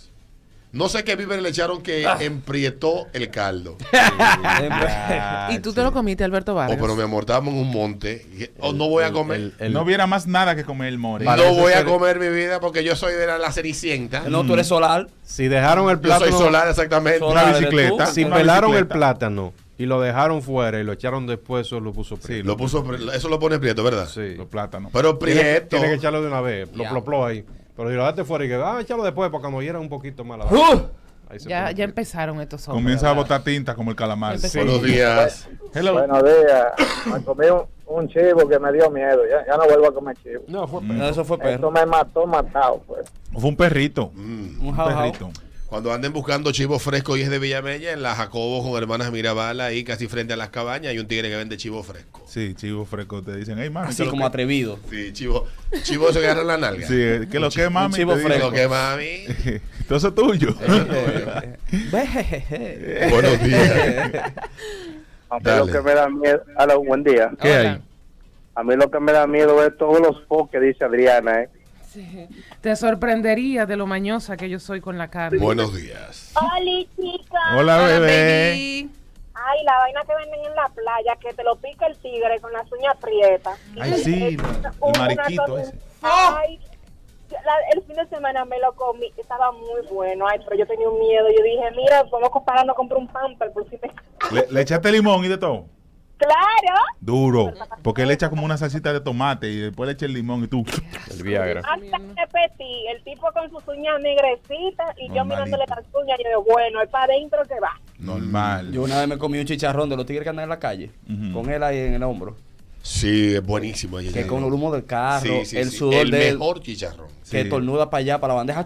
[SPEAKER 1] No sé qué víveres le echaron que
[SPEAKER 2] Ah.
[SPEAKER 1] emprietó el caldo.
[SPEAKER 3] Ah.
[SPEAKER 4] Y tú te lo comiste, Alberto
[SPEAKER 1] Oh,
[SPEAKER 4] Vargas.
[SPEAKER 1] pero mi amor, estábamos en un monte. Y- oh, no voy a comer.
[SPEAKER 13] no hubiera más nada que comer el more.
[SPEAKER 1] no voy a comer mi vida porque yo soy de la, la cenicienta.
[SPEAKER 3] No, tú
[SPEAKER 2] Mm.
[SPEAKER 3] eres solar.
[SPEAKER 2] Si dejaron el
[SPEAKER 1] Yo
[SPEAKER 2] plátano.
[SPEAKER 1] soy solar, exactamente.
[SPEAKER 2] Una
[SPEAKER 1] Solar,
[SPEAKER 2] bicicleta.
[SPEAKER 1] eres tú.
[SPEAKER 2] Si
[SPEAKER 1] Una
[SPEAKER 2] pelaron el
[SPEAKER 1] bicicleta.
[SPEAKER 2] plátano y lo dejaron fuera y lo echaron después, eso lo puso prieto.
[SPEAKER 1] Lo puso, pre- eso lo pone prieto, ¿verdad?
[SPEAKER 2] Sí. Los plátanos.
[SPEAKER 1] Pero
[SPEAKER 2] Tiene que-
[SPEAKER 1] prieto.
[SPEAKER 2] Tiene que echarlo de una vez. Lo
[SPEAKER 4] Ya.
[SPEAKER 2] plopló ahí. Pero si lo dejaste fuera y que, ah, echarlo después para cuando hiera un poquito más la
[SPEAKER 4] ¡Uh!
[SPEAKER 2] Ahí se
[SPEAKER 4] Ya,
[SPEAKER 2] pone
[SPEAKER 4] ya empezaron estos hombres.
[SPEAKER 13] Comienza a
[SPEAKER 4] ¿verdad?
[SPEAKER 13] botar tinta como el calamar.
[SPEAKER 4] Empezó.
[SPEAKER 1] Buenos días.
[SPEAKER 13] Hello.
[SPEAKER 12] Buenos días. Me comí un, un chivo que me dio miedo. Ya, ya no vuelvo a comer chivo.
[SPEAKER 2] No, fue
[SPEAKER 3] No, eso fue perro.
[SPEAKER 12] Eso me mató, matado. Pues.
[SPEAKER 13] Fue un perrito.
[SPEAKER 1] Mm.
[SPEAKER 3] Un
[SPEAKER 13] Un
[SPEAKER 3] jau, jau.
[SPEAKER 13] perrito.
[SPEAKER 1] Cuando anden buscando chivo fresco y es de Villamella, en la Jacobo con hermanas Mirabal, ahí casi frente a las cabañas, hay un tigre que vende chivo fresco.
[SPEAKER 13] Sí, chivo fresco. Te dicen, hey, mami.
[SPEAKER 3] Así como atrevido.
[SPEAKER 1] Sí, chivo. Chivo se agarra en la nalga.
[SPEAKER 13] Sí, eh, que lo que mami.
[SPEAKER 3] chivo
[SPEAKER 13] te dicen.
[SPEAKER 1] Lo que mami.
[SPEAKER 13] Todo eso es tuyo.
[SPEAKER 1] Buenos días.
[SPEAKER 12] A mí lo que me da miedo. Hola, un buen día.
[SPEAKER 13] ¿Qué hay?
[SPEAKER 12] A mí lo que me da miedo es todos los fo que dice Adriana. ¿eh?
[SPEAKER 4] Sí. Te sorprendería de lo mañosa que yo soy con la carne.
[SPEAKER 1] Buenos días.
[SPEAKER 9] Hola, chicas.
[SPEAKER 13] Hola, bebé.
[SPEAKER 9] Ay, la vaina que venden en la playa, que te lo pica el tigre con las uñas prietas.
[SPEAKER 13] Ay, sí.
[SPEAKER 9] Un-
[SPEAKER 13] El
[SPEAKER 9] una
[SPEAKER 13] mariquito
[SPEAKER 9] cosa-
[SPEAKER 13] ese.
[SPEAKER 4] ¡Oh!
[SPEAKER 9] Ay, la- el fin de semana me lo comí, estaba muy bueno. Ay, pero yo tenía un miedo. Yo dije, mira, vamos a no compro un pamper por si me...
[SPEAKER 13] Le, le echaste limón y de todo.
[SPEAKER 9] ¡Claro!
[SPEAKER 13] Duro. Porque le echa como una salsita de tomate y después le echa el limón y tú.
[SPEAKER 2] El Viagra.
[SPEAKER 9] Hasta repetí, el tipo con sus uñas negrecitas y yo
[SPEAKER 13] Normalito.
[SPEAKER 9] mirándole las uñas, yo digo, bueno, es para adentro que va.
[SPEAKER 13] Normal.
[SPEAKER 3] Yo una vez me comí un chicharrón de los tigres que andan en la calle. Con él ahí en el hombro.
[SPEAKER 1] Sí, es buenísimo.
[SPEAKER 3] Que con el humo del carro,
[SPEAKER 1] Sí, sí,
[SPEAKER 3] el
[SPEAKER 1] sí.
[SPEAKER 3] sudor
[SPEAKER 1] El
[SPEAKER 3] del-
[SPEAKER 1] mejor chicharrón. Ah,
[SPEAKER 3] Que
[SPEAKER 13] Sí.
[SPEAKER 3] tornuda para allá, para la bandeja.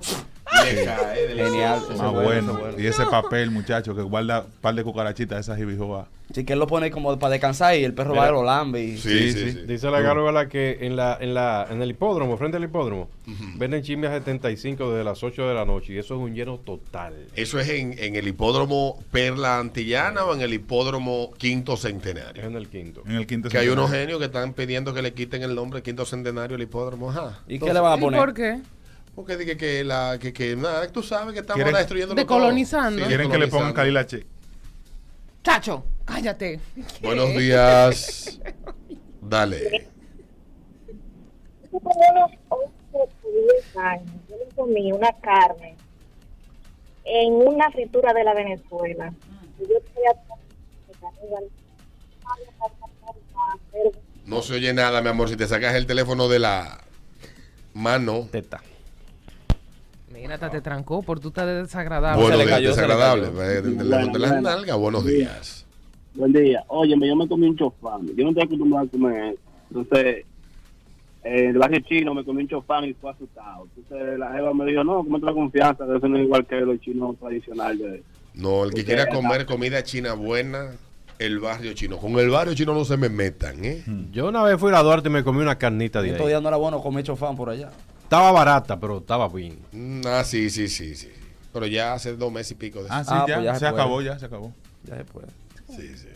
[SPEAKER 1] Le cae del-
[SPEAKER 3] Genial. ese bueno,
[SPEAKER 13] Más Ah, bueno.
[SPEAKER 3] ese bueno.
[SPEAKER 13] Y ese papel, muchacho, que guarda un par de cucarachitas de esas y bijoba.
[SPEAKER 3] Sí, que él lo pone como para descansar y el perro
[SPEAKER 2] Mira.
[SPEAKER 3] va a lo lambe. y-
[SPEAKER 1] Sí, sí, sí. Uh.
[SPEAKER 2] Dice la Garola que en la, en la, en el hipódromo, frente al hipódromo, venden chisme a 75 desde las 8 de la noche y eso es un lleno total.
[SPEAKER 1] Eso es en, en el hipódromo Perla Antillana o en el hipódromo Quinto Centenario.
[SPEAKER 2] Es en el quinto.
[SPEAKER 13] En el quinto
[SPEAKER 1] Que hay
[SPEAKER 13] centenario.
[SPEAKER 1] unos genios que están pidiendo que le quiten el nombre Quinto Centenario al hipódromo. Ajá.
[SPEAKER 3] ¿Y qué le van a
[SPEAKER 4] ¿Y
[SPEAKER 3] poner?
[SPEAKER 4] por qué?
[SPEAKER 1] Porque dije que, la, que, que nada, tú sabes que estamos
[SPEAKER 13] Quieren-
[SPEAKER 1] destruyendo
[SPEAKER 4] Decolonizando.
[SPEAKER 13] Quieren que le pongan calilache.
[SPEAKER 4] Chacho, cállate.
[SPEAKER 1] Buenos días. Dale.
[SPEAKER 9] como unos 11 o 10 años, yo me comí una carne en una fritura de la Venezuela. Y yo tenía
[SPEAKER 1] No se oye nada, mi amor. Si te sacas el teléfono de la mano.
[SPEAKER 4] Mira, hasta te trancó por tú estás desagradable.
[SPEAKER 1] Buenos
[SPEAKER 3] le
[SPEAKER 1] días,
[SPEAKER 3] cayó, Ah, se le
[SPEAKER 1] desagradable.
[SPEAKER 3] cayó.
[SPEAKER 1] Eh, del
[SPEAKER 19] Bueno,
[SPEAKER 1] teléfono de las
[SPEAKER 19] bueno.
[SPEAKER 1] nalgas. Buenos
[SPEAKER 19] Buen día.
[SPEAKER 1] días.
[SPEAKER 19] Buen día. Óyeme, yo me comí un chofán. Yo no estoy acostumbrado a comer eso. Entonces, en el barrio chino me comí un chofán y fue asustado. Entonces, la jeva me dijo, no, come la confianza, que eso no es igual que los chinos tradicionales. de-
[SPEAKER 1] No, el que
[SPEAKER 19] Porque
[SPEAKER 1] quiera
[SPEAKER 19] era-
[SPEAKER 1] comer comida china buena, el barrio chino. Con el barrio chino no se me metan, ¿eh?
[SPEAKER 2] Hmm. Yo una vez fui a la Duarte y me comí una carnita de
[SPEAKER 3] Estos
[SPEAKER 2] ahí.
[SPEAKER 3] días no era bueno comer chofán por allá.
[SPEAKER 2] Estaba barata, pero estaba bien.
[SPEAKER 1] Mm, Ah, sí, sí, sí, sí. Pero ya hace dos meses y pico de
[SPEAKER 13] Ah, sí,
[SPEAKER 1] eso.
[SPEAKER 13] ya,
[SPEAKER 3] pues ya se
[SPEAKER 13] se
[SPEAKER 3] puede.
[SPEAKER 13] acabó, ya se acabó.
[SPEAKER 3] Ya después.
[SPEAKER 1] Sí, sí.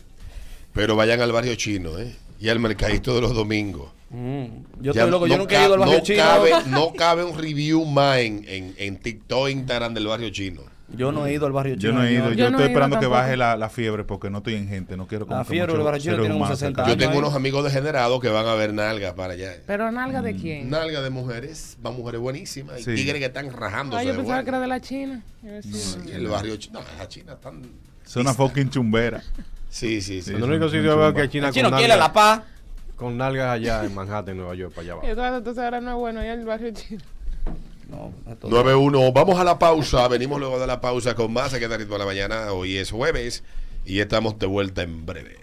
[SPEAKER 1] Pero vayan al barrio chino, ¿eh? Y al mercadito de los domingos.
[SPEAKER 3] Mm. Yo
[SPEAKER 1] Ya
[SPEAKER 3] estoy loco, yo
[SPEAKER 1] no
[SPEAKER 3] nunca he
[SPEAKER 1] ca-
[SPEAKER 3] ido al barrio
[SPEAKER 1] no
[SPEAKER 3] chino.
[SPEAKER 1] Cabe, no cabe un review más en, en, en TikTok, Instagram del barrio chino.
[SPEAKER 3] Yo no he ido al barrio chino.
[SPEAKER 13] Yo no he ido,
[SPEAKER 3] señor.
[SPEAKER 13] yo,
[SPEAKER 1] no he
[SPEAKER 13] estoy
[SPEAKER 1] ido
[SPEAKER 13] esperando que
[SPEAKER 1] tampoco.
[SPEAKER 13] baje la, la fiebre porque no estoy en gente, no quiero como que
[SPEAKER 3] fiebre,
[SPEAKER 13] mucho
[SPEAKER 3] el barrio chino
[SPEAKER 13] ser
[SPEAKER 3] tiene como
[SPEAKER 13] humano
[SPEAKER 3] 60
[SPEAKER 13] cerca.
[SPEAKER 1] Yo tengo unos amigos degenerados que van a ver nalgas para allá.
[SPEAKER 4] Pero nalga de quién?
[SPEAKER 1] Nalgas de mujeres, van mujeres buenísimas. Y
[SPEAKER 13] Sí.
[SPEAKER 1] tigres que están rajándose.
[SPEAKER 4] Ah, yo
[SPEAKER 1] de
[SPEAKER 4] pensaba que
[SPEAKER 1] buena.
[SPEAKER 4] era de la China. Yo decía,
[SPEAKER 1] Sí, el barrio chino. No, la China están.
[SPEAKER 13] Es una fucking chumbera.
[SPEAKER 1] Sí, sí, sí.
[SPEAKER 2] El único sitio que veo que China
[SPEAKER 3] El chino quiere la paz.
[SPEAKER 2] Con nalgas allá en Manhattan, Nueva York, para allá abajo.
[SPEAKER 4] Eduardo, entonces ahora no es bueno ir al barrio chino.
[SPEAKER 3] No,
[SPEAKER 1] 9-1. Vamos a la pausa. Venimos luego de la pausa con más. Aquí en ritmo de la mañana. Hoy es jueves y estamos de vuelta en breve.